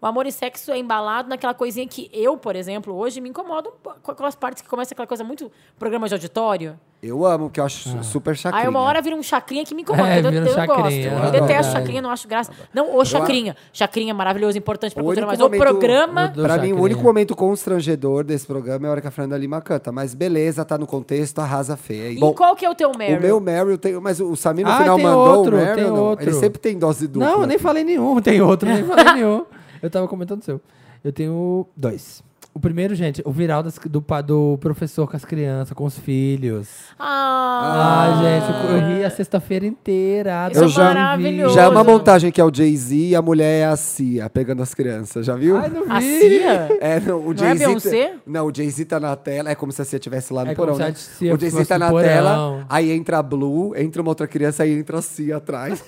O amor e sexo é embalado naquela coisinha que eu, por exemplo, hoje me incomodo um pouco com aquelas partes que começa aquela coisa muito programa de auditório. Eu amo, porque eu acho super chacrinha. Aí uma hora vira um chacrinha que me incomoda. Tá né? É, eu, vira um eu gosto. chacrinha, Eu é detesto verdade. chacrinha, não acho graça. Não, o chacrinha. Chacrinha maravilhoso, importante pra O cultura, mas único o momento- programa. Do Pra mim, o Chacrinha. único momento constrangedor desse programa é a hora que a Fernanda Lima canta. Mas beleza, tá no contexto, arrasa feia. E, E qual que é o teu Meryl? o meu Meryl tem. Mas o Samir no Ah, final tem mandou outro, o Meryl. tem não. outro. Ele sempre tem dose dupla. É. Não, eu nem falei nenhum. Tem outro, nem falei nenhum. Eu tava comentando o seu. Eu tenho dois. O primeiro, gente, o viral das- do, pa- do professor com as crianças, com os filhos. Ah, Ah, gente, eu, eu ri a sexta-feira inteira. Isso Eu é já- maravilhoso. Já é uma montagem que é o Jay-Z e a mulher é a Cia, pegando as crianças, já viu? Ai, não A vi. Cia? É, não, o Não é Jay-Z. Beyoncé? tá- Não, o Jay-Z tá na tela. É como se a Cia estivesse lá no É como porão, se a né? Cia o Jay-Z fosse tá no na porão. tela, aí entra a Blue, entra uma outra criança, aí entra a Cia atrás,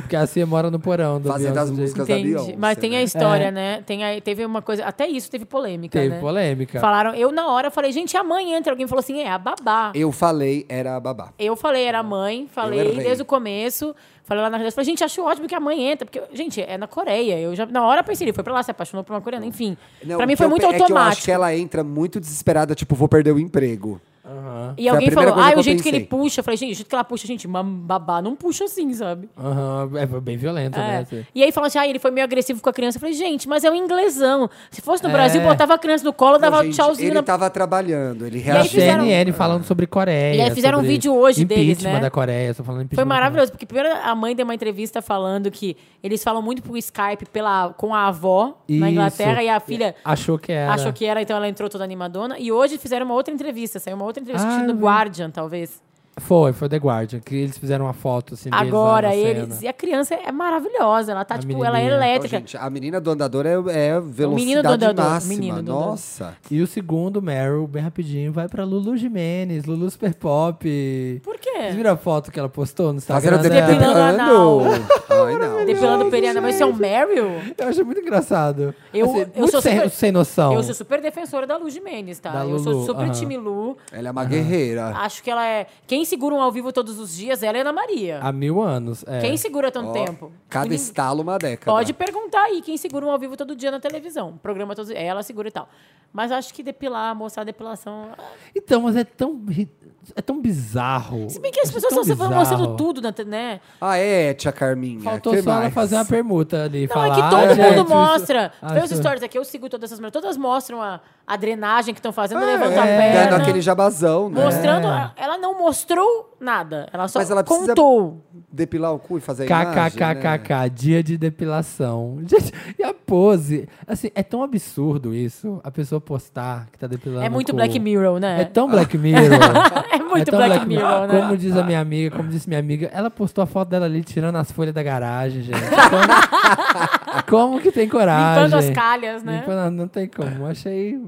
Porque a Cia mora no porão do fazendo Beyoncé, as gente. músicas da entendi. Beyoncé. Mas tem a né? história, né? Tem a, teve uma coisa. Até isso teve polêmica. Teve né? polêmica. Falaram, eu na hora falei, gente, a mãe entra. Alguém falou assim, é a babá. Eu falei, era a babá. Eu falei, era a mãe, falei errei. desde o começo. Falei lá na realidade, falei, gente, acho ótimo que a mãe entra, porque, gente, é na Coreia. Eu já, na hora eu pensei, ele foi pra lá, se apaixonou por uma coreana, enfim. Não, pra mim o que foi eu muito pe- É que eu acho automático. que ela entra muito desesperada, tipo, vou perder o emprego. Aham. E Foi a alguém primeira falou, coisa ah, que o eu jeito que ele pensei. puxa. Eu falei, gente, o jeito que ela puxa, gente, mam- babá não puxa assim, sabe? Aham. É bem violento, né? É. assim. E aí falam assim, ah, ele foi meio agressivo com a criança. Eu falei, gente, mas é um inglesão. Se fosse no É. Brasil, botava a criança no colo, dava Não, gente, tchauzinho ele na... tá tava trabalhando, ele aí A aí fizeram- reagiu. CNN falando sobre Coreia. E aí fizeram um sobre vídeo hoje deles, impeachment né? da Coreia. Só falando impeachment Foi da maravilhoso, porque primeiro a mãe deu uma entrevista falando que eles falam muito pro Skype pela, com a avó Isso. na Inglaterra e a filha Coreia. Achou que era. achou que era, então ela entrou toda animadona. E hoje fizeram uma outra entrevista, saiu uma outra entrevista Ah, acho que eu no vi. Guardian, talvez. Foi, foi The Guardian. Que eles fizeram uma foto assim. deles lá Agora na eles. cena. E a criança é maravilhosa, ela tá, A tipo, ela é menininha. Então, elétrica. gente, a menina do andador é, é menino do velocidade andador, máxima. menino do andador. Nossa. E o segundo, Meryl, bem rapidinho, vai pra Lulu Jimenez, Lulu Super Pop. Por Vocês quê? viram a foto que ela postou no Instagram? Fazendo dela? Tá Depilando o anal. depilando. Ai, não. Depilando o Periana, mas isso é um Meryl? Eu achei muito engraçado. Eu- Assim, eu muito sou sem, super- sem noção. Eu sou super defensora da Lu Jimenez, tá? Da eu sou Lulu, super aham. time Lu. Ela é uma guerreira. Acho que ela é. Quem segura um ao vivo todos os dias, ela é Ana Maria. Há mil anos. Ah, é. Quem segura tanto Ó, tempo? Cada Ninguém- estalo, uma década. Pode perguntar aí quem segura um ao vivo todo dia na televisão. Programa todos. Ela segura e tal. Mas acho que depilar, mostrar a depilação. ah, Então, mas é tão, ri- é tão bizarro. Se bem que as Acho pessoas é tão estão se é bizarro. mostrando tudo, na te- né? Ah, é, tia Carminha. Faltou que só ela mais? fazer uma permuta ali. Não, falar, é que "Ah, todo gente, mundo isso- mostra. Ah, Tem os isso- stories aqui, eu sigo todas essas mulheres. Todas mostram a, a drenagem que estão fazendo, levanta a É, perna. dando aquele jabazão, né? Mostrando. Ela não mostrou nada. Ela só Mas ela precisa- contou. Depilar o cu e fazer a imagem, né? KKKKK, dia de depilação. Gente, e a pose? Assim, é tão absurdo isso, a pessoa postar que tá depilando. É muito com- Black Mirror, né? É tão Black Mirror. É muito tão Black, Mirror, né? Como diz a minha amiga, como disse minha amiga, ela postou a foto dela ali tirando as folhas da garagem, gente. Como- como que tem coragem? Limpando as calhas, né? Limpando- não tem como. Achei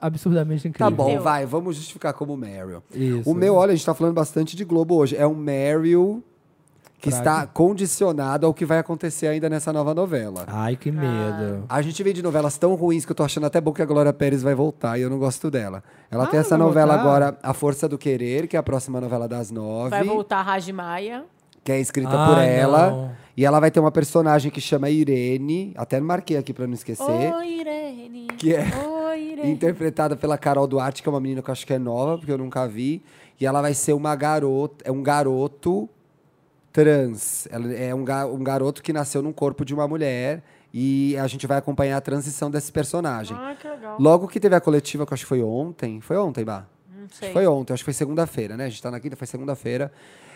absurdamente Tá incrível. bom, Entendeu? vai, vamos justificar como Meryl. Isso. O meu, olha, a gente tá falando bastante de Globo hoje. É um Meryl que Trago. está condicionado ao que vai acontecer ainda nessa nova novela. Ai, que Ah. medo. A gente vem de novelas tão ruins que eu tô achando até bom que a Glória Pérez vai voltar e eu não gosto dela. Ela Ah, tem essa vai novela voltar? agora, A Força do Querer, que é a próxima novela das nove, Vai voltar a Raj Maia. que é escrita Ah, por não. ela. E ela vai ter uma personagem que chama Irene, até marquei aqui pra não esquecer. Oi, Irene. Que é Oi, Irene. Interpretada pela Carol Duarte, que é uma menina que eu acho que é nova, porque eu nunca vi. E ela vai ser uma garota, é um garoto trans. Ela é um, ga- um garoto que nasceu num corpo de uma mulher. E a gente vai acompanhar a transição desse personagem. Ah, que legal. Logo que teve a coletiva, que eu acho que foi ontem. Foi ontem, Bah? Não Acho que sei. Foi ontem, acho que foi segunda-feira, né? A gente tá na quinta, foi segunda-feira.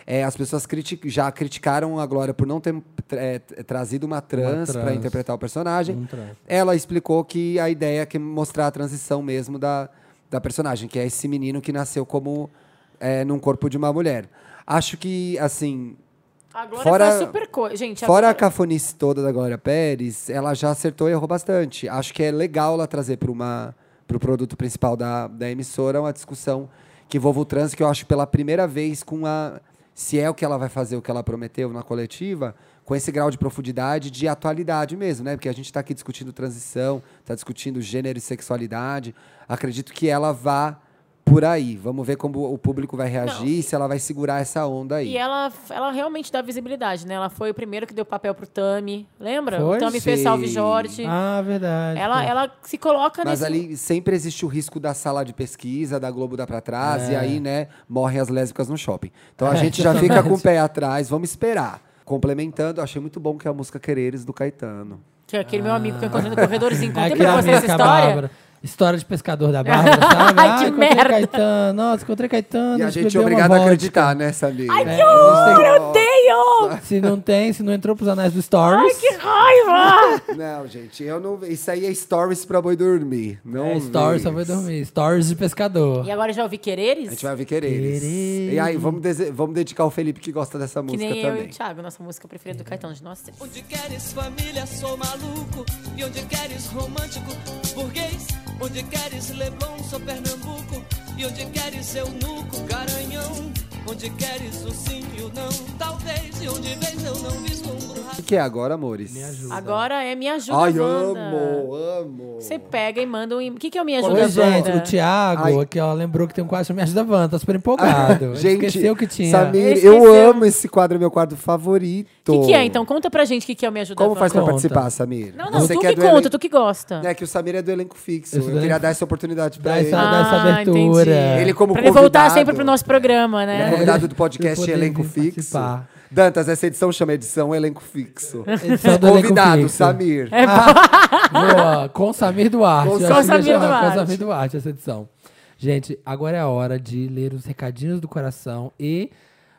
É, as pessoas criti- já criticaram a Glória por não ter é, t- trazido uma trans, pra trans. interpretar o personagem. Um trans. É. Ela explicou que a ideia é que mostrar a transição mesmo da, da personagem, que é esse menino que nasceu como é, num corpo de uma mulher. Acho que, assim, A Glória Fora- faz super coisa. Gente, Fora a Glória- cafonice toda da Glória Pérez, ela já acertou e errou bastante. Acho que é legal ela trazer para uma pro produto principal da, da emissora uma discussão que envolva o trans, que eu acho pela primeira vez com a se é o que ela vai fazer, o que ela prometeu na coletiva, com esse grau de profundidade, de atualidade mesmo, né? Porque a gente está aqui discutindo transição, está discutindo gênero e sexualidade. Acredito que ela vá por aí. Vamos ver como o público vai reagir, se ela vai segurar essa onda aí. E ela, ela realmente dá visibilidade, né? Ela foi o primeiro que deu papel pro Tami. Lembra? Foi? o Tami fez Salve Sim. Jorge. Ah, verdade. ela, ela se coloca Mas Tá nesse... ali sempre existe o risco da sala de pesquisa, da Globo dá pra trás, e aí, né, morrem as lésbicas no shopping. Então a É, gente já exatamente. fica com o pé atrás, vamos esperar. Complementando, achei muito bom que é a música Quereres do Caetano. Que é aquele Ah. meu amigo que eu encontrei no corredorzinho. É Contei aquele pra você amigo essa que a história? Bárbara- História de pescador da Bárbara, sabe? Ai, Ah, que encontrei merda. Caetano. Nossa, encontrei Caetano. E a acho que gente é bebeu uma obrigado a vodka. É, acreditar, né, Samir? Ai, que horror! Eu odeio tenho! Se não tem, se não entrou pros anais do Stories. é, Que raiva! Não, gente, eu não. Isso aí é stories pra boi dormir. Não é, vi stories só vai isso. dormir. Stories de pescador. e agora eu já ouvi A Quereres? gente vai ver quereres. Quereres. E aí, vamos, dese- vamos dedicar o Felipe que gosta dessa Que música nem eu e também. É. o Thiago, nossa música preferida do Caetano de nós três. Onde queres família, sou maluco. E onde queres romântico, burguês. Onde queres Leblon, sou Pernambuco. E onde queres eunuco, garanhão. Onde queres o sim e o não, talvez. E onde vez eu não vislumbro O que é agora, amores? Me ajuda. Agora é Me Ajuda Ai, Wanda. amo, amo. Você pega e manda um... e- O que, que é o Me Ajuda Oi, gente, Wanda? o Thiago Ai. aqui, ó, lembrou que tem um quadro chamado Me Ajuda Van, tá super empolgado. Ele Gente, esqueceu que tinha. Samir, Esqueceu. eu amo esse quadro, é meu quadro favorito. O que, que é, então? Conta pra gente o que, que é o Me Ajuda Como faz Wanda. pra Conta. participar, Samir? Não, não, Você tu é que do conta, elenco- tu que gosta. É que o Samir é do elenco fixo. Eu Eu, sou do queria elenco- dar essa oportunidade pra é Dá ele. essa, dá essa Ah, abertura. entendi. Ele como pra ele voltar convidado- sempre pro nosso programa, né? Ele é convidado do Eu podcast poder Elenco vir Fixo. participar. Dantas, essa edição chama edição Elenco Fixo. Edição do Elenco convidado, Fixo. Samir. É. Boa, com Samir Duarte. Com Eu acho que Samir já- Duarte. Com Samir Duarte, essa edição. Gente, agora é a hora de ler os recadinhos do coração e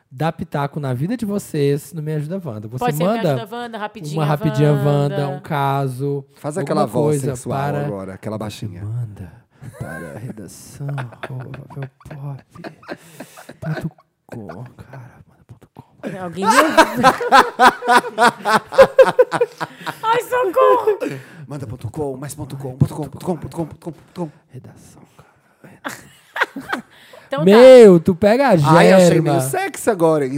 dar pitaco na vida de vocês no Me Ajuda Wanda. Você Pode ser Me manda Ajuda Wanda, Rapidinha uma rapidinha Wanda. Wanda. um caso. Faz alguma aquela voz coisa sexual para... agora, aquela baixinha. Manda para redação arroba papel pop ponto com, cara, manda ponto com. Alguém me ouviu? Ai, socorro! Manda.com, mais.com.com.com.com.com.com. Redação, cara. Então tá. Meu, tu pega a germa. Ai, eu achei meio sexy agora, hein,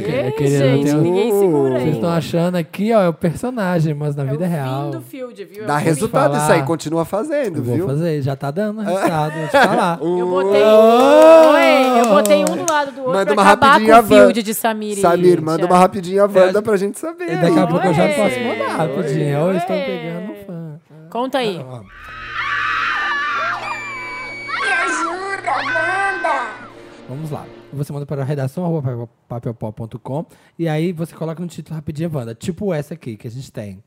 Meu, Ei, querida, eu gente, tenho- ninguém segura Vocês aí. estão achando aqui, ó, é o personagem, mas na É vida o real. fim do field, viu? É Dá o fim. resultado falar. isso aí, continua fazendo, Eu vou viu? É. fazer, já tá dando resultado, vou te falar. Eu botei, Oi, eu botei um do lado do outro Manda pra uma acabar com rapidinha, o field Van. de Samir. e Samir, é. manda Tia. uma rapidinha Wanda pra gente saber. E É. daqui a pouco eu já Oi. posso mandar rapidinho. Oi. Hoje estão pegando um fã. Conta aí. Vamos lá. Você manda para redação arroba papelpop.com e aí você coloca no título Rapidinha Wanda, tipo essa aqui que a gente tem.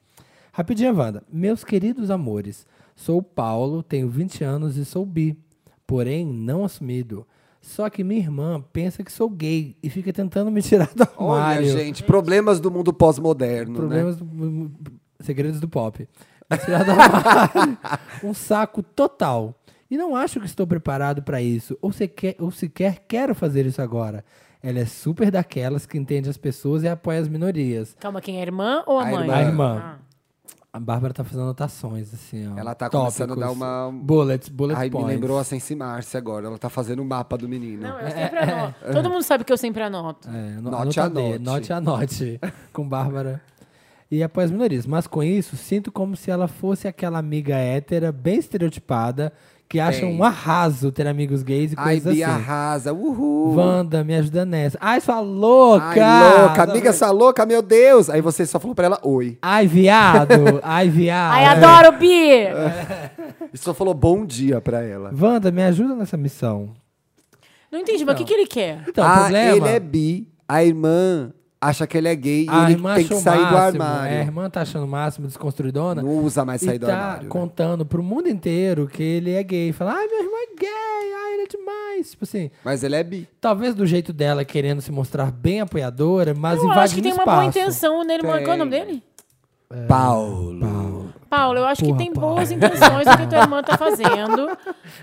Rapidinha Wanda. Meus queridos amores, sou o Paulo, tenho 20 anos e sou bi, porém não assumido. Só que minha irmã pensa que sou gay e fica tentando me tirar do Olha, armário. gente, problemas do mundo pós-moderno, né? Problemas do- segredos do pop. Tirar da armário. um saco total. E não acho que estou preparado para isso, ou sequer, ou sequer quero fazer isso agora. Ela é super daquelas que entende as pessoas e apoia as minorias. Calma, quem é a irmã ou a, A mãe? irmã. A irmã. Ah. A Bárbara tá fazendo anotações, assim, ó. Ela tá Tópicos. começando a dar uma- Bullets, bullet Ai, me points. lembrou a Sensi Márcia agora. Ela tá fazendo o mapa do menino. Não, eu sempre anoto. É. Todo mundo sabe que eu sempre anoto. É, no, Note note a anote. note. Note a note. com Bárbara. E após as minorias. Mas com isso, sinto como se ela fosse aquela amiga hétera, bem estereotipada, que acha Tem. um arraso ter amigos gays e Ai, coisas assim. Bia arrasa, uhul. Wanda, me ajuda nessa. Ai, sua louca! Ai, louca, amiga, essa louca, meu Deus. Aí você só falou pra ela, oi. Ai, viado! Ai, Ah, viado! é. Ai, adoro, Bi! E só falou bom dia pra ela. Wanda, me ajuda nessa missão. Não entendi, mas o que, que ele quer? Então, o ah, problema... ele é bi, a irmã acha que ele é gay e A ele irmã tem que achou o sair do máximo, armário. é, A irmã tá achando o máximo, desconstruidona. Não usa mais sair e do tá armário. né? contando pro mundo inteiro que ele é gay. Fala, ai, minha irmã é gay, ai, ele é demais. Tipo assim, Mas ele é bi. talvez do jeito dela, querendo se mostrar bem apoiadora, mas Eu invadindo acho que tem uma espaço. boa intenção nele. Qual é o nome Tem. dele? É, Paulo. Paulo, eu acho Porra, que tem Paulo. boas intenções o que tua irmã tá fazendo.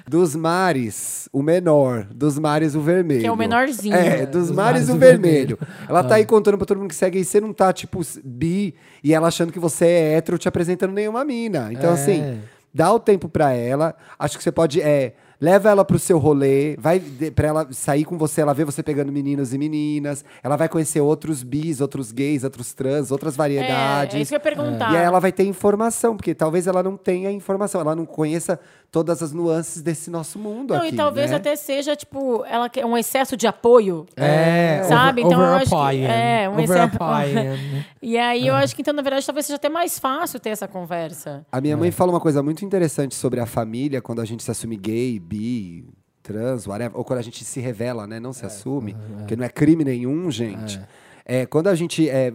Dos mares, o menor. Dos mares, o vermelho. Que é o menorzinho. É, dos, Dos mares, mares, o o vermelho. vermelho. Ela Ah. tá aí contando pra todo mundo que segue aí. Você não tá, tipo, s- bi e ela achando que você é hétero te apresentando nenhuma mina. Então, É. assim, dá o tempo pra ela. Acho que você pode. É, Leva ela pro seu rolê, vai de- pra ela sair com você, ela vê você pegando meninos e meninas, ela vai conhecer outros bis, outros gays, outros trans, outras variedades. É, é isso que eu ia perguntar. E aí ela vai ter informação, porque talvez ela não tenha informação, ela não conheça todas as nuances desse nosso mundo Não, aqui, e talvez né? até seja, tipo, ela quer um excesso de apoio. É, Sabe? over- então eu acho que, overpoiling, É, um excesso. overpoiling. E aí eu Ah. acho que, então, na verdade, talvez seja até mais fácil ter essa conversa. A minha mãe fala uma coisa muito interessante sobre a família, quando a gente se assume gay, bi, trans, whatever, ou quando a gente se revela, né? Não se assume, porque não é crime nenhum, gente. É, quando a gente é,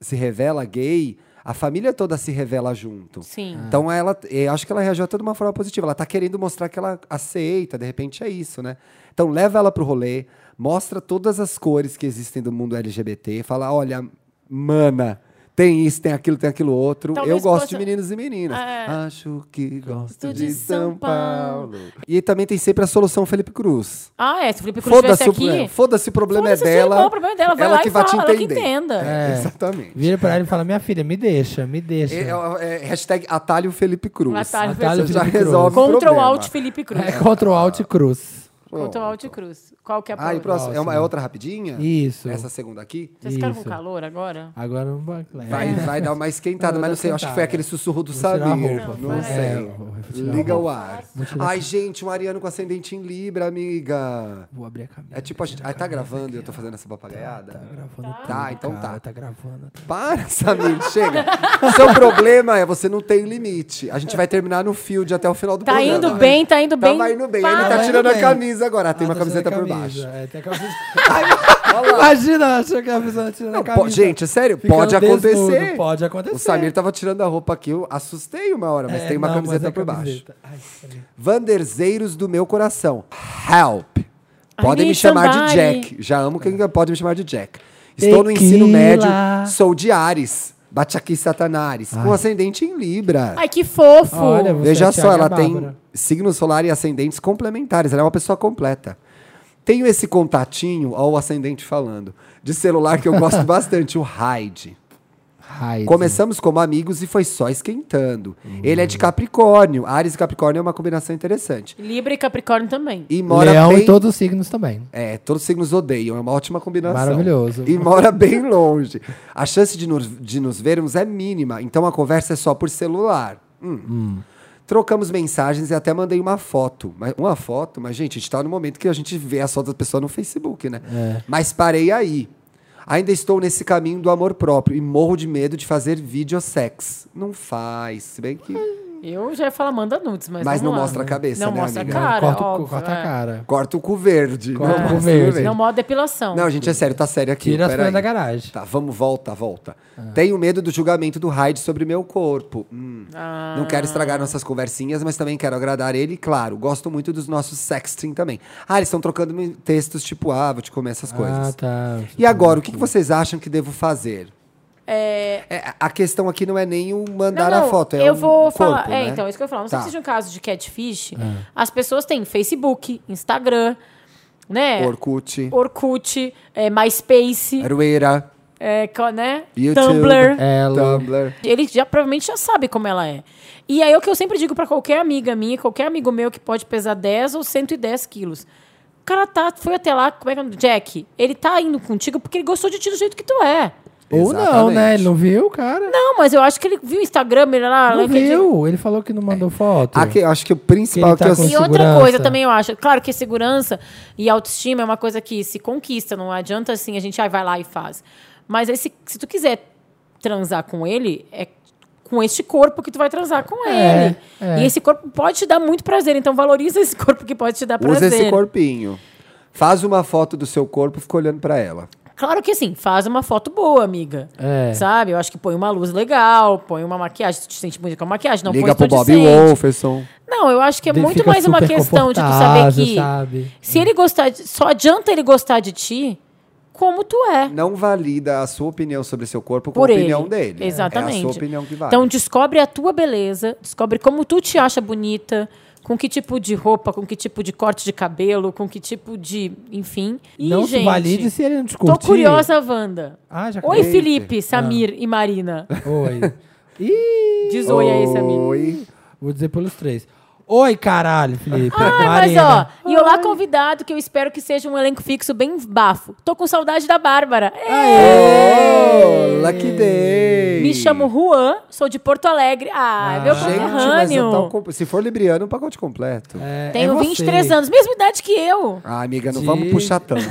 se revela gay, a família toda se revela junto. Sim. Então ela, eu acho que ela reagiu até de uma forma positiva. Ela tá querendo mostrar que ela aceita, de repente é isso, né? Então leva ela pro rolê, mostra todas as cores que existem do mundo LGBT, fala: olha, mana. Tem isso, tem aquilo, tem aquilo outro. Talvez eu gosto fosse- de meninos e meninas. É. Acho que gosto de de, São São Paulo. E também tem sempre a solução Felipe Cruz. Ah, é. Se o Felipe Cruz Foda-se estivesse o, é, aqui. foda-se, o problema é foda-se, seu dela. irmão, o problema é dela. Vai ela lá que e vai fala, te ela que entender. entenda. É, É. Exatamente. Vira pra ela e fala: Minha filha, me deixa, me deixa. É, é, é, hashtag atalho Felipe Cruz. Atalho Atalho Você já Felipe Cruz. resolve o Ctrl problema. Alt Felipe Cruz. É Ctrl Alt Cruz. Ctrl Alt Cruz. Qual que é a Ah, e palavra? próximo. É, uma, é outra rapidinha? Isso. Essa segunda aqui? Vocês ficaram com Isso. calor agora? Agora não É. vai. Vai, É. vai dar uma esquentada, Vai dar mas não sei. Eu acho que esquentada. foi aquele sussurro do Vou tirar a Samir. roupa. Não Vai. É, sei. vou tirar a Liga roupa. o ar. Ai, gente, um ariano com ascendente em Libra, amiga. Vou abrir a camisa. É tipo, a gente- ai, tá gravando e eu tô fazendo essa papagaiada? gravando Tá, tudo, então cara, tá. Tá gravando. tudo. Para, Samir, chega. Seu problema é você não tem limite. A gente vai terminar no field até o final do Tá programa. indo bem, tá indo bem. Tava indo bem. Para. Ele tá Tava tirando indo a bem. camisa agora. Tem Ah, uma tá camiseta tirando por a camisa. baixo. É, tem a camisa. Imagina, achou que a pessoa tirando Não, a po- camisa. gente, é sério, Ficando pode desnudo, acontecer. Pode acontecer. O Samir tava tirando a roupa aqui, eu assustei uma hora, mas É, tem uma não, mas camiseta é por baixo. camiseta. Ai, Samir. Vanderzeiros do meu coração. Help! Podem need me chamar de somebody. Jack. Já amo quem pode me chamar de Jack. Estou no ensino É. Tequila. médio, sou de Ares. Bate aqui Satanares, com ascendente em Libra. Ai, que fofo. Olha, você Veja é só, Thiago e ela a tem Bárbara. signo solar e ascendentes complementares. Ela é uma pessoa completa. Tenho esse contatinho, ó, o ascendente falando, de celular que eu gosto bastante, o Hyde. Raid. Começamos como amigos e foi só esquentando. Ele Uhum. é de Capricórnio. Ares e Capricórnio é uma combinação interessante. Libra e Capricórnio também. E mora Leão bem... e todos os signos também. É, todos os signos odeiam, é uma ótima combinação. Maravilhoso. E mora bem longe. A chance de nos, de nos vermos é mínima, então a conversa é só por celular. Hum. Trocamos mensagens e até mandei uma foto. Mas- Uma foto, mas gente, a gente tá no momento que a gente vê a foto da pessoa no Facebook, né? É. Mas parei aí. Ainda estou nesse caminho do amor próprio e morro de medo de fazer videossex. Não faz, se bem que Eu já ia falar manda nudes, mas Mas vamos não lá, mostra a né? cabeça, Não né, mostra amiga? a cara, corta, o- óbvio, corta é. a cara. corta o cu verde. Corta o cu mostra verde. Não moda depilação. Não, gente, é sério, tá sério aqui. Tira as peraí. coisas da garagem. Tá, vamos, volta, volta. Tenho medo do julgamento do Hyde sobre meu corpo. Hum. Ah. Não quero estragar nossas conversinhas, mas também quero agradar ele. Claro, gosto muito dos nossos sexting também. Ah, eles estão trocando me- textos tipo, ah, vou te comer essas Ah, coisas. tá. E agora, o que, que vocês acham que devo fazer? É, É, a questão aqui não é nem o não, mandar não, a foto, é eu o vou corpo, falar. né? É, então, é isso que eu ia falar. Não sei Tá. É. se seja um caso de catfish. As pessoas têm Facebook, Instagram, né? Orkut, Orkut, é, MySpace, Arueira, é, co- né? YouTube, É. Tumblr. Ela. Tumblr. Ele já provavelmente já sabe como ela é. E aí é o que eu sempre digo pra qualquer amiga minha, qualquer amigo meu que pode pesar 10 ou 110 quilos. O cara tá, foi até lá, como é que é? o nome? Jack, ele tá indo contigo porque ele gostou de ti do jeito que tu é. Ou não, Exatamente. né? Ele não viu, cara? Não, mas eu acho que ele viu o Instagram, ele lá, Não, lá, que ele- viu. Ele falou que não mandou foto. É. Aqui, eu acho que o principal é Quem tá que eu com E outra segurança. coisa também eu acho, claro que segurança e autoestima é uma coisa que se conquista, não adianta assim, a gente ah, vai lá e faz. Mas aí, se, se tu quiser transar com ele, é com este corpo que tu vai transar com É, ele. E esse corpo pode te dar muito prazer, então valoriza esse corpo que pode te dar Usa prazer. esse corpinho. Faz uma foto do seu corpo e fica olhando pra ela. Claro que assim, faz uma foto boa, amiga. É. Sabe? Eu acho que põe uma luz legal, põe uma maquiagem, se tu te sente bonita com a maquiagem, não Liga põe pro se tu te Bob sente. Wolferson. Não, eu acho que é Ele muito fica mais uma super questão de tu saber confortável, que. sabe? Se ele gostar. de- só adianta ele gostar de ti como tu é. Não valida a sua opinião sobre seu corpo com Por a opinião ele. dele. Exatamente. É a sua opinião que vale. Então descobre a tua beleza, descobre como tu te acha bonita, com que tipo de roupa, com que tipo de corte de cabelo, com que tipo de. Enfim. E, não gente, se valide se ele não te Tô curtir. curiosa, Wanda. Ah, já Oi, acabei. Felipe, Samir e Marina. Oi. Ih, Diz oi aí, Samir. Oi. vou dizer pelos três. Oi, caralho, Felipe. Ah, mas Marina. ó, e eu lá convidado, que eu espero que seja um elenco fixo bem bafo. Tô com saudade da Bárbara. Olá, que dei. Me chamo Juan, sou de Porto Alegre. Ah, é meu Gente, mas conterrâneo. não tá o comp- se for libriano, é um pacote completo. É, Tenho é você. 23 anos, mesma idade que eu. Ah, amiga, não De- vamos puxar tanto.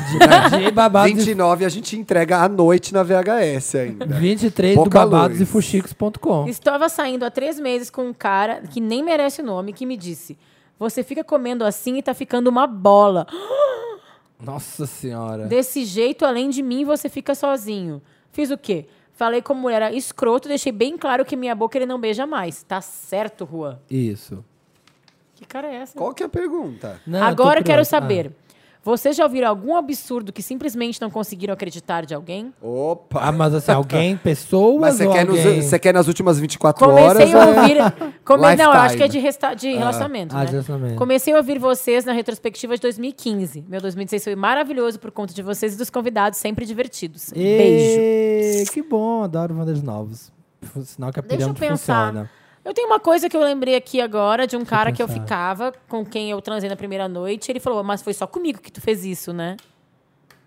De babados e- 29 a gente entrega à noite na VHS ainda. 23 Pouca do babados luz. e fuxicos.com. Estava saindo há três meses com um cara que nem merece o nome, que me disse: Você fica comendo assim e tá ficando uma bola. Nossa senhora. Desse jeito, além de mim, você fica sozinho. Fiz o quê? Falei como mulher era escroto, deixei bem claro que minha boca ele não beija mais. Tá certo, Juan. Isso. Que cara é essa? Qual que é a pergunta? Não, eu tô Agora eu quero pronto. Ah, saber. Vocês já ouviram algum absurdo que simplesmente não conseguiram acreditar de alguém? Opa! Ah, mas assim, alguém, pessoas Mas você ou quer, nos- alguém... você quer nas últimas 24 horas? Comecei a é? ouvir. Come... Não, eu acho que é Lifetime. de, resta... de relacionamento. ah, né? de relacionamento. Comecei a ouvir vocês na retrospectiva de 2015. Meu 2016 foi maravilhoso por conta de vocês e dos convidados, sempre divertidos. Beijo. Ê, Que bom, adoro Wanders novos. Sinal que a Deixa eu pirâmide pensar. funciona. Eu tenho uma coisa que eu lembrei aqui agora de um cara que eu pensar. ficava, com quem eu transei na primeira noite. Ele falou, mas foi só comigo que tu fez isso, né?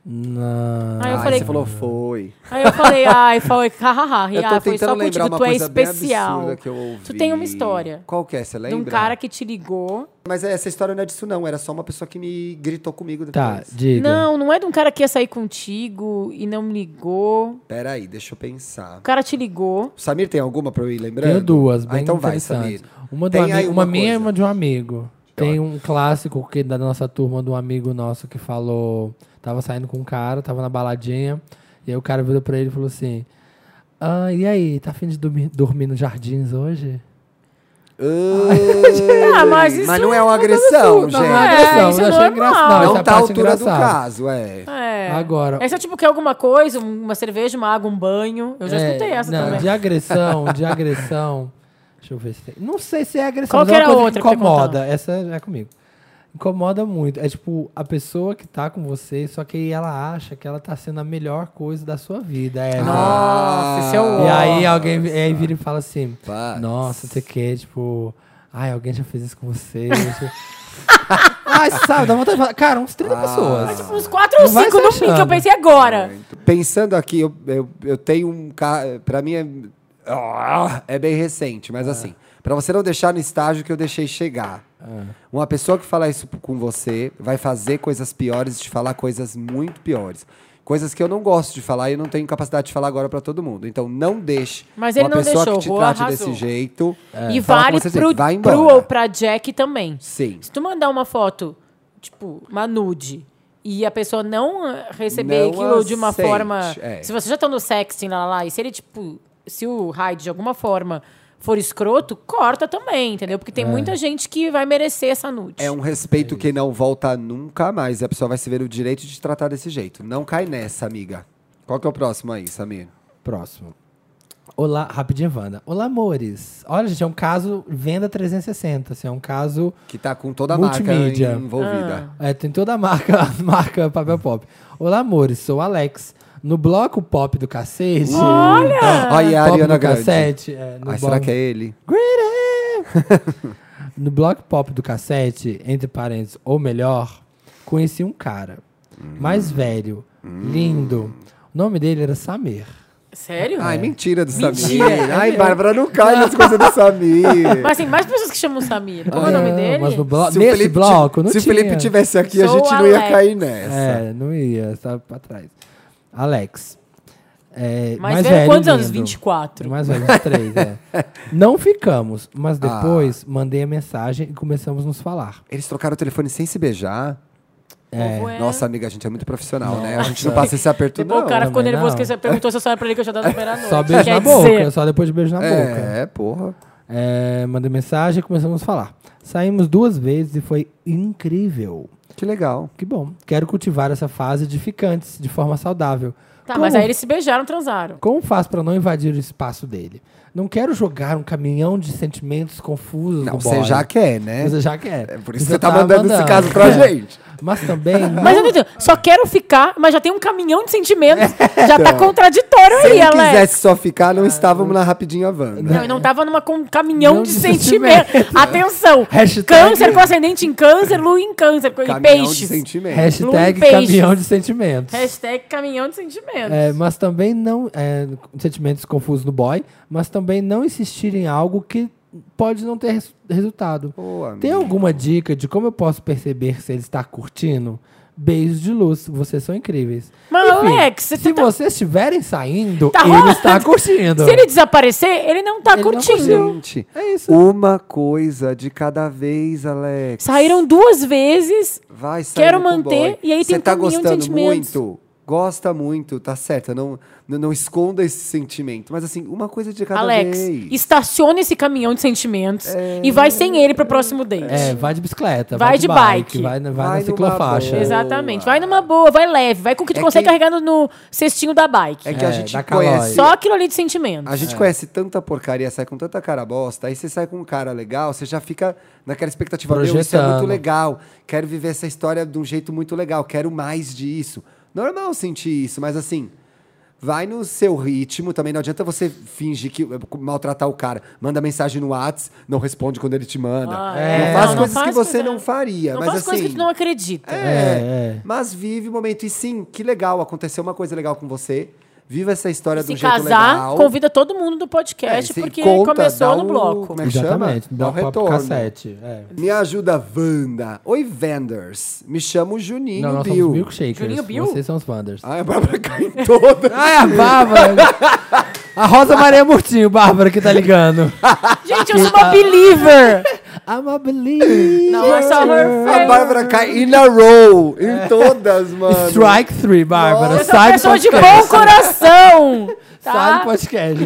Não. Aí eu Ai, falei- Ah, você falou, foi. Aí eu falei, ai, foi, hahaha. E Eu tô ah, foi tentando só lembrar contigo, uma tu é coisa bem especial. absurda que eu ouvi. Tu tem uma história. Qual que é? Você De lembra? um cara que te ligou. Mas essa história não é disso, não. Era só uma pessoa que me gritou comigo Tá, depois. diga. Não, não é de um cara que ia sair contigo e não me ligou. Peraí, deixa eu pensar. O cara te ligou. O Samir tem alguma pra eu ir lembrando? Tenho duas, bem ah, então vai, interessantes. Samir. Uma, do Tem ami- aí uma uma minha e coisa. Então uma de um amigo. Tem um clássico que da nossa turma, de um amigo nosso que falou... Tava saindo com um cara, tava na baladinha. E aí o cara virou pra ele e falou assim... Ah, e aí, tá afim de dormir, dormir nos jardins hoje? Ah, Ah, mas isso não é uma agressão, gente. Não, não É, isso eu não achei é engraçado. normal. Não, Não essa tá à parte altura do engraçada. caso, é. É. Agora- Essa tipo quer alguma coisa, um- uma cerveja, uma água, um banho. Eu já É, escutei essa não, também. De agressão, de agressão. Deixa eu ver se tem. Não sei se é agressão, Qual mas é que uma era coisa outra que que você incomoda. contava? Essa é comigo. Incomoda muito. É tipo, a pessoa que tá com você, só que aí ela acha que ela tá sendo a melhor coisa da sua vida. É, Nossa, esse é o Ah. E ó. aí alguém vi- aí vira e fala assim: Paz. Nossa, você quer, tipo, ai, alguém já fez isso com você. tipo. ai, sabe, dá vontade de falar. Cara, uns 30 pessoas. Tipo, uns 4 ou Não vai 5 se no fim que eu achando. pensei agora. Pensando aqui, eu, eu, eu tenho um cara. Pra mim é. Ah, É bem recente, mas assim. Pra você não deixar no estágio que eu deixei chegar. É. Uma pessoa que falar isso com você vai fazer coisas piores e te falar coisas muito piores. Coisas que eu não gosto de falar e eu não tenho capacidade de falar agora pra todo mundo. Então não deixe Mas ele uma não pessoa deixou, que te Rô trate arrasou. desse jeito. E falar É, com vale você desse pro, jeito. vai embora. pro ou pra Jack também. Sim. Se tu mandar uma foto, tipo, uma nude, e a pessoa não ah, receber Não aquilo de uma aceite, forma. é. Se vocês já estão no sexting lá, lá, lá, e se ele, tipo, se o Hyde de alguma forma for escroto, corta também, entendeu? Porque tem muita gente que vai merecer essa nude. É um respeito que não volta nunca mais. E a pessoa vai se ver o direito de te tratar desse jeito. Não cai nessa, amiga. Qual que é o próximo aí, Samir? Próximo. Olá, rapidinho, Wanda. Olá, amores. Olha, gente, é um caso venda 360, assim, é um caso... Que tá com toda a Multimídia. marca envolvida. É, tem toda a marca, a marca papel pop. Olá, amores, sou o Alex. No bloco pop do cacete... Olha! Olha Ah, a Pop Ariana Ah. do Grande. cacete, é, no Ai, bloco- será que é ele? No bloco pop do cassete, entre parênteses, ou melhor, conheci um cara. Hum. Mais velho, lindo. O nome dele era Samir. É. Sério? Ai, mentira do Mentira. Samir. Ai, Bárbara, não cai nas coisas do Samir. Mas tem mais pessoas que chamam Samir. Qual é o nome Ah, dele? Mas no blo Se o nesse Felipe ti- bloco, não Se o tinha. Felipe tivesse aqui, a Sou gente não ia Alex. cair nessa. É, não ia, estava pra trás. Alex. É, Mais mais velho, velho quantos e anos? lindo. 24. Mais velho, 23, é. Não ficamos, mas depois mandei a mensagem e começamos a nos falar. Eles trocaram o telefone sem se beijar. Povo é- Nossa, amiga, a gente é muito profissional, né? A gente não passa esse aperto, Depois não. o cara ficou também nervoso não. que você perguntou se eu sabia pra ele que eu já tava esperando. Só beijo na boca, só depois de beijo na boca. É, porra. É, mandei mensagem e começamos a falar. Saímos duas vezes e foi incrível. Que legal. Que bom. Quero cultivar essa fase de ficantes de forma saudável. Tá, Como- mas aí eles se beijaram, transaram. Como faço pra não invadir o espaço dele? Não quero jogar um caminhão de sentimentos confusos Não, no você boy. já quer, né? Você já É. quer. É por isso que você tá mandando esse caso pra gente. Mas também... não- Mas eu não entendo. Só quero ficar, mas já tem um caminhão de sentimentos. É, Já então. tá contraditório Se aí, ele Alex. quisesse só ficar, Ah, não estávamos na Rapidinho Havana. Não, eu não tava numa com um caminhão Não de de sentimento. Atenção. Hashtag- Câncer com ascendente em câncer, lua em câncer, com Caminhão de peixes. sentimento. Hashtag Não caminhão peixes. de sentimentos. Hashtag caminhão de sentimentos. É, mas também não... é, sentimentos confusos no boy. Mas também não insistir em algo que pode não ter res- resultado. Pô, amigo. Tem alguma dica de como eu posso perceber se ele está curtindo? Beijos de luz, vocês são incríveis. Mas, Alex, você se tá- vocês estiverem saindo, Tá ele rolando. está curtindo. Se ele desaparecer, ele não tá Ele não curtindo. curtiu. Gente, É isso. uma coisa de cada vez, Alex. Saíram duas vezes. Vai saindo Quero com o manter, boy. e aí Você tem um tá caminhão de gostando sentimentos. muito? gosta muito, tá certo. Não, não, não esconda esse sentimento. Mas assim, uma coisa de cada Alex, vez. É. estaciona esse caminhão de sentimentos e vai sem ele pro próximo date. É, vai de bicicleta, vai, Vai de de bike, bike. Vai, na- vai Vai na numa ciclofaixa. boa. Exato. Exatamente. Vai numa boa, vai leve, vai com o que tu É consegue que- carregar no, no cestinho da bike. É que É, a gente dá calói. conhece. Só aquilo ali de sentimento. A gente É. conhece tanta porcaria, sai com tanta cara bosta, aí você sai com um cara legal, você já fica naquela expectativa, meu, isso é Projetando. muito legal, quero viver essa história de um jeito muito legal, quero mais disso. Normal sentir isso, mas assim, vai no seu ritmo também, não adianta você fingir que eh, maltratar o cara. Manda mensagem no Whats, não responde quando ele te manda. Ah, é. Não faz Não, não coisas que faz você coisa- não faria, não mas faz assim... coisa que tu não acredita. É, é. Mas vive o momento. E sim, que legal, aconteceu uma coisa legal com você. Viva essa história do Se de um jeito casar, legal. convida todo mundo do podcast, É, se porque conta, começou dá no um- bloco. como é que Exatamente, chama? dá Dá um um papo retorno. cassete. É. Me ajuda, Wanda. Oi, Vanders. Me chamo Juninho Não, nós Bill. Ah, é somos milkshakers. Juninho Bill? Vocês são os Wanders. Ai, a Bárbara caiu toda. Ai, a Bárbara! a Rosa Maria Murtinho, Bárbara, que tá ligando. Gente, eu sou uma believer! I'm a believer. Não, é eu sou a uma Bárbara cai in a row. Em todas, mano. É. Strike three, Bárbara. Eu sou uma Sai do pessoa de podcast. bom Sai coração! do Tá? podcast.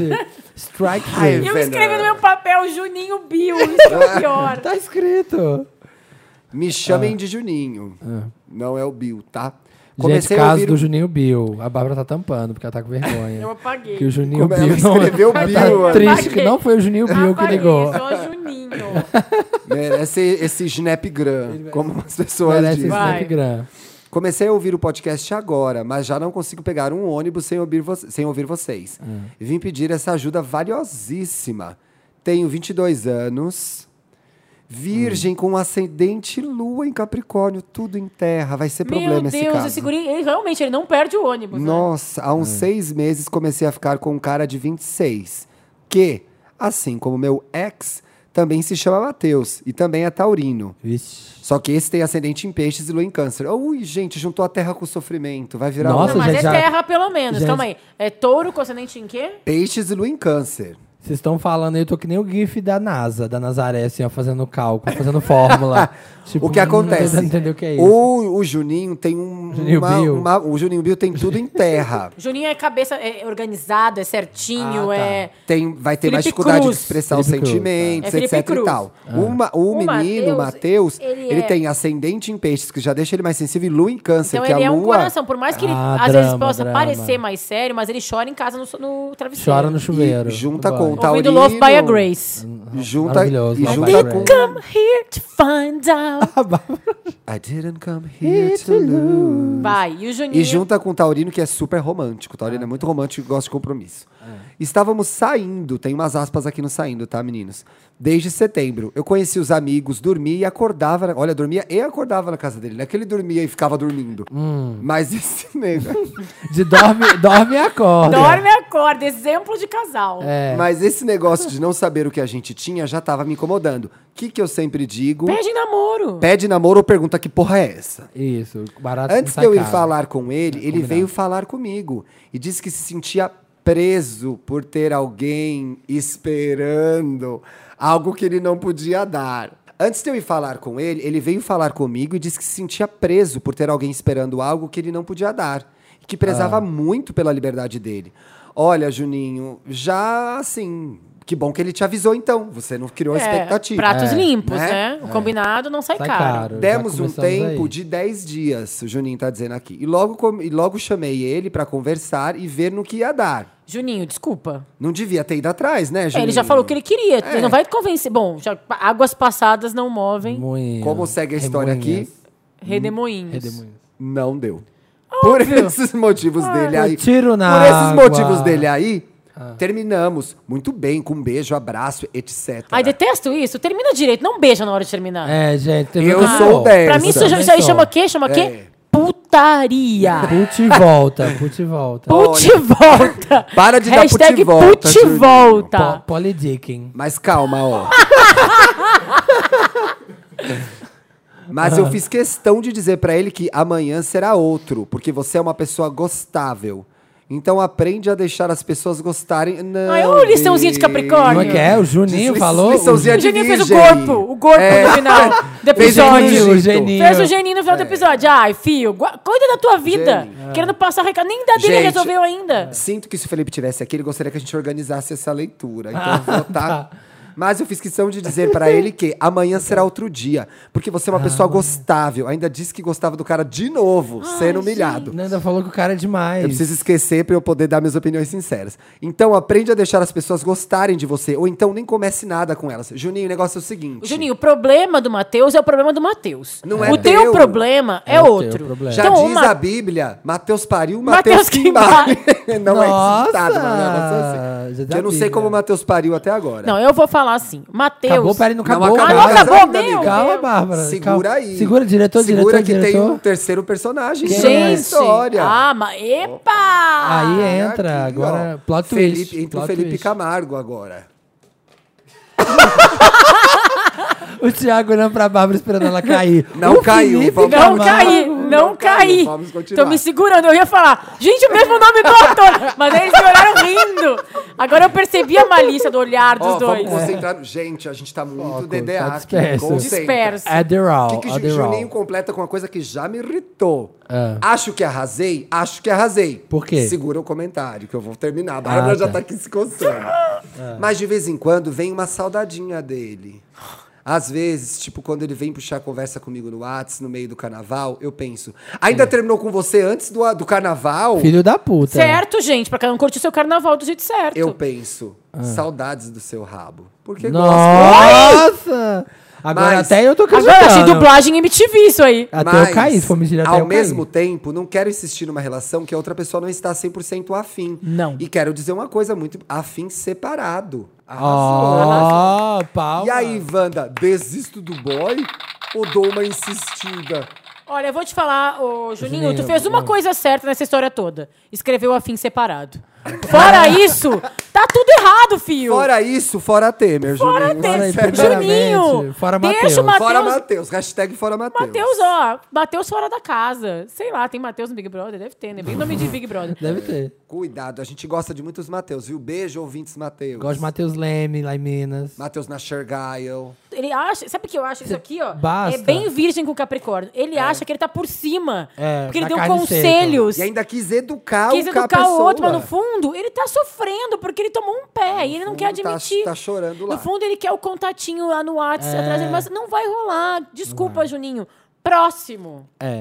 Strike Ai, three. Eu escrevi no meu papel Juninho Bill, isso é o pior. Tá escrito. Me chamem de Juninho. Não é o Bill, tá? Ah. Gente, Comecei a caso ouvir do o- É Juninho Bill. A Bárbara tá tampando, porque ela tá com vergonha. Eu apaguei. Que o Juninho Como é? ela Bill não escreveu ela Bill, né? tá olha. triste Apaguei. que não foi o Juninho Bill É que Apaguei, ligou. só Ah, Juninho. né, esse, esse Snapgram, como as pessoas Merece esse dizem. Vai. Snapgram. Comecei a ouvir o podcast agora, mas já não consigo pegar um ônibus sem ouvir, vo- sem ouvir vocês. E Vim pedir essa ajuda valiosíssima. Tenho 22 anos, virgem com ascendente lua em Capricórnio, tudo em terra. Vai ser Meu problema Deus, esse caso. esse guri, ele realmente, ele não perde o ônibus. né? Nossa, há uns seis meses comecei a ficar com um cara de 26, que, assim como meu ex, também se chama Matheus e também é taurino. Vixe. Só que esse tem ascendente em peixes e lua em câncer. Ui, gente, juntou a terra com o sofrimento. Vai virar Nossa, Não, mas gente, é já- terra pelo menos, já- calma aí. É touro com ascendente em quê? Peixes e lua em câncer. Vocês estão falando aí, eu tô que nem o GIF da NASA, da Nazaré, assim, ó, fazendo cálculo, fazendo fórmula. Tipo, o que hum, não tô acontece? dando pra entender o que é isso. O, o Juninho tem um. Juninho uma- Bill. uma- o Juninho Bill tem tudo em terra. Juninho é cabeça, é organizado, é certinho, Ah, tá. é... Tem, vai ter Felipe mais dificuldade Cruz. de expressar os Felipe Cruz, Ah. sentimentos, tá. É Felipe etc Cruz. e tal. Uma- o, O menino, o Mateus, Matheus, ele ele, é- tem ascendente em peixes, que já deixa ele mais sensível, e lua em câncer, Então que ele a é um lua. coração, por mais que ele Ah, às vezes drama, possa drama. parecer mais sério, mas ele chora em casa no, so- no travesseiro. Chora no e chuveiro. junta Vai. com o Ouvindo taurino. Hum, tá Love by a Grace. Junta, e Maravilhoso, Love by junta a com Grace. Come here to find out. I didn't come here to lose. Vai, e o Juninho... E junta com o Taurino, que é super romântico. O Taurino é muito romântico e gosta de compromisso. Estávamos saindo, tem umas aspas aqui no saindo, tá, meninos? Desde setembro. Eu conheci os amigos, dormia e acordava. na- Olha, dormia e acordava na casa dele. Não é que ele dormia e ficava dormindo. Mas esse nego. De dorme, dorme e acorda. Dorme e acorda, exemplo de casal. É. Mas esse negócio de não saber o que a gente tinha já tava me incomodando. O que, que eu sempre digo? Pede em namoro. Pede namoro ou pergunta que porra é essa? Isso, barato Antes não de eu ir sacar. falar com ele, ele Né, combinado. veio falar comigo e disse que se sentia preso por ter alguém esperando algo que ele não podia dar. Antes de eu ir falar com ele, ele veio falar comigo e disse que se sentia preso por ter alguém esperando algo que ele não podia dar. e Que prezava Ah. muito pela liberdade dele. Olha, Juninho, já assim. Que bom que ele te avisou, então. Você não criou É, expectativa. Pratos É, limpos, né? né? O combinado não sai, Sai caro. caro. já Demos um começamos tempo aí. de 10 dias, o Juninho tá dizendo aqui. E logo, com- e logo chamei ele pra conversar e ver no que ia dar. Juninho, desculpa. Não devia ter ido atrás, né, É, Juninho? É. ele já falou o que ele queria. Ele não vai convencer. Bom, já- águas passadas não movem Moinhos, Como segue a história aqui, remoinhos, redemoinhos. redemoinhos. não deu. Por esses motivos dele aí. tiro na Por esses água. motivos dele aí, Ah. terminamos. Muito bem, com um beijo, abraço, etc. Ai, detesto isso. Termina direito, não beija na hora de terminar. É, gente. teve Eu um canal. Ah, sou dez. Pra mim, isso, Essa. já, Também isso aí sou. chama o quê? Chama o quê? É. Putaria. Put e volta, put e volta. Put volta. Para de dar Hashtag putivolta, put Juninho. volta. Po- Polydicking. Mas calma, ó. Mas eu fiz questão de dizer pra ele que amanhã será outro, porque você é uma pessoa gostável. Então aprende a deixar as pessoas gostarem. Não, Ah, ô, liçãozinha de Capricórnio. Como é que é? O Juninho Liç- falou? liçãozinha O de Geninho fez o virgem. É. corpo, o corpo no final do Fez o episódio. Geninho, o Egito. Geninho. Fez o geninho no final É. do episódio. Ai, filho, gua- cuida da tua vida. Gênio. Querendo passar recado. Nem da dele é. Gente, é. resolveu ainda. Sinto que se o Felipe tivesse aqui, ele gostaria que a gente organizasse essa leitura. Então eu vou votar. Mas eu fiz questão de dizer pra ele que amanhã será outro dia. Porque você é uma pessoa gostável. Ainda disse que gostava do cara de novo, sendo humilhado. Nanda falou que o cara é demais. Eu preciso esquecer pra eu poder dar minhas opiniões sinceras. Então aprende a deixar as pessoas gostarem de você. Ou então nem comece nada com elas. Juninho, o negócio é o seguinte. O Juninho, o problema do Matheus é o problema do Matheus. Não é o teu, teu. problema é, É o teu outro. problema. Já então, diz uma- a Bíblia, Mateus pariu, Mateus Mateus Quimbale. quimbale. não é Nossa! citado, mas é um negócio Já assim. diz Que a eu não sei Bíblia. como Mateus pariu até agora. Não, eu vou falar assim. Matheus. Acabou, peraí, não Não acabou. Ah, acabou. não acabou, meu ainda, amiga. Calma, Deus. Bárbara. Segura calma. aí. Segura, diretor, Segura diretor, que diretor. tem um terceiro personagem. Quem Tem é? uma Gente. história. Ah, mas. Epa! Aí é. entra, Aqui, agora ó. plot Felipe, twist. Entra plot o Felipe twist. Camargo agora. O Thiago olhando pra Bárbara esperando ela cair. Não O caiu, Felipe vamos- Não Camargo. caí, não Não caiu, caí. vamos continuar. Tô me segurando, eu ia falar. Gente, o mesmo nome do ator. Mas aí eles me olharam rindo. Agora eu percebi a malícia do olhar dos Ó, dois. vamos concentrar. no- Gente, a gente tá muito DDA tá aqui. disperso. Concentra. Disperso. Adderall, O que, que Ju- Adderall. Juninho completa com uma coisa que já me irritou. Ah. Acho que arrasei? Acho que arrasei. Por quê? Segura o comentário, que eu vou terminar. A Bárbara Ah, já tá. É. tá aqui se coçando. Mas de vez em quando vem uma saudadinha dele. Às vezes, tipo, quando ele vem puxar conversa comigo no Whats, no meio do carnaval, eu penso, Hum. ainda terminou com você antes do, do carnaval? Filho da puta. Certo, gente, pra cada um curtir o seu carnaval do jeito certo. Eu penso, Ah. saudades do seu rabo. Porque gosto. Nossa! Agora Mas- até eu tô Agora, achei cantando. dublagem MTV isso aí. Até Mas, eu caí, se for mentira, até ao eu caí. mesmo tempo, não quero insistir numa relação que a outra pessoa não está 100% afim. Não. E quero dizer uma coisa muito afim separado. Ó, palma. tá E aí, Wanda, desisto do boy ou dou uma insistida? Olha, eu vou te falar, ô, Juninho, Juninho, tu fez uma ô. coisa certa nessa história toda. Escreveu afim separado. Fora isso, tá tudo errado, filho. Fora isso, fora Temer, Fora Juninho. Temer. aí, Sério. primeiramente, Juninho, fora deixa o Mateus. Mateus. Fora Matheus. Hashtag fora Matheus. Matheus, ó, Matheus fora da casa. Sei lá, tem Matheus no Big Brother? Deve ter, né? Bem nome de Big Brother. Deve ter. Cuidado, a gente gosta de muitos Matheus, viu? Beijo, ouvintes Matheus. Gosto de Matheus Leme, lá em Minas. Matheus na Shergyle. Ele acha. Sabe o que eu acho isso aqui, ó? Basta. É bem virgem com Capricórnio. Ele acha que ele tá por cima. É, porque ele da deu carne conselhos. E é ainda quis educar Quis o ca- educar o pessoa. é. outro, mas no fundo ele tá sofrendo porque ele tomou um pé e ele não fundo, quer tá- admitir. tá chorando lá. No fundo ele quer o contatinho lá no WhatsApp atrás dele, mas não vai rolar. Desculpa, Juninho. Próximo. É.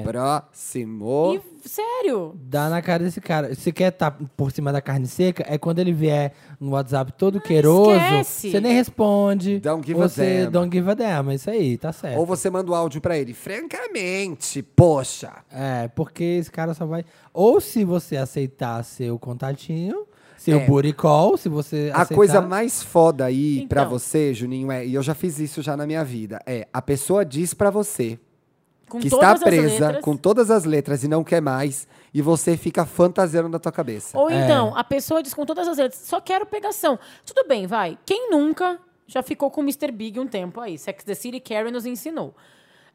Próximo. E sério. Dá na cara desse cara. Se quer tá por cima da carne seca, é quando ele vier no WhatsApp todo queiroso, Ah, esquece. você nem responde. Don't give a você damn. Don't give a damn, isso aí, tá certo. Ou você manda o áudio pra ele. Francamente, poxa. É, porque esse cara só vai... Ou se você aceitar seu contatinho, seu É. buricol, se você A aceitar- coisa mais foda aí Então. pra você, Juninho, é, e eu já fiz isso já na minha vida, é a pessoa diz pra você Com que todas está as presa letras. com todas as letras e não quer mais, e você fica fantasiando na tua cabeça. Ou então, a pessoa diz com todas as letras, só quero pegação. Tudo bem, vai. Quem nunca já ficou com o Mr. Big um tempo aí? Sex the City Carrie nos ensinou.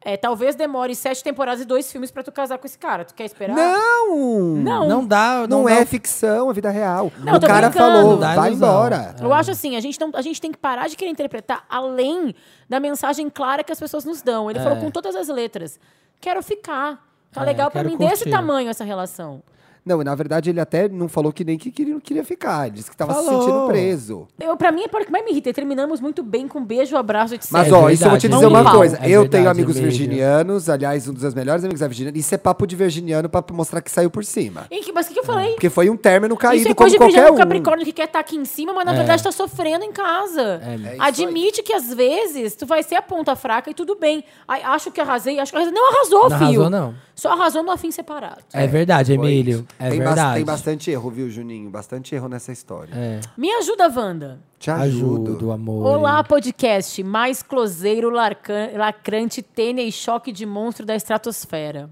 É, talvez demore sete temporadas e dois filmes pra tu casar com esse cara. Tu quer esperar? Não! Não. Não dá... Não, dá é o- ficção, é vida real. Não, o tô cara brincando. falou, Não dá vai ilusão. embora. Eu acho assim, a gente, não, a gente tem que parar de querer interpretar além da mensagem clara que as pessoas nos dão. Ele É. falou com todas as letras. Quero ficar. Tá É, legal pra quero mim desse curtir. tamanho essa relação. Não, e na verdade ele até não falou que nem que queria, não queria ficar, ele disse que tava se Falou. sentindo preso. Eu, pra mim, é a parte que mais me irrita. Terminamos muito bem com um beijo, abraço, etc. Mas, É ó, isso eu vou verdade, te é dizer uma verdade. coisa. É eu verdade, tenho amigos beijo. virginianos, aliás, um dos meus melhores amigos é virginiano. Isso é papo de virginiano pra mostrar que saiu por cima. Em que- Mas o que, que eu falei? Porque foi um término caído Isso é como coisa de qualquer virginiano um. É. capricórnio que quer estar aqui em cima, mas na verdade tá sofrendo em casa. É isso Admite que às vezes tu vai ser a ponta fraca e tudo bem. Ai, acho que arrasei, acho que arrasei. Não arrasou, Não filho. arrasou, não. Só arrasou no afim separado. É verdade, Foi Emílio. isso. É tem bas- verdade. tem bastante erro, viu, Juninho? Bastante erro nessa história. É. Me ajuda, Wanda. Te ajudo. Ajudo, amor. Olá, podcast. Mais closeiro, larcan- lacrante, tênia e choque de monstro da estratosfera.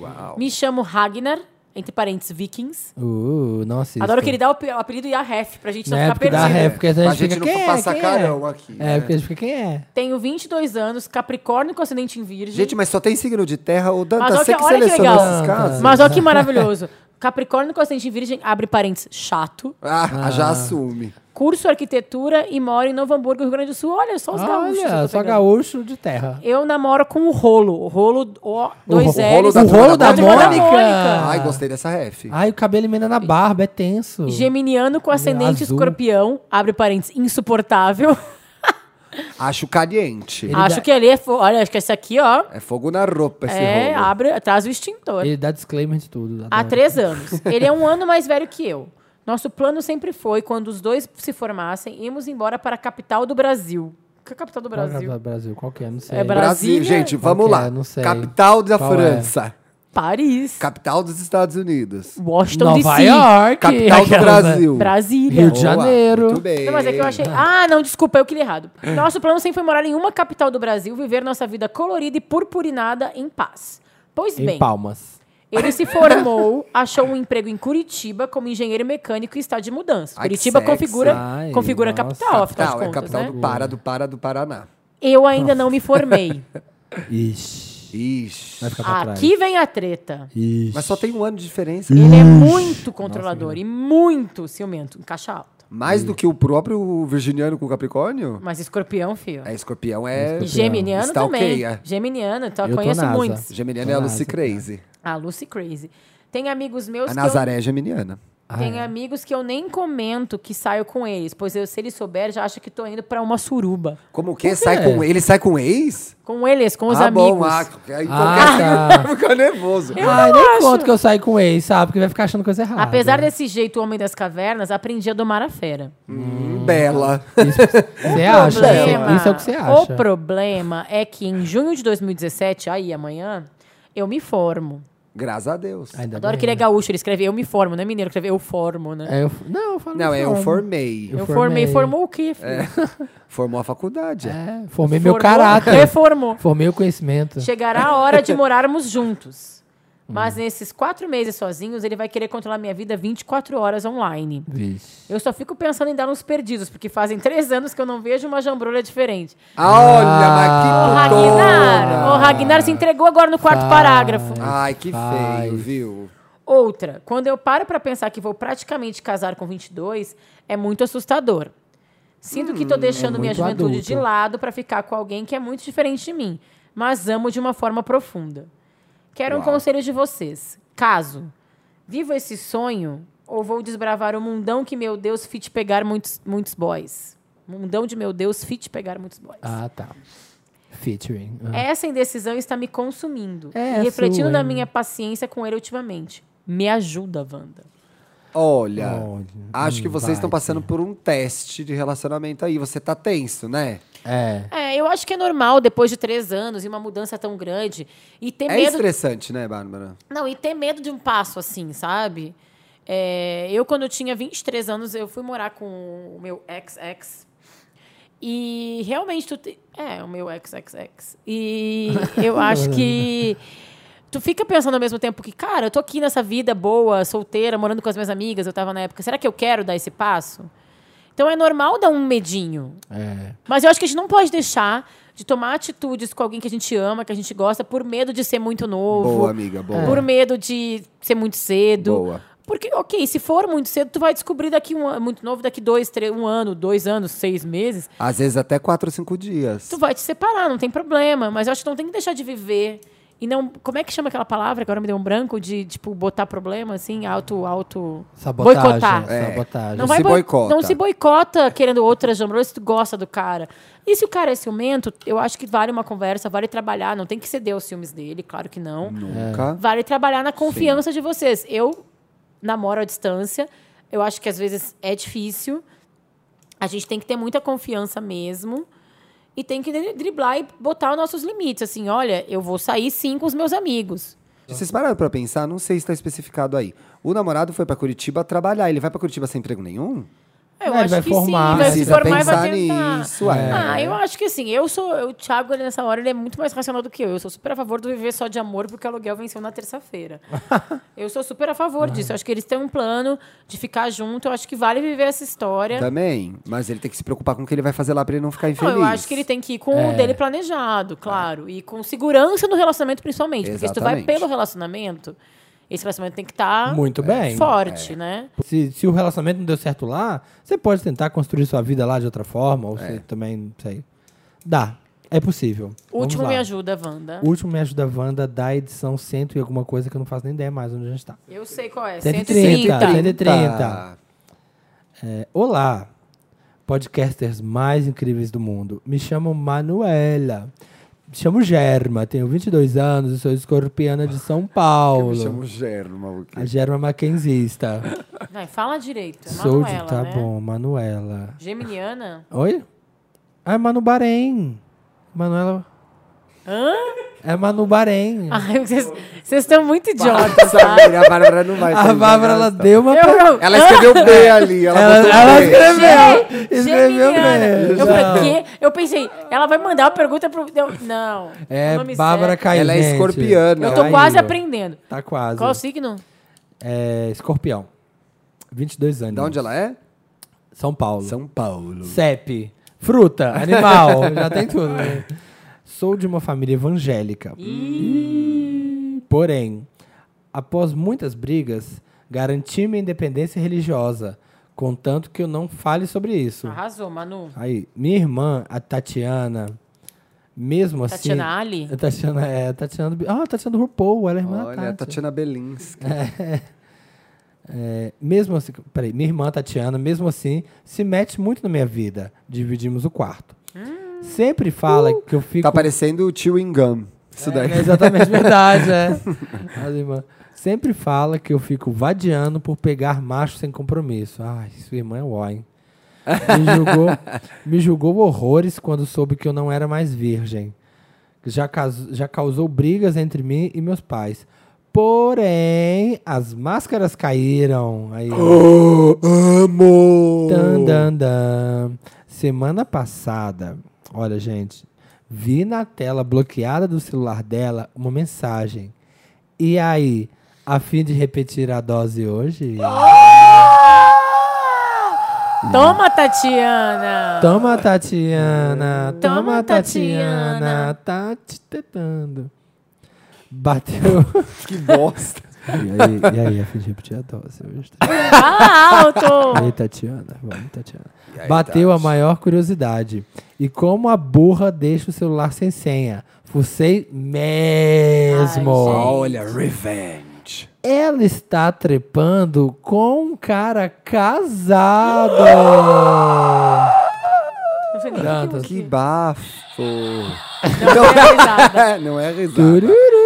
Uau. Me chamo Ragnar, entre parênteses, vikings. Uh, não assista. Adoro que ele dá o pe- o apelido e a ref, pra gente não Né, ficar porque dá perdido. ré, porque a gente, Pra gente fica, não quem é, passar quem é? carão aqui, É, né? porque a gente fica, quem é? Tenho 22 anos, capricórnio com ascendente em virgem. Gente, mas só tem signo de terra. Ô, Danta, Mas olha você que- que olha que selecionou legal. esses casos? Mas olha que maravilhoso. Capricórnio com ascendente em virgem, abre parênteses, chato. Ah, já assume. Curso arquitetura e moro em Novo Hamburgo, Rio Grande do Sul. Olha, só os gaúchos. que eu Olha, tô só pegando. gaúcho de terra. Eu namoro com o rolo. O rolo, o, dois ro- L's. rolo da o turma da turma Mônica. Ah. Ai, gostei dessa ref. Ai, o cabelo emenda na barba, é tenso. Geminiano com ascendente é Azul. escorpião, abre parênteses, insuportável. Acho caliente. Ele acho dá- que ali é. fo- Olha, acho que esse aqui, ó. É fogo na roupa esse É, rolo. abre, traz o extintor. Ele dá disclaimer de tudo. Há adoro. três anos. Ele é um ano mais velho que eu. Nosso plano sempre foi, quando os dois se formassem, irmos embora para a capital do Brasil. Que é a capital do Qual que é Brasil? o Brasil, qual que é? Não sei. É Bra- Brasil, Brasília? gente, Qual vamos que lá. é? Não sei. Capital da Qual é? França. Paris. Capital dos Estados Unidos. Washington Nova DC. York. Capital do aquelas, né? Brasil. Brasília. Rio de Janeiro. Muito bem. Não, mas é que eu achei. Ah, não, desculpa, eu que li errado. Nosso plano sempre foi morar em uma capital do Brasil, viver nossa vida colorida e purpurinada em paz. Pois Em bem, Palmas. ele se formou, achou um emprego em Curitiba como engenheiro mecânico e está de mudança. Ai, que Curitiba sexy. configura, Ai, configura nossa. capital, afinal Capital, de é contas, capital né? do Para, do Para, do Paraná. Eu ainda não me formei. Tá Ixi. Ixi. Vai ficar pra trás. Aqui vem a treta. Ixi. Mas só tem um ano de diferença. Ele é muito controlador e muito ciumento, em caixa alta. Mais do que o próprio virginiano com Capricórnio? Mas escorpião, fio. É, escorpião é... E Geminiano também. Stalkeia. Geminiano, então Eu tô conheço nasa. muitos. Geminiano é a Lucy Crazy. A Lucy Crazy. Tem amigos meus A que eu, Nazaré é geminiana. tem amigos que eu nem comento que saio com eles, pois eu, se ele souber, já acha que tô indo pra uma suruba. Como o quê? Sai com... Ele sai com ex? Com eles, com os ah, amigos. bom. Ah, aí qualquer Ah, vai ficar nervoso. Ai, nem conto que eu saio com ele, sabe? Porque vai ficar achando coisa errada. Apesar desse jeito homem das cavernas, aprendi a domar a fera. Hum, bela. Você acha? um problema- Bela? Isso é o que você acha. O problema é que em junho de 2017, aí amanhã, eu me formo. Graças a Deus. Ainda Adoro bem, que ele é né? gaúcho, ele escreve eu me formo, não é mineiro que escreve eu formo, né? É, eu f- Não, eu falo Não, é eu formo. formei. eu, eu formei. formei. Formou o quê? filho? Formou a faculdade. é. É, formei Formou- meu caráter. Reformou. Formei o conhecimento. Chegará a hora de morarmos juntos. Hum. Mas nesses quatro meses sozinhos, ele vai querer controlar minha vida 24 horas online. Vixe. Eu só fico pensando em dar uns perdidos, porque fazem três anos que eu não vejo uma jambrulha diferente. Ô, Ah, Olha, mas que Ah, Ragnar! Ô, putona. Ragnar se entregou agora no quarto Vai. parágrafo. Ah. Ai, que Ai. feio, viu? Outra, quando eu paro pra pensar que vou praticamente casar com 22, é muito assustador. Sinto que tô deixando minha Hum, é muito juventude de adulto. lado pra ficar com alguém que é muito diferente de mim, mas amo de uma forma profunda. Quero um Uau. conselho de vocês. Caso vivo esse sonho ou vou desbravar o mundão que meu Deus fit pegar muitos, muitos boys. Mundão de meu Deus fit pegar muitos boys. Ah, tá. Featuring. Ah. Essa indecisão está me consumindo É, e refletindo sua, na hein? minha paciência com ele ultimamente. Me ajuda, Wanda. É. Olha, Olha, acho que hum, vocês estão vai, passando por um teste de relacionamento aí. Você tá tenso, né? É. É, eu acho que é normal depois de três anos e uma mudança tão grande e ter É medo. estressante, né, Bárbara? Não, e ter medo de um passo assim, sabe? É, eu, quando eu tinha 23 anos, eu fui morar com o meu ex-ex. E realmente tu. te- É, o meu ex-ex-ex. E eu acho que. Tu fica pensando ao mesmo tempo que, cara, eu tô aqui nessa vida boa, solteira, morando com as minhas amigas, eu tava na época, será que eu quero dar esse passo? Então é normal dar um medinho. É. Mas eu acho que a gente não pode deixar de tomar atitudes com alguém que a gente ama, que a gente gosta, por medo de ser muito novo. Boa, amiga, boa. Por medo de ser muito cedo. Boa. Porque, ok, se for muito cedo, tu vai descobrir daqui um ano, muito novo, daqui dois, três, um ano, dois anos, seis meses, Às vezes até quatro ou cinco dias. tu vai te separar, não tem problema. Mas eu acho que não tem que deixar de viver. E não. Como é que chama aquela palavra? Agora me deu um branco de, tipo, botar problema, assim, auto, auto. Sabotagem. Boicotar. É. Sabotagem. Não Não vai se boi- boicota. Não se boicota querendo outras jambrolhas se tu gosta do cara. E se o cara é ciumento, eu acho que vale uma conversa, vale trabalhar. Não tem que ceder aos ciúmes dele, claro que não. Nunca. Vale trabalhar na confiança de vocês. Eu namoro à distância. Eu acho que às vezes é difícil. A gente tem que ter muita confiança mesmo. E tem que dri- driblar e botar os nossos limites. Assim, olha, eu vou sair sim com os meus amigos. Vocês pararam pra pensar? Não sei se tá especificado aí. O namorado foi pra Curitiba trabalhar. Ele vai pra Curitiba sem emprego nenhum? Eu Ele acho vai que formar. sim, vai Ah, se né? Precisa formar e vai pensar tentar. nisso. É. Ah, eu acho que assim, eu sou. eu- O Thiago, ele, nessa hora, ele é muito mais racional do que eu. Eu sou super a favor do viver só de amor, porque o aluguel venceu na terça-feira. eu sou super a favor disso. Eu acho que eles têm um plano de ficar junto. Eu acho que vale viver essa história. Tá Também. Mas ele tem que se preocupar com o que ele vai fazer lá pra ele não ficar Não, infeliz. eu acho que ele tem que ir com É. o dele planejado, claro. E com segurança no relacionamento, principalmente. Porque se tu vai Exatamente. pelo relacionamento, Esse relacionamento tem que estar Muito bem. é. forte, né? Se, se o relacionamento não deu certo lá, você pode tentar construir sua vida lá de outra forma, ou É. você também, não sei. Dá. É possível. Vamos Último lá. me ajuda, Wanda. Último Me Ajuda Wanda da edição 100 e alguma coisa que eu não faço nem ideia mais onde a gente tá. Eu sei qual é. 130. 130. Tá, 130. É, olá, podcasters mais incríveis do mundo. Me chamo Manuela. Me chamo Germa, tenho 22 anos e sou escorpiana de São Eu Paulo. me chamo é um Gerno, maluco. A Germa Mackenzista. Vai, fala direito. É sou de. Manuela, Tá né? bom, Manuela. Geminiana? Oi? Ah, é Manu Bahrein. Manuela. Hã? Ah, É Manu Bahrein. Ai, vocês vocês estão muito idiotas, Essa tá? mulher, a Bárbara não vai a sair Bárbara, da ela casa. deu uma. Eu, eu, Ela escreveu B ali. Ela, Ela, botou ela B. escreveu. Escreveu Geminiana. mesmo. Eu, pra quê? eu pensei, ela vai mandar uma pergunta pro. eu- Não. o É nome Bárbara certo. Caí. Ela é gente. escorpiana. Eu tô Caio. quase aprendendo. Tá quase. Qual o signo? É, escorpião. 22 anos. Da onde ela é? São Paulo. São Paulo. CEP. Fruta, animal, já tem tudo. né? Sou de uma família evangélica. Porém, após muitas brigas, garanti minha independência religiosa, contanto que eu não fale sobre isso. Arrasou, Manu. Aí, minha irmã, a Tatiana, mesmo assim. Tatiana Ali? A Tatiana, é, a Tatiana do. Ah, a Tatiana do RuPaul, ela é irmã Olha, da a Tati. Tatiana Belinsky. É, mesmo assim, peraí, minha irmã Tatiana, mesmo assim, se mete muito na minha vida. Dividimos o quarto. Sempre fala que eu fico. Tá parecendo o Chewing Gum. Isso daí. É exatamente verdade, é. As irmãs. Sempre fala que eu fico vadiando por pegar macho sem compromisso. Ai, sua irmã é uó, hein? Me julgou, me julgou horrores quando soube que eu não era mais virgem. Já, cas- já causou brigas entre mim e meus pais. Porém, as máscaras caíram. Aí, ó. Oh, amo! Dan, dan, dan. Semana passada, olha, gente, vi na tela bloqueada do celular dela uma mensagem. E aí, a fim de repetir a dose hoje? Toma, Tatiana! Toma, Tatiana! Toma, Toma, Tatiana! Tá te tetando. Bateu. Que bosta. E aí, e aí, a fim de repetir a dose hoje? Fala E aí, alto! Tatiana? Vamos, Tatiana. Bateu a maior curiosidade. E como a burra deixa o celular sem senha? Fucei Ai, mesmo. Olha, revenge. Ela está trepando com um cara casado. Não foi nem Dantas. Que bafo. realizada. É, não é risada. Turururu.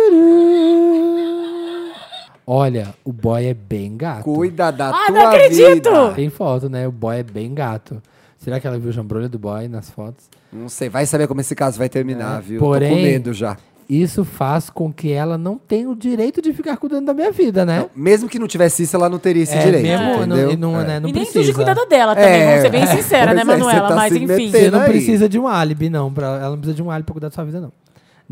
Olha, o boy é bem gato. Cuida da Ah, tua não acredito! vida. Tem foto, né? O boy é bem gato. Será que ela viu o jambrolho do boy nas fotos? Não sei, vai saber como esse caso vai terminar, viu? Tô com É, porém- medo já. Isso faz com que ela não tenha o direito de ficar cuidando da minha vida, né? Mesmo que não tivesse isso, ela não teria esse É, direito, mesmo, entendeu? não, e não, É. né, não e nem precisa. surge cuidado dela também, É, vamos ser bem é. sincera, né, Pois é, você Manuela? tá Mas se enfim. metendo. Você não Peraí. precisa de um álibi, não. Pra, ela não precisa de um álibi pra cuidar da sua vida, não.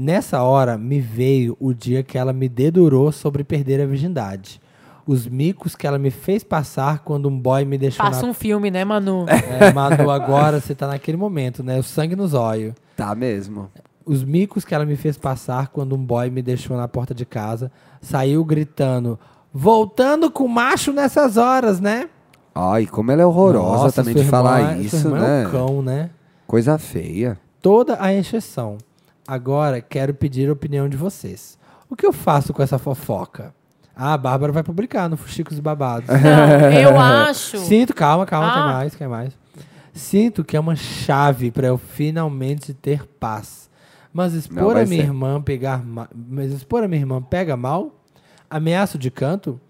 Nessa hora, me veio o dia que ela me dedurou sobre perder a virgindade. Os micos que ela me fez passar quando um boy me deixou Passa na... um filme, né, Manu? É, Manu, agora você tá naquele momento, né? O sangue nos olhos. Tá mesmo. Os micos que ela me fez passar quando um boy me deixou na porta de casa, saiu gritando, voltando com macho nessas horas, né? Ai, como ela é horrorosa Nossa, também sua de irmã- falar sua isso, irmã né? É um cão, né? Coisa feia. Toda a encheção. Agora quero pedir a opinião de vocês. O que eu faço com essa fofoca? Ah, a Bárbara vai publicar no Fuxicos e Babados. Não, eu acho. Sinto, calma, calma, Ah. tem mais, tem mais. Sinto que é uma chave pra eu finalmente ter paz. Mas Não, expor vai a minha ser. irmã pegar, ma- mas expor a minha irmã pega mal? Ameaço de canto?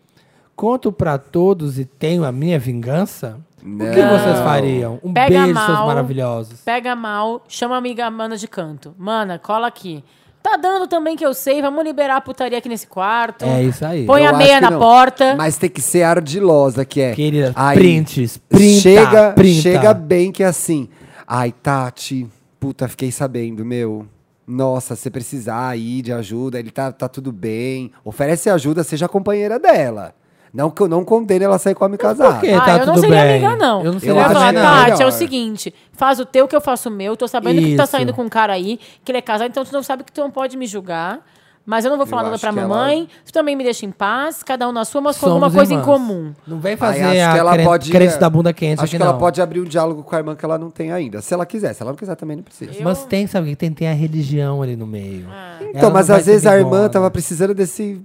Conto pra todos e tenho a minha vingança? O que Não. vocês fariam? Um Pega beijo, seus mal. maravilhosos. Pega mal, chama a amiga Mana de canto. Mana, cola aqui. Tá dando também que eu sei, vamos liberar a putaria aqui nesse quarto. É isso aí. Põe Eu a acho meia que na não. porta. Mas tem que ser ardilosa, que é. Querida, Aí, prints, printa, chega, printa. chega bem que é assim. Ai, Tati, puta, fiquei sabendo, meu. Nossa, se precisar aí de ajuda, ele tá, tá tudo bem. Oferece ajuda, seja companheira dela. Não que eu não condene ela a sair com homem casado. por quê? Ah, tá eu não tudo seria bem. amiga, não. Eu não eu seria ia amiga, falar, não. Tati, é o Melhor. seguinte, faz o teu que eu faço o meu, tô sabendo que tu tá Isso. saindo com um cara aí, que ele é casado, então tu não sabe que tu não pode me julgar. Mas eu não vou falar Eu nada acho pra que ela- mamãe. Tu também me deixa em paz. Cada um na sua, mas com Somos alguma coisa irmãs. em comum. Não vem Aí fazer acho a que ela cren- pode. crente da bunda quente Acho aqui, que ela não. pode abrir um diálogo com a irmã que ela não tem ainda. Se ela quiser, se ela não quiser também não precisa. Mas tem, sabe o que tem? Tem a religião ali no meio. Ah. Ela Então, não mas vai às ser vezes a irmã bigorna, tava precisando desse.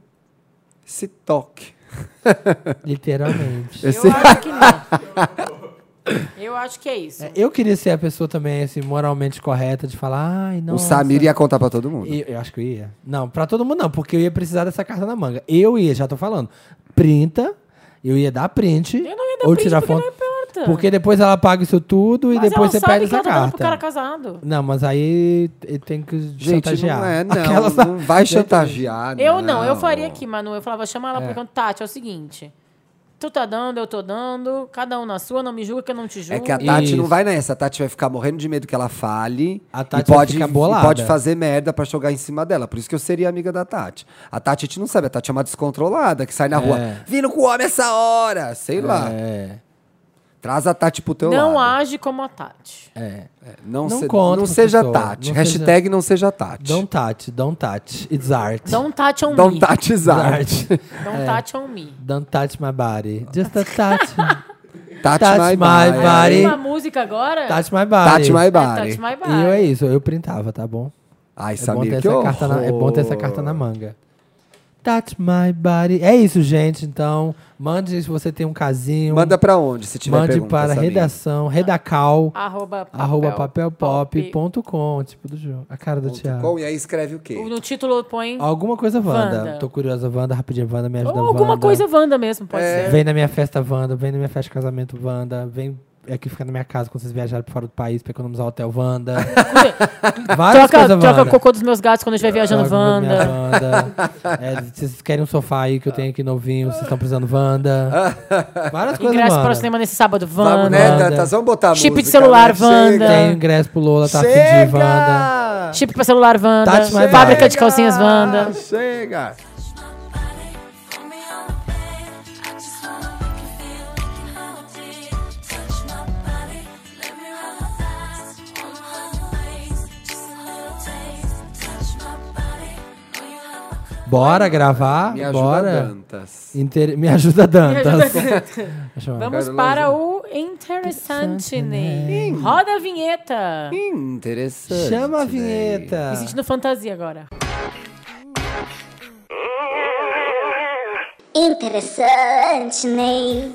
Esse toque. Literalmente. Esse- Eu acho que não. Eu acho que é isso. Eu queria ser a pessoa também, assim, moralmente correta, de falar, ai, não. O Samir ia contar pra todo mundo. Eu, eu acho que eu ia. Não, pra todo mundo não, porque eu ia precisar dessa carta na manga. Eu ia, já tô falando. Printa, eu ia dar print. Eu não ia dar ou print tirar porque foto. não importa. Porque depois ela paga isso tudo e Mas depois ela você sabe perde essa que ela tá dando carta. pro cara casado. Não, mas aí ele tem que Gente, chantagear. não é, não. Aquelas- Não vai chantagear. Eu não, eu faria aqui, Manu. Eu falava, chama ela por conta. Tati, é o seguinte. Tu tá dando, eu tô dando. Cada um na sua, não me julga que eu não te julgo. É que a Tati Isso. não vai nessa. A Tati vai ficar morrendo de medo que ela fale. A Tati e vai pode, ficar e bolada. pode fazer merda pra jogar em cima dela. Por isso que eu seria amiga da Tati. A Tati a gente não sabe. A Tati é uma descontrolada que sai na rua. Vindo com o homem essa hora! Sei lá. É, Traz a Tati pro teu não lado. age como a Tati. é. Não, Não se- conta não com seja pessoa, Tati. não Hashtag não seja Tati. Don't touch, don't touch. It's art. Don't touch on um Don't me. tatizar. It's art. Don't touch on me. Don't touch my body. Just a touch. Tati, Touch my, my É body. body. Uma música agora? touch my body. Tati my É, body. touch my body. E eu é isso, eu printava, tá bom? Ai, É bom, ter Samir, que essa carta na, é bom ter essa horror. carta na manga. Touch my body. É isso, gente. Então, mande se você tem um casinho. Manda pra onde, se tiver mande pergunta, para Samir. redação, redacal, Arroba, papel, arroba papelpop.com, tipo do jogo. A cara do Thiago. Bom, e aí escreve o quê? No título põe. Alguma coisa, Wanda. Wanda. Tô curiosa, Wanda, rapidinho, Wanda, me ajuda, Ou alguma Wanda. É. coisa Wanda mesmo, pode ser. Vem na minha festa, Wanda. Vem na minha festa de casamento, Wanda. Vem aqui ficar na minha casa quando vocês viajarem pra fora do país pra economizar hotel, Wanda. Várias Troca, coisas, troca Wanda. cocô dos meus gatos quando eu estiver viajando Troca uma minha Wanda. Wanda. É, vocês querem um sofá aí que eu tenho aqui novinho, vocês estão precisando Wanda. Várias coisas, Ingresso para o Wanda. cinema nesse sábado, Wanda. Vamos, né, Wanda. Dantas? Vamos botar a Chip de música, celular, né? Wanda. Chega! Tem ingresso pro Lola, tá Chega! pedindo, Wanda. Chip pra celular Wanda. Tati, mas vai. Fábrica de Chega! calcinhas Wanda. Chega! Bora gravar? Me ajuda, Bora. Dantas. Inter- Me ajuda, Dantas. Deixa eu- Vamos Quero para o interessante, Ney. né? Roda a vinheta. Interessante. Chama a né? vinheta. Me sentindo fantasia agora. Interessante, Ney.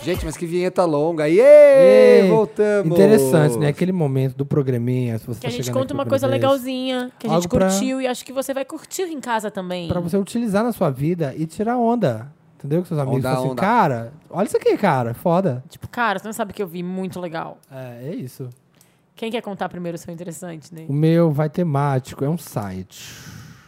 Gente, mas que vinheta longa. Iê! Ei, Voltamos! Interessante, né? Aquele momento do programinha. Se você Que tá a gente chegando aqui conta uma pela coisa primeira vez, legalzinha, que a gente Algo pra- curtiu e acho que você vai curtir em casa também. Pra você utilizar na sua vida e tirar onda. Entendeu? Que seus amigos Onda, falam assim, onda. cara, olha isso aqui, cara. Foda. Tipo, cara, você não sabe o que eu vi muito legal. É, é isso. Quem quer contar primeiro o seu interessante, Ney? O meu vai temático, é um site.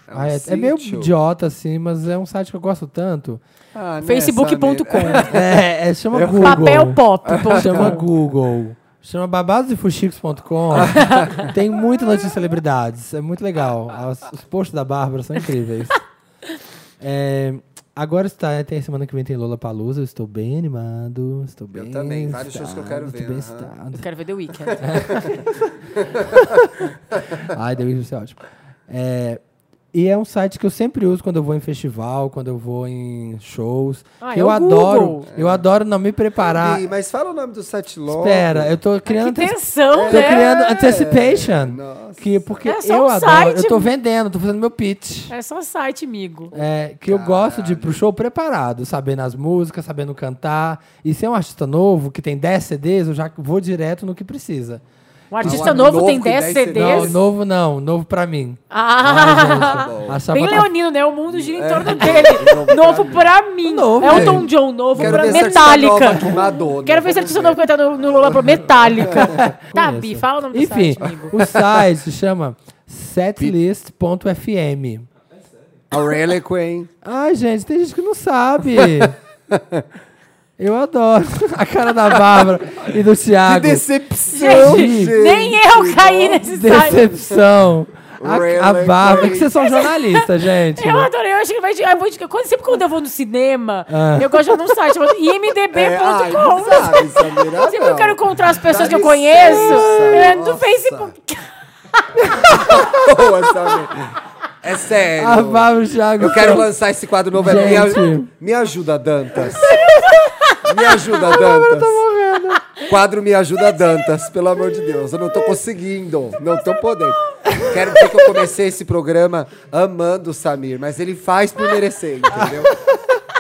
É Ah, um É, é meio sítio. idiota, assim, mas é um site que eu gosto tanto. Ah, né, Samir? Facebook.com. É, é, chama Google. É, Papel pop. Chama Google. Chama babadosdefuxicos.com. Tem muita notícia de celebridades. É muito legal. As- os posts da Bárbara são incríveis. É, agora está, tem semana que vem tem Lola Palusa. Eu estou bem animado. Estou bem Eu também, vários shows que eu quero excitado, ver, Estou aham. bem excitado. Eu quero ver The Weeknd. Ai, The Wizard, isso é ótimo. É, e é um site que eu sempre uso quando eu vou em festival, quando eu vou em shows. Ah, Que é eu o adoro. Google. Eu adoro não me preparar. Ih, mas fala o nome do site logo. Espera, eu tô criando. É Que anteci- tensão, Tô né? criando anticipation. Nossa. Que, porque É só eu um adoro. site. Eu tô vendendo, tô fazendo meu pitch. É só site, amigo. É, que eu gosto de ir pro show preparado, sabendo as músicas, sabendo cantar. E se é um artista novo, que tem 10 CDs, eu já vou direto no que precisa. Um é artista Ah, o novo, novo tem que 10 dez CDs. Não, novo não, novo pra mim. Ah, gente, bom. a chapa bem tá leonino, né? O mundo gira em É. torno dele. novo pra mim. Novo, é o gente. Tom John novo Quero pra ver essa Metallica. nova que Madonna. Quero ver se artista novo cantar no, no Lola pra Metallica. tá, Bi, Conheço. fala o nome do Enfim, site, amigo. o site se chama setlist.fm. Aurelia Queen. Ai, gente, tem gente que não sabe. Eu adoro a cara da Bárbara e do Que Thiago. decepção, Gente, nem eu caí nesse site. Decepção. A, a Really Bárbara, é great. que vocês são jornalistas, gente. Eu adorei, eu achei que vai de. eu vou de- Quando, sempre quando eu vou no cinema, Ah. eu gosto de ir num site chamado É, ai, imdb.com. não sabe, Samira, Sempre que eu não. quero encontrar as pessoas Dá que eu licença, conheço, é do nossa. Facebook. Boa, sabe? É sério. A Fábio Thiago. Eu quero lançar esse quadro novo. É, Me, Então, Gente. aj- me ajuda, Dantas. Me ajuda, Dantas. Eu tô morrendo. Quadro Me Ajuda, Dantas. Pelo amor de Deus. Eu não tô conseguindo. Não tô podendo. Quero dizer que eu comecei esse programa amando o Samir, mas ele faz por merecer, entendeu?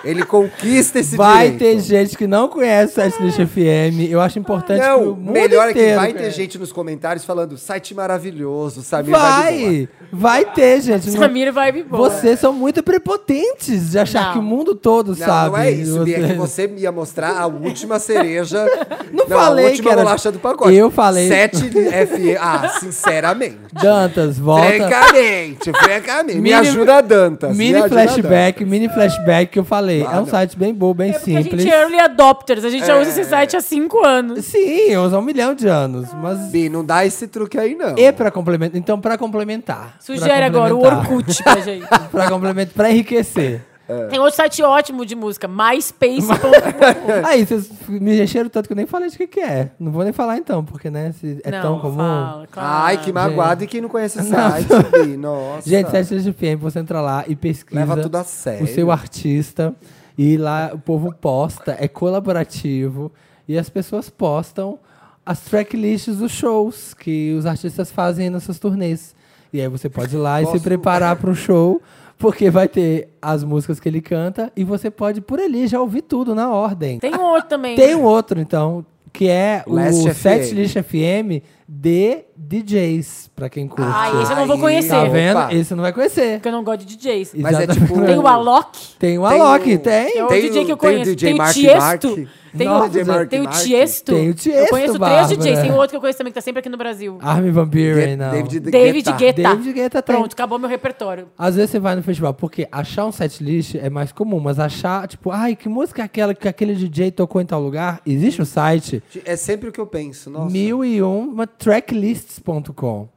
Ele conquista esse Vai direito. ter gente que não conhece o site lixo FM. Eu acho importante que Não, o mundo melhor é que inteiro vai ter conheça. gente nos comentários falando site maravilhoso, Samir vai, de boa." Vai, vai ter gente. Não- Samir vai me embora. Vocês são muito prepotentes de achar é Não. que o mundo todo Não, sabe. não é isso, Bia, Vocês- que você ia mostrar a última cereja. Não falei A última que era- bolacha do pacote. Eu falei. 7 F. Ah, sinceramente. Dantas, volta. Francamente, francamente. Me Mini- ajuda, Dantas. me Mini ajuda, flashback, Dantas. mini flashback que eu falei. é um Ah, não. site bem bobo, bem É porque a simples. gente é early adopters. A gente É. já usa esse site há cinco anos. Sim, eu uso há um milhão de anos, mas Bi, não dá esse truque aí, não. e para complementar, então para complementar. Sugere pra agora o complementar. É. Orkut pra gente. Pra complementar, pra enriquecer. Tem outro site ótimo de música, MySpace. Aí, vocês me encheram tanto que eu nem falei de que que é. Não vou nem falar então, porque, né, se é Não, tão comum. fala, claro. Ai, Ah, que magoado. E quem não conhece esse site, Bi? Nossa. Gente, site de FM, você entra lá e pesquisa Leva tudo a sério. o seu artista. E lá o povo posta, é colaborativo. E as pessoas postam as tracklists dos shows que os artistas fazem nas suas turnês. E aí você pode ir lá e se Posso- preparar para um show, porque vai ter as músicas que ele canta e você pode por ali já ouvir tudo na ordem. Tem um outro também. Tem um outro, então, que é Last o FM. Setlist FM de DJs, pra quem curte. Ah, esse eu não vou Aí, conhecer. Tá Opa. vendo? Esse não vai conhecer. Porque eu não gosto de DJs. Mas é Exatamente. tipo- Tem o Alok. Tem o Tem Alok, o- que É um tem. o Tem DJ que eu o- tem o conheço. DJ Tem o Mark Tiesto. Mark. Tem Nossa, o, DJ Mark tem o Mark. Tiesto. Tem o Eu Tiesto, conheço Bárbara. três DJs. Tem outro que eu conheço também, que tá sempre aqui no Brasil. Armin Van Buren, não. David, David Guetta. Guetta. David Guetta tem. Pronto, acabou meu repertório. Às vezes você vai no festival, porque achar um setlist é mais comum, mas achar, tipo, ai, que música é aquela que aquele DJ tocou em tal lugar? Existe o site É sempre o que eu penso. Nossa. 1001 tracklists.com,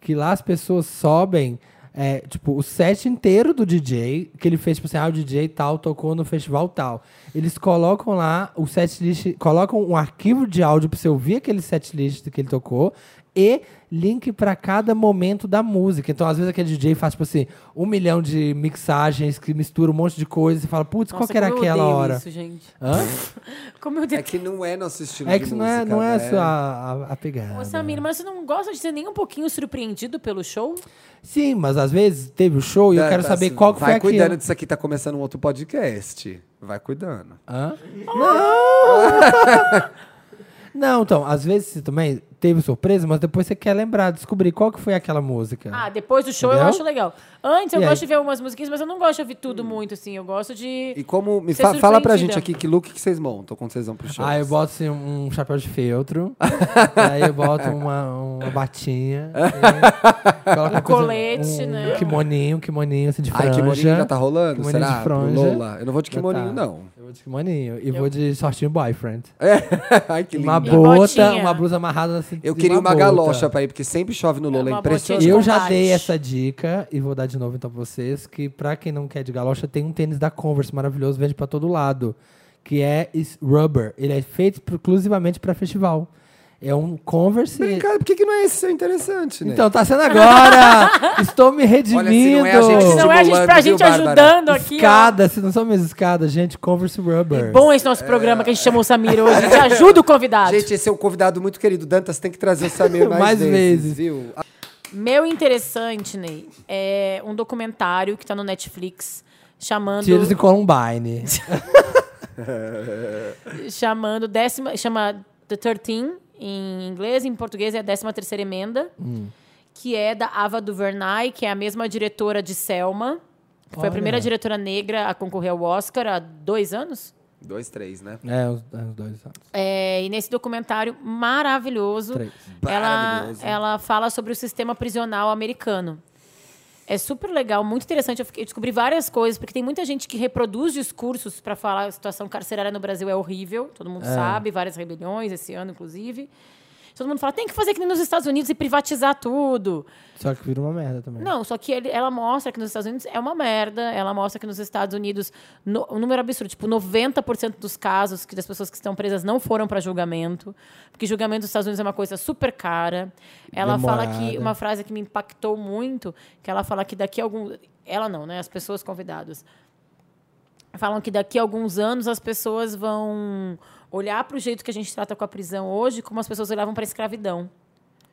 que lá as pessoas sobem, é, tipo, o set inteiro do DJ, que ele fez, tipo assim, ah, o DJ tal tocou no festival tal. Eles colocam lá o setlist, colocam um arquivo de áudio pra você ouvir aquele setlist que ele tocou e link pra cada momento da música. Então, às vezes, aquele DJ faz, tipo assim, um milhão de mixagens que mistura um monte de coisa e fala, putz, qual Nossa, que era como eu aquela odeio hora? Isso, tipo gente. Hã? Como eu É odeio. que não é nosso estilo É de que isso não música, é, não é a né? sua a, a pegada. Ô, Samir, mas você não gosta de ser nem um pouquinho surpreendido pelo show? Sim, mas às vezes teve o show e eu quero Dantas, saber qual que foi É, tá assim, Vai cuidando aquilo. disso aqui, tá começando um outro podcast. Vai cuidando. Hã? Não! Não, então, às vezes você também teve surpresa, mas depois você quer lembrar, descobrir qual que foi aquela música. Ah, depois do show eu Tá. Entendeu? acho legal. Antes eu E aí? Hum. gosto de ver umas musiquinhas, mas eu não gosto de ouvir tudo muito, assim. Eu gosto de. E como. Me Ser fa- fala pra surpreendida. gente aqui que look que vocês montam quando vocês vão pro show. Aí eu boto assim, um chapéu de feltro, aí eu boto uma, uma batinha, aí coloco uma coisa- colete, um né? kimoninho, um kimoninho assim de franja. Ai, kimoninho já tá rolando? Kimoninho Será? de Pro franja. Lola? Eu não vou de Já tá. kimoninho, não. É. Eu vou de kimoninho e vou de shortinho boyfriend. Ai, que Uma lindo. bo- bota, botinha. uma blusa amarrada assim. Eu de queria uma bota. galocha pra ir, porque sempre chove no Lola. É É uma impressionante. botinha Eu já combate. dei essa dica e vou dar de novo então pra vocês, que pra quem não quer de galocha, tem um tênis da Converse maravilhoso, vende pra todo lado, que é is- rubber. Ele é feito pro- exclusivamente pra festival. É um Converse... Cara, por que, que não é esse seu interessante, né? Então, tá sendo agora! Estou me redimindo! Olha, se não é a gente Se não é a gente, pra Estimulando, gente viu, Bárbara? ajudando aqui. Escada, se não são minhas escadas, gente, Converse Rubber. Ó. Bom esse nosso É. programa que a gente chamou o Samir hoje. A gente ajuda o convidado. Gente, esse é um convidado muito querido. Dantas tem que trazer o Samir mais, Mais vezes. vezes, viu? Ah, Meu interessante, Ney, é um documentário que tá no Netflix chamando. Tiros em Columbine. chamando décima, chama The 13 em inglês, em português é a 13 terceira emenda, Hum. que é da Ava DuVernay, que é a mesma diretora de Selma, que foi Olha. a primeira diretora negra a concorrer ao Oscar há dois anos. Dois, três, né? é, os, é, os dois. sabe? É, e nesse documentário maravilhoso, Três. ela, é Maravilhoso. ela fala sobre o sistema prisional americano. É super legal, muito interessante. Eu, fiquei- eu descobri várias coisas, porque tem muita gente que reproduz discursos para falar a situação carcerária no Brasil é horrível, todo mundo sabe, várias rebeliões esse ano, inclusive. Todo mundo fala, tem que fazer que nem nos Estados Unidos e privatizar tudo. Só que vira uma merda também. Não, só que ele- ela mostra que nos Estados Unidos é uma merda. Ela mostra que nos Estados Unidos, no, um número absurdo, tipo, 90% dos casos que das pessoas que estão presas não foram para julgamento. Porque julgamento nos Estados Unidos é uma coisa super cara. Ela fala que Demorada. uma frase que me impactou muito, que ela fala que daqui a algum. Ela não, né? As pessoas convidadas falam que daqui a alguns anos as pessoas vão olhar para o jeito que a gente trata com a prisão hoje como as pessoas olhavam para a escravidão.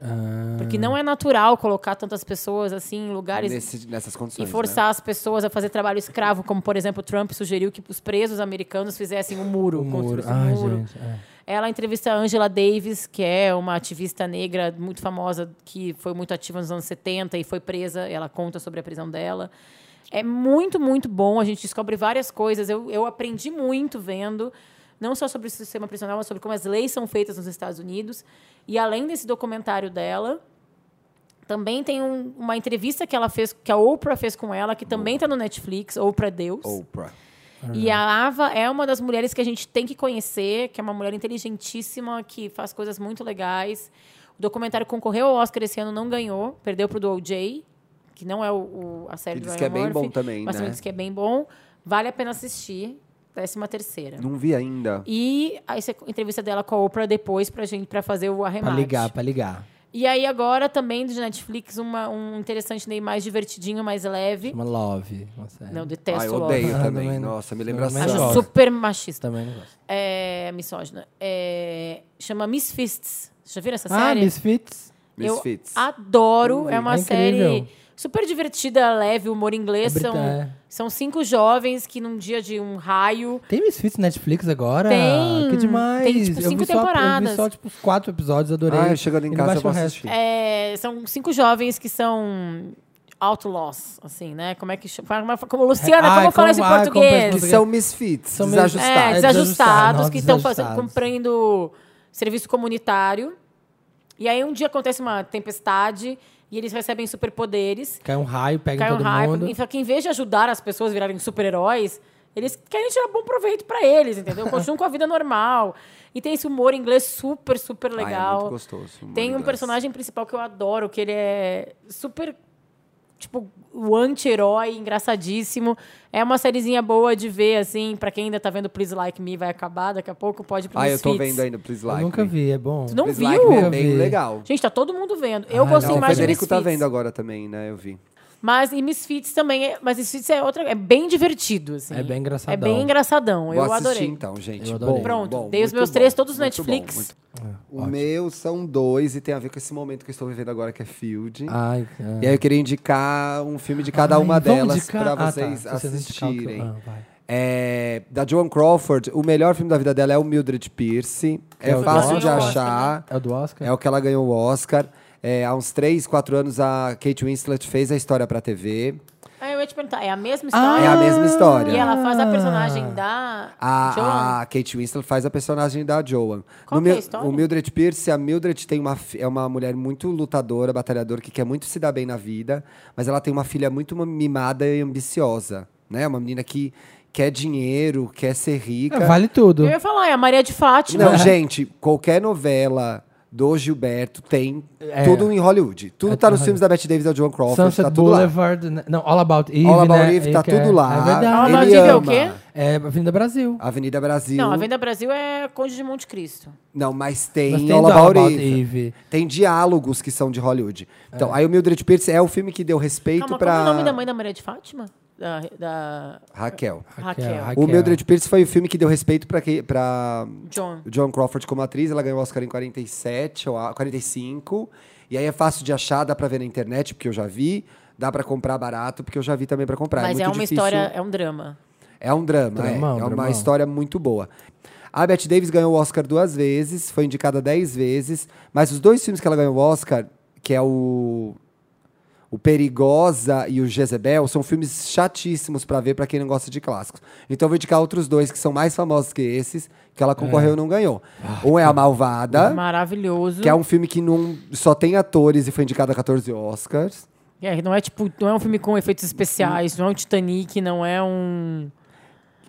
Ah, Porque não é natural colocar tantas pessoas assim em lugares Nesse- nessas e condições. né? forçar as pessoas a fazer trabalho escravo, como por exemplo Trump sugeriu que os presos americanos fizessem um muro, o muro. construíssem um Ai, muro. gente. é. Ela entrevista a Angela Davis, que é uma ativista negra muito famosa, que foi muito ativa nos anos 70 e foi presa. Ela conta sobre a prisão dela. É muito, muito bom. A gente descobre várias coisas. Eu, eu aprendi muito vendo, não só sobre o sistema prisional, mas sobre como as leis são feitas nos Estados Unidos. E além desse documentário dela, também tem um- uma entrevista que ela fez, que a Oprah fez com ela, que também está no Netflix, Oprah Deus. Né? Oprah. E a Ava é uma das mulheres que a gente tem que conhecer, que é uma mulher inteligentíssima, que faz coisas muito legais. O documentário concorreu ao Oscar esse ano, não ganhou, perdeu pro do O.J., que não é o, o- a série do Que diz que é Ryan bem Murphy, bom também, mas né? diz que é bem bom. Vale a pena assistir. Décima terceira. Não vi ainda. E a essa entrevista dela com a Oprah depois pra gente pra fazer o Pra arremate. ligar, pra ligar. E aí agora também de Netflix uma- um interessante nem mais divertidinho, mais leve. Chama Love. uma série. Não, detesto Ai, logo. odeio Ah, também. também não. Nossa, me lembra Também só. Acho gosto. super machista. Também não gosto. é, misógina. É, chama Miss Fists. Vocês já viram essa Ah, série? Misfits. Eu Misfits. adoro. É uma É incrível. série super divertida, leve, humor inglês. É São, brita- são cinco jovens que num dia de um raio... Tem Misfits na Netflix agora? Tem. Que demais. Tem, tipo, eu vi cinco só, Eu temporadas. vi só, tipo, os quatro episódios, adorei. Ah, eu chegando em E casa baixa eu vou o resto. assistir. é, são cinco jovens que são outlaws, assim, né? Como é que chama? Como- Como, Luciana, Ah, como, fala isso em como- ah, como português? Que são misfits, São meio- É, desajustados. É, desajustados, desajustados, que estão desajustados. fazendo- cumprindo serviço comunitário. E aí um dia acontece uma tempestade e eles recebem superpoderes. Cai um raio, pega Cai um todo raio. mundo. E só que em vez de ajudar as pessoas a virarem super-heróis, eles querem tirar bom proveito pra eles, entendeu? Continuam com a vida normal. E tem esse humor inglês super, super Ai, é legal. muito gostoso, humor Tem um inglês. personagem principal que eu adoro, que ele é super tipo, o anti-herói, engraçadíssimo. É uma sériezinha boa de ver, assim, pra quem ainda tá vendo Please Like Me, vai acabar daqui a pouco, pode ir pro Ah, eu tô Misfits. vendo ainda, please Eu like. nunca me. vi, é bom. Tu não Please viu? like me é Eu bem vi. legal. Gente, tá todo mundo vendo. Eu Ah, gostei Não, o mais de Federico Misfits. tá vendo agora também, né? Eu vi. Mas e Misfits também, é, mas Misfits é outra, é bem divertido, assim. É bem engraçadão. É bem engraçadão, Vou eu assistir adorei. então, gente. Eu adorei. Bom, Pronto, bom, dei os muito meus bom, três todos no muito bom, Netflix. muito- O Ótimo. meu são dois e tem a ver com esse momento que eu estou vivendo agora, que é Field. Ai, ah. E aí eu queria indicar um filme de cada Ai, uma vamos delas indicar? pra Ah, tá. vocês Se você não indicar o que eu- assistirem. Ah, vai. É, da Joan Crawford, o melhor filme da vida dela é o Mildred Pierce. É, É o fácil Oscar. de achar. É o do Oscar? É o que ela ganhou o Oscar. É, há uns 3, 4 anos a Kate Winslet fez a história pra TV. Aí eu ia te perguntar, é a mesma Ah, história? É a mesma história. E ela faz a personagem da A, Joan? a Kate Winslet faz a personagem da Joan. Qual No que é a Mil- história? O Mildred Pierce, a Mildred tem uma, fi- é uma mulher muito lutadora, batalhadora, que quer muito se dar bem na vida, mas ela tem uma filha muito ma- mimada e ambiciosa. Né? Uma menina que quer dinheiro, quer ser rica. É, vale tudo. Eu ia falar, é a Maria de Fátima. Não, gente, qualquer novela do Gilberto tem É. tudo em Hollywood. Tudo É tá tudo nos filmes da Bette Davis e da Joan Crawford. Sunset tá tudo lá. Boulevard, né? não, All About Eve, All About né? Eve tá que é- tudo lá. É verdade. All Ele About Eve é o ama. quê? É Avenida Brasil. Avenida Brasil. Não, a Venda Brasil é Conde de Monte Cristo. Não, mas Mas tem tem All do About About Eve. Eve. Tem diálogos que são de Hollywood. Então, aí o Mildred Pierce é o filme que deu respeito Calma, pra qual é o nome da mãe da Maria de Fátima? Da, da Raquel. Raquel. É, Raquel. O Mildred Pierce foi o filme que deu respeito pra, que, pra John. Joan Crawford como atriz. Ela ganhou o Oscar em 47 ou a- 45. E aí é fácil de achar, dá pra ver na internet, porque eu já vi. Dá pra comprar barato, porque eu já vi também pra comprar. Mas é, é muito uma difícil. história, é um drama. É um drama, Dramão, é. É uma dramão. história muito boa. A Bette Davis ganhou o Oscar duas vezes, foi indicada dez vezes, mas os dois filmes que ela ganhou o Oscar, que é o o Perigosa e o Jezebel, são filmes chatíssimos pra ver pra quem não gosta de clássicos. Então eu vou indicar outros dois que são mais famosos que esses, que ela concorreu e não ganhou. Um é A Malvada, Maravilhoso. que é um filme que não, só tem atores e foi indicado a 14 Oscars. É, não é tipo, não é um filme com efeitos especiais, não é um Titanic, não é um.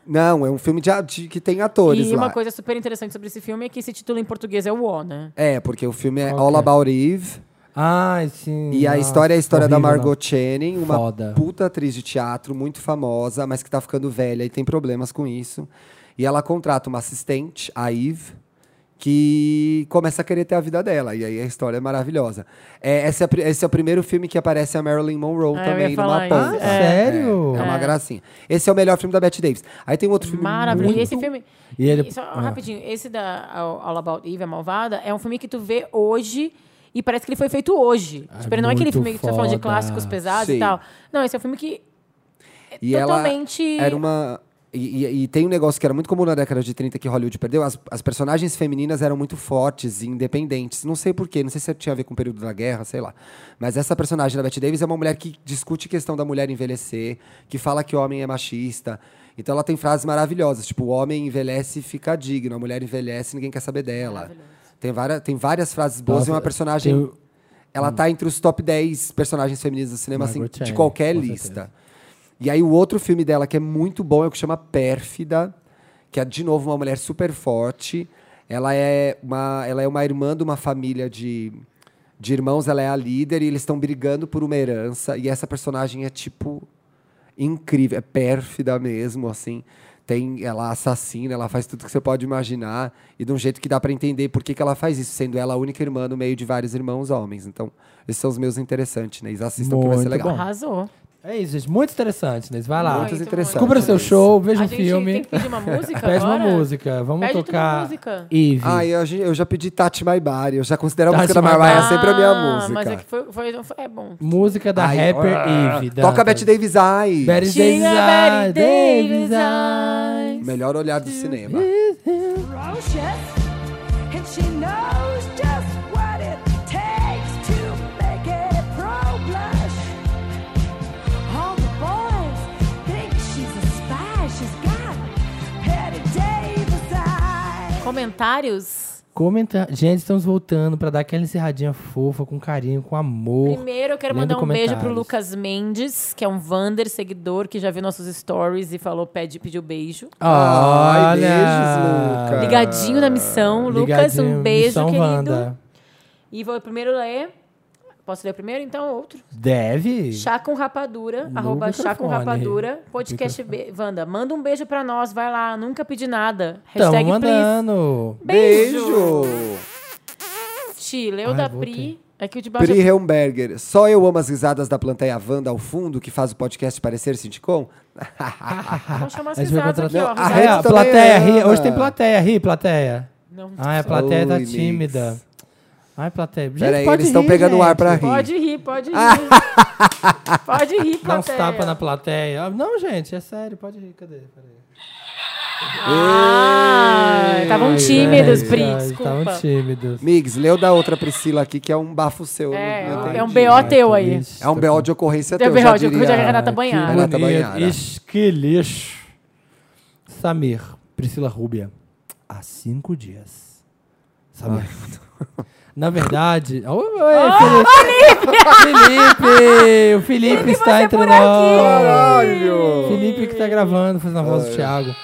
Não, é um filme de, a- de- que tem atores E lá. uma coisa super interessante sobre esse filme é que esse título em português é o O, né? É, porque o filme é Ok. All About Eve. Ai, sim. E a nossa, história é a história da horrível, não. Margot Channing, uma né? Foda. puta atriz de teatro, muito famosa, mas que tá ficando velha e tem problemas com isso. E ela contrata uma assistente, a Eve, que começa a querer ter a vida dela. E aí a história é maravilhosa. É, esse, é, a pri- esse é o primeiro filme que aparece a Marilyn Monroe Ah, eu também ia numa falar ponta. isso. Ah, É. sério? É, é uma É. gracinha. Esse é o melhor filme da Betty Davis. Aí tem um outro filme Maravilhoso. muito E esse filme. E ele- e só ah. rapidinho, esse da All All About Eve, a Malvada, é um filme que tu vê hoje. E parece que ele foi feito hoje. Ah, tipo, ele não é aquele muito filme que tu tá falando de foda. clássicos pesados Sim. e tal. Não, esse é um filme que é E ela totalmente. Era uma. E, e- e tem um negócio que era muito comum na década de 30 que Hollywood perdeu. As, as personagens femininas eram muito fortes e independentes. Não sei porquê, não sei se tinha a ver com o período da guerra, sei lá. Mas essa personagem da Betty Davis é uma mulher que discute questão da mulher envelhecer, que fala que o homem é machista. Então ela tem frases maravilhosas, tipo, o homem envelhece e fica digno, a mulher envelhece e ninguém quer saber dela. Tem várias, tem várias frases boas Nossa, e uma personagem. tem o- Ela tá entre os top 10 personagens femininas do cinema, assim, Hum. Margot de Chan, qualquer com lista. certeza. E aí o outro filme dela que é muito bom é o que chama Pérfida, que é de novo uma mulher super forte. Ela é uma, ela é uma irmã de uma família de, de irmãos, ela é a líder e eles estão brigando por uma herança. E essa personagem é tipo incrível, é pérfida mesmo, assim. Tem, ela assassina, ela faz tudo que você pode imaginar e de um jeito que dá pra entender por que, que ela faz isso, sendo ela a única irmã no meio de vários irmãos homens. Então, esses são os meus interessantes, né? Assistam que vai ser Muito legal. bom. Arrasou. É isso, gente. Muito interessante, Inês. Vai lá. Muitas Ah, Muito interessantes. né? bom. Cubra seu show, veja a um gente Tem filme. que pedir uma música? Pede uma agora? música. Vamos Pede tu uma tocar. música. Eve. Ah, eu, já- eu já pedi Tati My Body, eu já considero a Touch música da My Mariah Body. sempre a minha Ah, música. Mas é que foi, foi, foi- é bom. Música da Ai, rapper ah, Eve. Toca Betty Davis Eye. Betty Davis. Tinha ah, Betty Davis. Davis. ah. eyes. Melhor olhar do cinema. ferocious, and she knows just what it takes to make a pro blush. All the boys think she's a spy. She's got Patty Davis eyes. Comentários? Comenta... Gente, estamos voltando pra dar aquela encerradinha fofa, com carinho, com amor. Primeiro, eu quero Lendo mandar um beijo pro comentários. Lucas Mendes, que é um Vander seguidor, que já viu nossos stories e falou, pede, pediu beijo. Olha. Ai, beijos, Lucas. Ligadinho na missão, Lucas, Ah, Ligadinho, um beijo, Missão querido. Wanda. E vou primeiro ler. Posso ler primeiro? Então, outro. Deve. Chá com rapadura, arroba chá com microfone. rapadura, podcast be- Wanda. Manda um beijo pra nós, vai lá, nunca pedi nada. Estamos Hashtag please. mandando. Beijo! Ti, leu Ai, da voltei. Pri. Aqui o de baixo é Pri Helmberger, só eu amo as risadas da plateia Wanda ao fundo, que faz o podcast parecer Sinticom? Vamos chamar as A gente vai risadas aqui, contratar- ó. Não, a risada. É, a Reto também plateia ama. ri. Hoje tem plateia, ri, plateia. Não, Ai, a plateia tá Oi, Nix. tímida. Ai, plateia. Gente, Peraí, pode eles estão rir, pegando o ar gente. pra rir. pode rir, pode rir. Ah. pode rir, Dá uns plateia. tapas na plateia. Ah, Não, gente, é sério, pode rir. Cadê? Peraí. Ah, estavam tímidos, Ai, Pri, ai, desculpa. Estavam tímidos. Migs, leu da outra Priscila aqui, que é um bafo seu. É, não- não é um entendi. BO teu aí. Ixi, É um tá BO com- de ocorrência Tem teu, BO já de diria. ocorrência, Ah, Renata que Banhara. Renata bonito. Banhara. Ixi, que lixo. Samir, Priscila Rúbia. Há cinco dias. Samir. Na verdade. Oi, Felipe! Felipe! O Felipe, está entre nós! Caralho! É. Felipe que tá gravando, fazendo a voz do Thiago.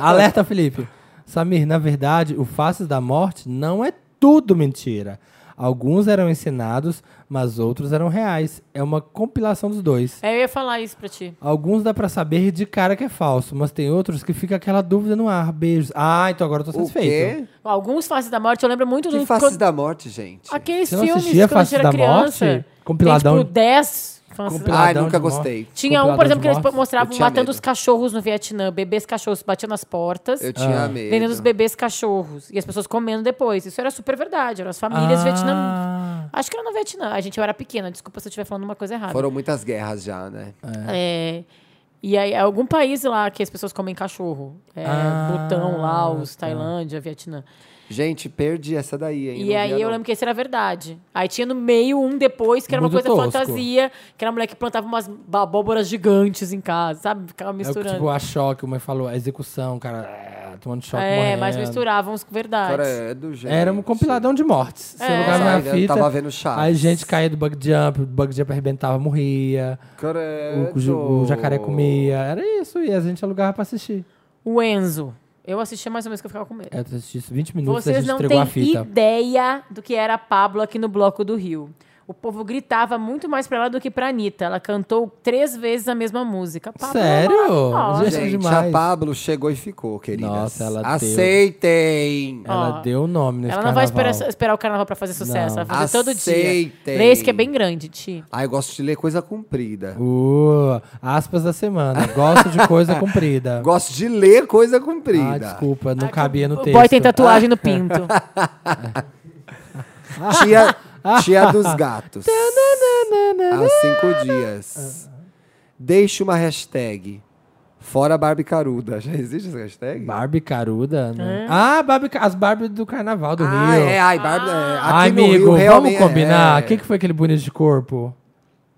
Alerta, Felipe. Samir, na verdade, o Faces da Morte não é tudo mentira. Alguns eram ensinados, mas outros eram reais. É uma compilação dos dois. É, eu ia falar isso pra ti. Alguns dá pra saber de cara que é falso, mas tem outros que fica aquela dúvida no ar. Beijos. Ah, então agora eu tô O satisfeito. quê? Alguns Faces da Morte, eu lembro muito Que do... faces da morte, gente? Aqueles Você não filmes assistia quando a Faces gente era da criança. Morte? Compiladão- Tem, tipo, 10 Faces da Compiladão Ai, de nunca morte. gostei. Tinha um, Compiladão por exemplo, de que eles mortos. Eu mostravam tinha matando medo. os cachorros no Vietnã. Bebês cachorros batendo as portas. Eu Ah. tinha medo. Vendendo os bebês cachorros. E as pessoas comendo depois. Isso era super verdade. Eram as Ah. famílias vietnamitas. É Acho que era no Vietnã. A gente, eu era pequena. Desculpa se eu estiver falando uma coisa errada. Foram muitas guerras já, né? Ah. É, e aí, é algum país lá que as pessoas comem cachorro. É, Ah, Butão, Laos, tá. Tailândia, Vietnã. Gente, perdi essa daí, hein? E aí eu lembro que esse era verdade. Aí tinha no meio um depois, que era uma Muito coisa tosco. fantasia, que era a mulher que plantava umas abóboras gigantes em casa, sabe? Ficava É o que, misturando. tipo, a choque, o mãe falou, a execução, o cara é, tomando choque, é, morrendo. mas misturavam os com verdades. Cara, é do jeito. Era um compiladão de mortes. Você É. jogava na Nossa, eu fita. tava vendo Chaves. Aí gente caía do bug jump, o bug jump arrebentava, morria. O, Credo. o- o jacaré comia. Era isso, e a gente alugava pra assistir. O Enzo. Eu assistia mais ou menos que eu ficava com medo. É, tu assistia isso 20 minutos e a Vocês gente não entregou têm a fita. ideia do que era a Pablo aqui no Bloco do Rio. O povo gritava muito mais pra ela do que pra Anitta. Ela cantou três vezes a mesma música. Pablo é Sério? maravilhosa. Gente, Gente, demais. a Pablo chegou e ficou, queridas. Nossa, ela deu. Aceitem! Ela Ó, deu o nome nesse Ela não vai esperar, carnaval. esperar o carnaval pra fazer sucesso. Não. Ela vai fazer todo Aceitem. dia. Lê esse que é bem grande, Ti. Ah, eu gosto de ler coisa comprida. Uh, aspas da semana. Gosto de coisa comprida. Gosto de ler coisa ah, comprida. desculpa, não cabia no o texto. Ah. boy tem tatuagem no pinto. Tia, tia dos gatos. Há cinco dias. Deixe uma hashtag. Fora Barbie Caruda. Já existe essa hashtag? Barbie caruda? É. né? Ah, Barbie, ca- as Barbie do carnaval do ah, Rio. é, ai, Barbie, é, aqui Ai, no Rio, amigo, vamos realmente- combinar. O é. que, que foi aquele bonito de corpo?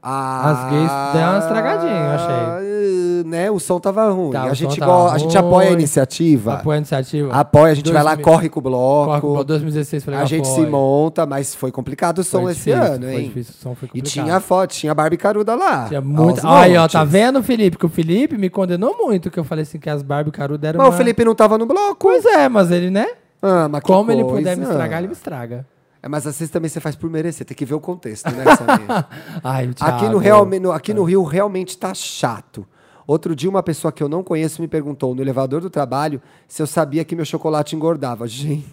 Ah, As gays deram uma estragadinha, eu achei. ah, Né, o som tava ruim. Tá, o a, som gente tava go- a gente apoia a ruim. iniciativa. Apoia, Apoio à iniciativa. a gente vai lá, 2000 corre com o bloco. Corre com o bloco, 2016 foi legal. a gente se foi. monta, mas foi complicado o som Foi esse difícil, ano, Foi hein? difícil, o som foi E complicado. tinha a foto, tinha a Barbie Caruda lá. Tinha aos muito... Aí, ó, tá montes. vendo, Felipe? Que o Felipe me condenou muito, que eu falei assim, que as Barbie caruda eram Mas o uma- Felipe não tava no bloco. Pois é, mas ele, né? Ah, mas que Como ele coisa. puder me estragar, ele me estraga. É, mas às vezes também você faz por merecer, tem que ver o contexto, né, Samir? Ai, o aqui, Thiago. no Real- no- aqui no Rio realmente tá chato. Outro dia, uma pessoa que eu não conheço me perguntou no elevador do trabalho se eu sabia que meu chocolate engordava. Gente,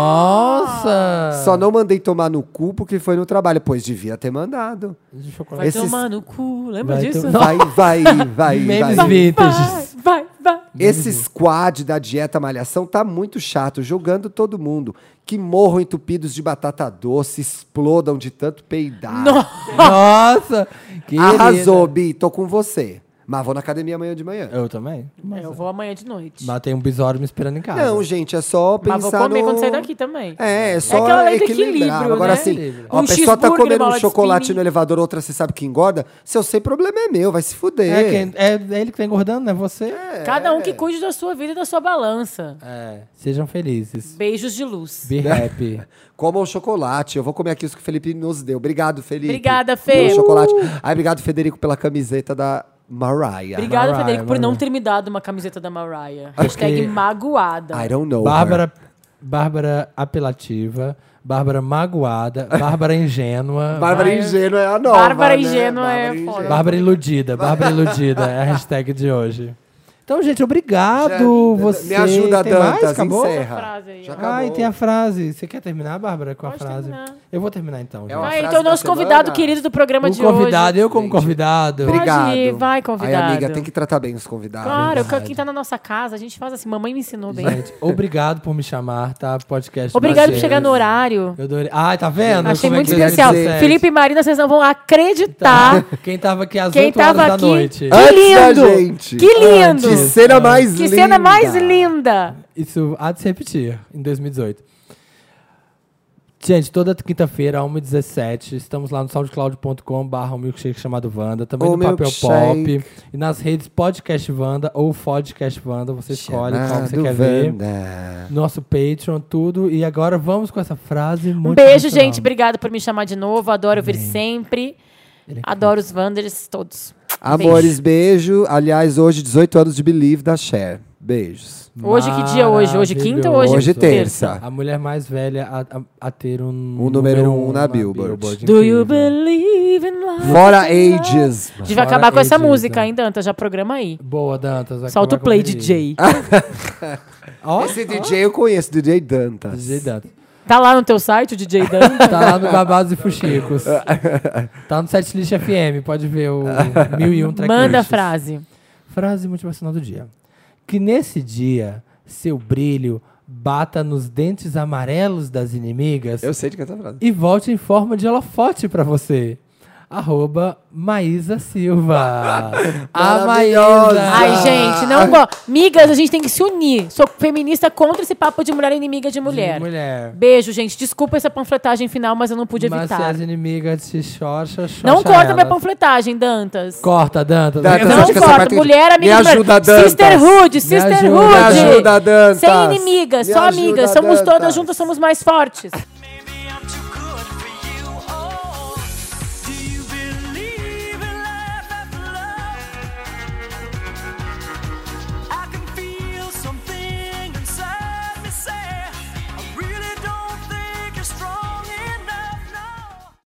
Ah. Nossa! só não mandei tomar no cu porque foi no trabalho. Pois devia ter mandado. De chocolate. Vai Esses- tomar no cu. Lembra Vai disso? tomar- Vai, vai, vai, Memes vai. Vai, vintages. vai, vai. Esse squad da dieta malhação tá muito chato, jogando todo mundo. Que morram entupidos de batata doce, explodam de tanto peidar. Nossa! querida. Arrasou, Bi, tô com você. Mas vou na academia amanhã de manhã. Eu também. É, Eu vou amanhã de noite. Mas tem um besouro me esperando em casa. Não, gente, é só pensar Mas vou comer no- quando sair daqui também. É, é só aquela lei do equilibrar. equilíbrio, né? Agora assim, ó, a Um pessoa tá cheeseburger, comendo uma um bola de chocolate spinning. no elevador, outra você sabe que engorda. Se eu sei, problema é meu, vai se fuder. É, quem- é ele que tá engordando, não é você? É. Cada um que cuide da sua vida e da sua balança. Sejam felizes. Beijos de luz. Be Né? happy. Comam chocolate. Eu vou comer aqui isso que o Felipe nos deu. Obrigado, Felipe. Obrigada, Fê. Pelo chocolate. Ai, obrigado, Federico, pela camiseta da Tá, Mariah. Obrigada, Mariah, Federico, por não Mariah. ter me dado uma camiseta da Mariah. Hashtag Porque- magoada. I don't know. her. Bárbara, Bárbara apelativa, Bárbara magoada, Bárbara ingênua, Bárbara ingênua é a nova. Bárbara né? ingênua Bárbara é foda. Bárbara iludida, Bárbara iludida é a hashtag de hoje. Então, gente, obrigado. Já- você Me ajuda, tem mais? Dantas, Acabou? encerra. frase aí, Já ó. acabou. Ai, tem a frase. Você quer terminar, Bárbara, com a Pode frase? terminar. Eu vou terminar então. É gente. uma Vai, então, frase da nosso convidado semana? Um querido do programa O de convidado, hoje. eu como Gente, convidado. Obrigado. ir, vai, Ai, convidado. amiga, tem que tratar bem os convidados. Claro, que quem tá na nossa casa, a gente faz assim, mamãe me ensinou bem. Gente, obrigado por me chamar, tá? Podcast. Obrigado por brasileiro. chegar no horário. Eu adorei. Ai, tá vendo? Achei Como é muito que- especial. dizer? Felipe e Marina, vocês não vão acreditar Tá. Quem tava aqui às quem 8 tava horas aqui. da noite. Que Antes da lindo! gente. Que lindo! Que cena mais Que linda. cena mais linda! Isso há de se repetir em 2018. Gente, toda quinta-feira, 1h17, estamos lá no soundcloud.com.br, um milkshake chamado Wanda, também O no Papel milkshake. Pop, e nas redes Podcast Wanda ou Podcast Wanda, você escolhe qual que você Chamado quer ver. Wanda. Nosso Patreon, tudo. E agora vamos com essa frase Um muito beijo, emocional. gente. Obrigado por me chamar de novo. Adoro vir sempre. é Adoro os Wanders todos. Amores, beijo. Aliás, hoje, 18 anos de Believe da Cher. Beijos. Hoje, que dia é hoje? Hoje, quinta ou hoje? Hoje, terça. A mulher mais velha a, a- a ter um, número um na Billboard. Do you incrível. believe in love? Fora ages. A gente Fora vai acabar com essa ages, música, então. né? hein, Danta? Já programa aí. Boa, Dantas. vai Solta o acabar com play, a menina. DJ. Ó, Esse DJ eu conheço, DJ Dantas. DJ Dantas. Tá lá no teu site, o DJ Danta? Tá lá no Babados e Fuxicos. tá no Setlist FM, pode ver o 1001 track Manda a lists. frase. Frase motivacional do dia. Que nesse dia, seu brilho bata nos dentes amarelos das inimigas sei de que é essa frase. e volte em forma de holofote pra você. arroba Maísa Silva. a Maravilhosa. Maísa. Ai, gente, Ah. não gosto. Migas, a gente tem que se unir. Sou feminista contra esse papo de mulher inimiga de mulher. Mulher. Beijo, gente. Desculpa essa panfletagem final, mas eu não pude Mas se evitar. as inimigas te xoxa, xoxa Não corta elas. minha panfletagem, Dantas. Corta, Dantas. Dantas, Não não acho é que essa corta. parte- Mulher, amiga Me de mulher. ajuda, Dantas. Sisterhood, ajuda, sisterhood. Me ajuda, Dantas. Sem inimigas, Me só ajuda, amigas. Somos Dantas. todas juntas, somos mais fortes. Oh,